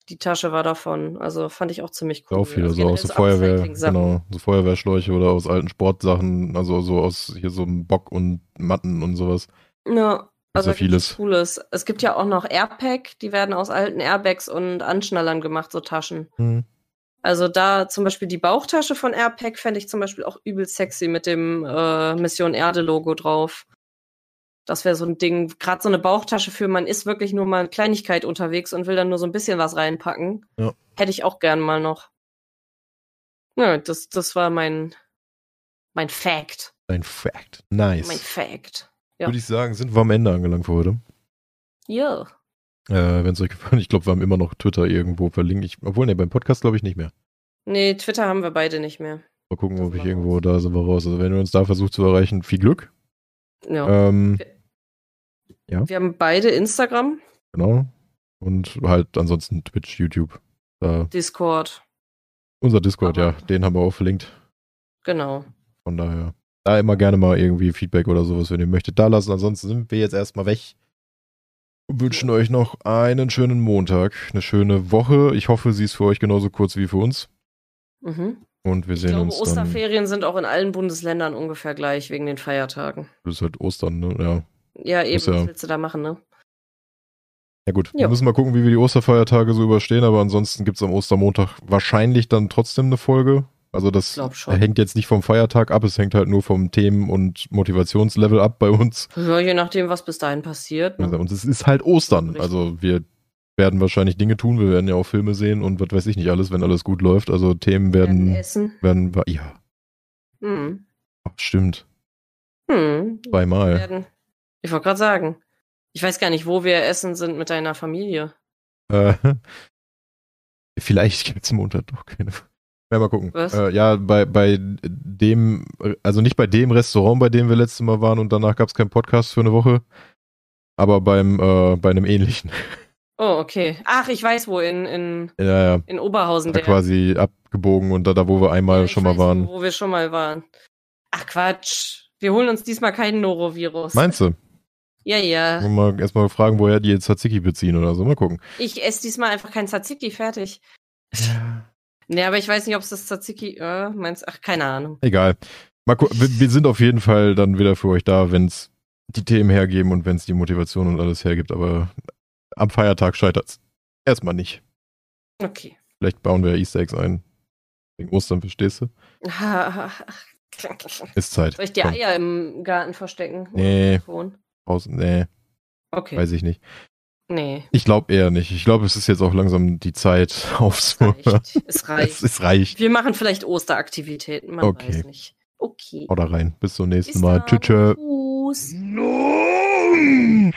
[SPEAKER 1] Die Tasche war davon. Also fand ich auch ziemlich cool.
[SPEAKER 2] Auch viele,
[SPEAKER 1] Also
[SPEAKER 2] so
[SPEAKER 1] generell
[SPEAKER 2] aus der Feuerwehr,
[SPEAKER 1] Upcycling-Sachen.
[SPEAKER 2] genau, so Feuerwehrschläuche oder aus alten Sportsachen, also so aus hier so einem Bock und Matten und sowas.
[SPEAKER 1] Ja, also
[SPEAKER 2] genau. ja
[SPEAKER 1] da gibt's
[SPEAKER 2] vieles.
[SPEAKER 1] Cooles. Es gibt ja auch noch Airpack, die werden aus alten Airbags und Anschnallern gemacht, so Taschen. Also da zum Beispiel die Bauchtasche von Airpack fände ich zum Beispiel auch übel sexy mit dem äh, Mission Erde-Logo drauf. Das wäre so ein Ding, gerade so eine Bauchtasche für, man ist wirklich nur mal in Kleinigkeit unterwegs und will dann nur so ein bisschen was reinpacken.
[SPEAKER 2] Ja.
[SPEAKER 1] Hätte ich auch gern mal noch. Ja, das, das war mein, mein Fact.
[SPEAKER 2] Ein Fact.
[SPEAKER 1] Mein
[SPEAKER 2] Nice.
[SPEAKER 1] Fact. ja.
[SPEAKER 2] Würde ich sagen, sind wir am Ende angelangt für heute.
[SPEAKER 1] Ja.
[SPEAKER 2] Äh, Wenn es euch gefallen ich glaube, wir haben immer noch Twitter irgendwo verlinkt. Ich, obwohl, ne, beim Podcast glaube ich nicht mehr.
[SPEAKER 1] Nee, Twitter haben wir beide nicht mehr.
[SPEAKER 2] Mal gucken,
[SPEAKER 1] Das
[SPEAKER 2] ob ich
[SPEAKER 1] machen wir
[SPEAKER 2] irgendwo
[SPEAKER 1] raus.
[SPEAKER 2] da sind wir raus. Also wenn ihr uns da versucht zu erreichen, viel Glück.
[SPEAKER 1] Ja.
[SPEAKER 2] Ähm,
[SPEAKER 1] Wir haben beide Instagram,
[SPEAKER 2] genau. Und halt ansonsten Twitch, YouTube. Da,
[SPEAKER 1] Discord,
[SPEAKER 2] unser Discord,
[SPEAKER 1] Aber-
[SPEAKER 2] ja, den haben wir auch verlinkt.
[SPEAKER 1] genau.
[SPEAKER 2] Von daher, da immer gerne mal irgendwie Feedback oder sowas, wenn ihr möchtet, da lassen. Ansonsten sind wir jetzt erstmal weg. Und Wünschen euch noch einen schönen Montag, eine schöne Woche. Ich hoffe, sie ist für euch genauso kurz wie für uns.
[SPEAKER 1] Mhm.
[SPEAKER 2] Und wir
[SPEAKER 1] Ich
[SPEAKER 2] sehen
[SPEAKER 1] glaube,
[SPEAKER 2] uns dann.
[SPEAKER 1] Osterferien sind auch in allen Bundesländern ungefähr gleich wegen den Feiertagen.
[SPEAKER 2] Das ist halt Ostern, ne? Ja.
[SPEAKER 1] Ja, eben,
[SPEAKER 2] Ist ja-
[SPEAKER 1] was willst du da machen, ne?
[SPEAKER 2] Ja gut, wir
[SPEAKER 1] Jo.
[SPEAKER 2] müssen mal gucken, wie wir die Osterfeiertage so überstehen, aber ansonsten gibt es am Ostermontag wahrscheinlich dann trotzdem eine Folge. Also das
[SPEAKER 1] Glaub schon.
[SPEAKER 2] hängt jetzt nicht vom Feiertag ab, es hängt halt nur vom Themen- und Motivationslevel ab bei uns.
[SPEAKER 1] Ja, je nachdem, was bis dahin passiert. Ne?
[SPEAKER 2] Und es ist halt Ostern.
[SPEAKER 1] Richtig.
[SPEAKER 2] Also wir werden wahrscheinlich Dinge tun, wir werden ja auch Filme sehen und was weiß ich nicht alles, wenn alles gut läuft. Also Themen
[SPEAKER 1] Werden
[SPEAKER 2] werden,
[SPEAKER 1] essen.
[SPEAKER 2] werden, ja,
[SPEAKER 1] Hm.
[SPEAKER 2] stimmt,
[SPEAKER 1] Hm.
[SPEAKER 2] zweimal.
[SPEAKER 1] Werden. Ich wollte gerade sagen. Ich weiß gar nicht, wo wir essen sind mit deiner Familie.
[SPEAKER 2] Äh, <laughs> vielleicht gibt es Montag doch keine. Ja, mal gucken.
[SPEAKER 1] Was?
[SPEAKER 2] Äh, ja, bei, bei dem, also nicht bei dem Restaurant, bei dem wir letztes Mal waren und danach gab es keinen Podcast für eine Woche, aber beim, äh, bei einem ähnlichen. <laughs>
[SPEAKER 1] Oh, okay. Ach, ich weiß wo, in, in,
[SPEAKER 2] Ja, ja,
[SPEAKER 1] in Oberhausen.
[SPEAKER 2] da quasi abgebogen und da, da wo wir einmal
[SPEAKER 1] Ja, ich
[SPEAKER 2] schon mal
[SPEAKER 1] weiß,
[SPEAKER 2] waren.
[SPEAKER 1] Wo wir schon mal waren. Ach Quatsch. Wir holen uns diesmal keinen Norovirus.
[SPEAKER 2] Meinst du?
[SPEAKER 1] ja, ja.
[SPEAKER 2] Mal erstmal fragen, woher die jetzt Tzatziki beziehen oder so. Mal gucken.
[SPEAKER 1] Ich esse diesmal einfach kein Tzatziki, fertig. Nee, aber ich weiß nicht, ob es das Tzatziki, äh, meinst, ach, keine Ahnung.
[SPEAKER 2] Egal. Mal gu- wir, wir sind auf jeden Fall dann wieder für euch da, wenn es die Themen hergeben und wenn es die Motivation und alles hergibt. Aber am Feiertag scheitert es. Erstmal nicht. <laughs>
[SPEAKER 1] Okay.
[SPEAKER 2] Vielleicht bauen wir Easter Eggs ein. Wegen Ostern, verstehst du?
[SPEAKER 1] Soll
[SPEAKER 2] Ist Zeit.
[SPEAKER 1] ich die
[SPEAKER 2] Komm.
[SPEAKER 1] Eier im Garten verstecken?
[SPEAKER 2] Nee.
[SPEAKER 1] Wohnen?
[SPEAKER 2] Raus. Nee,
[SPEAKER 1] Okay.
[SPEAKER 2] weiß ich nicht. <laughs>
[SPEAKER 1] Nee.
[SPEAKER 2] Ich glaube eher nicht. Ich glaube, es ist jetzt auch langsam die Zeit aufs.
[SPEAKER 1] Reicht. Es
[SPEAKER 2] Es,
[SPEAKER 1] reicht.
[SPEAKER 2] es reicht.
[SPEAKER 1] Wir machen vielleicht Osteraktivitäten, man
[SPEAKER 2] Okay.
[SPEAKER 1] weiß nicht. Okay.
[SPEAKER 2] Haut da rein. Bis zum nächsten
[SPEAKER 1] Bis
[SPEAKER 2] Mal.
[SPEAKER 1] dann.
[SPEAKER 2] Tschüss.
[SPEAKER 1] Tschüss.
[SPEAKER 2] No!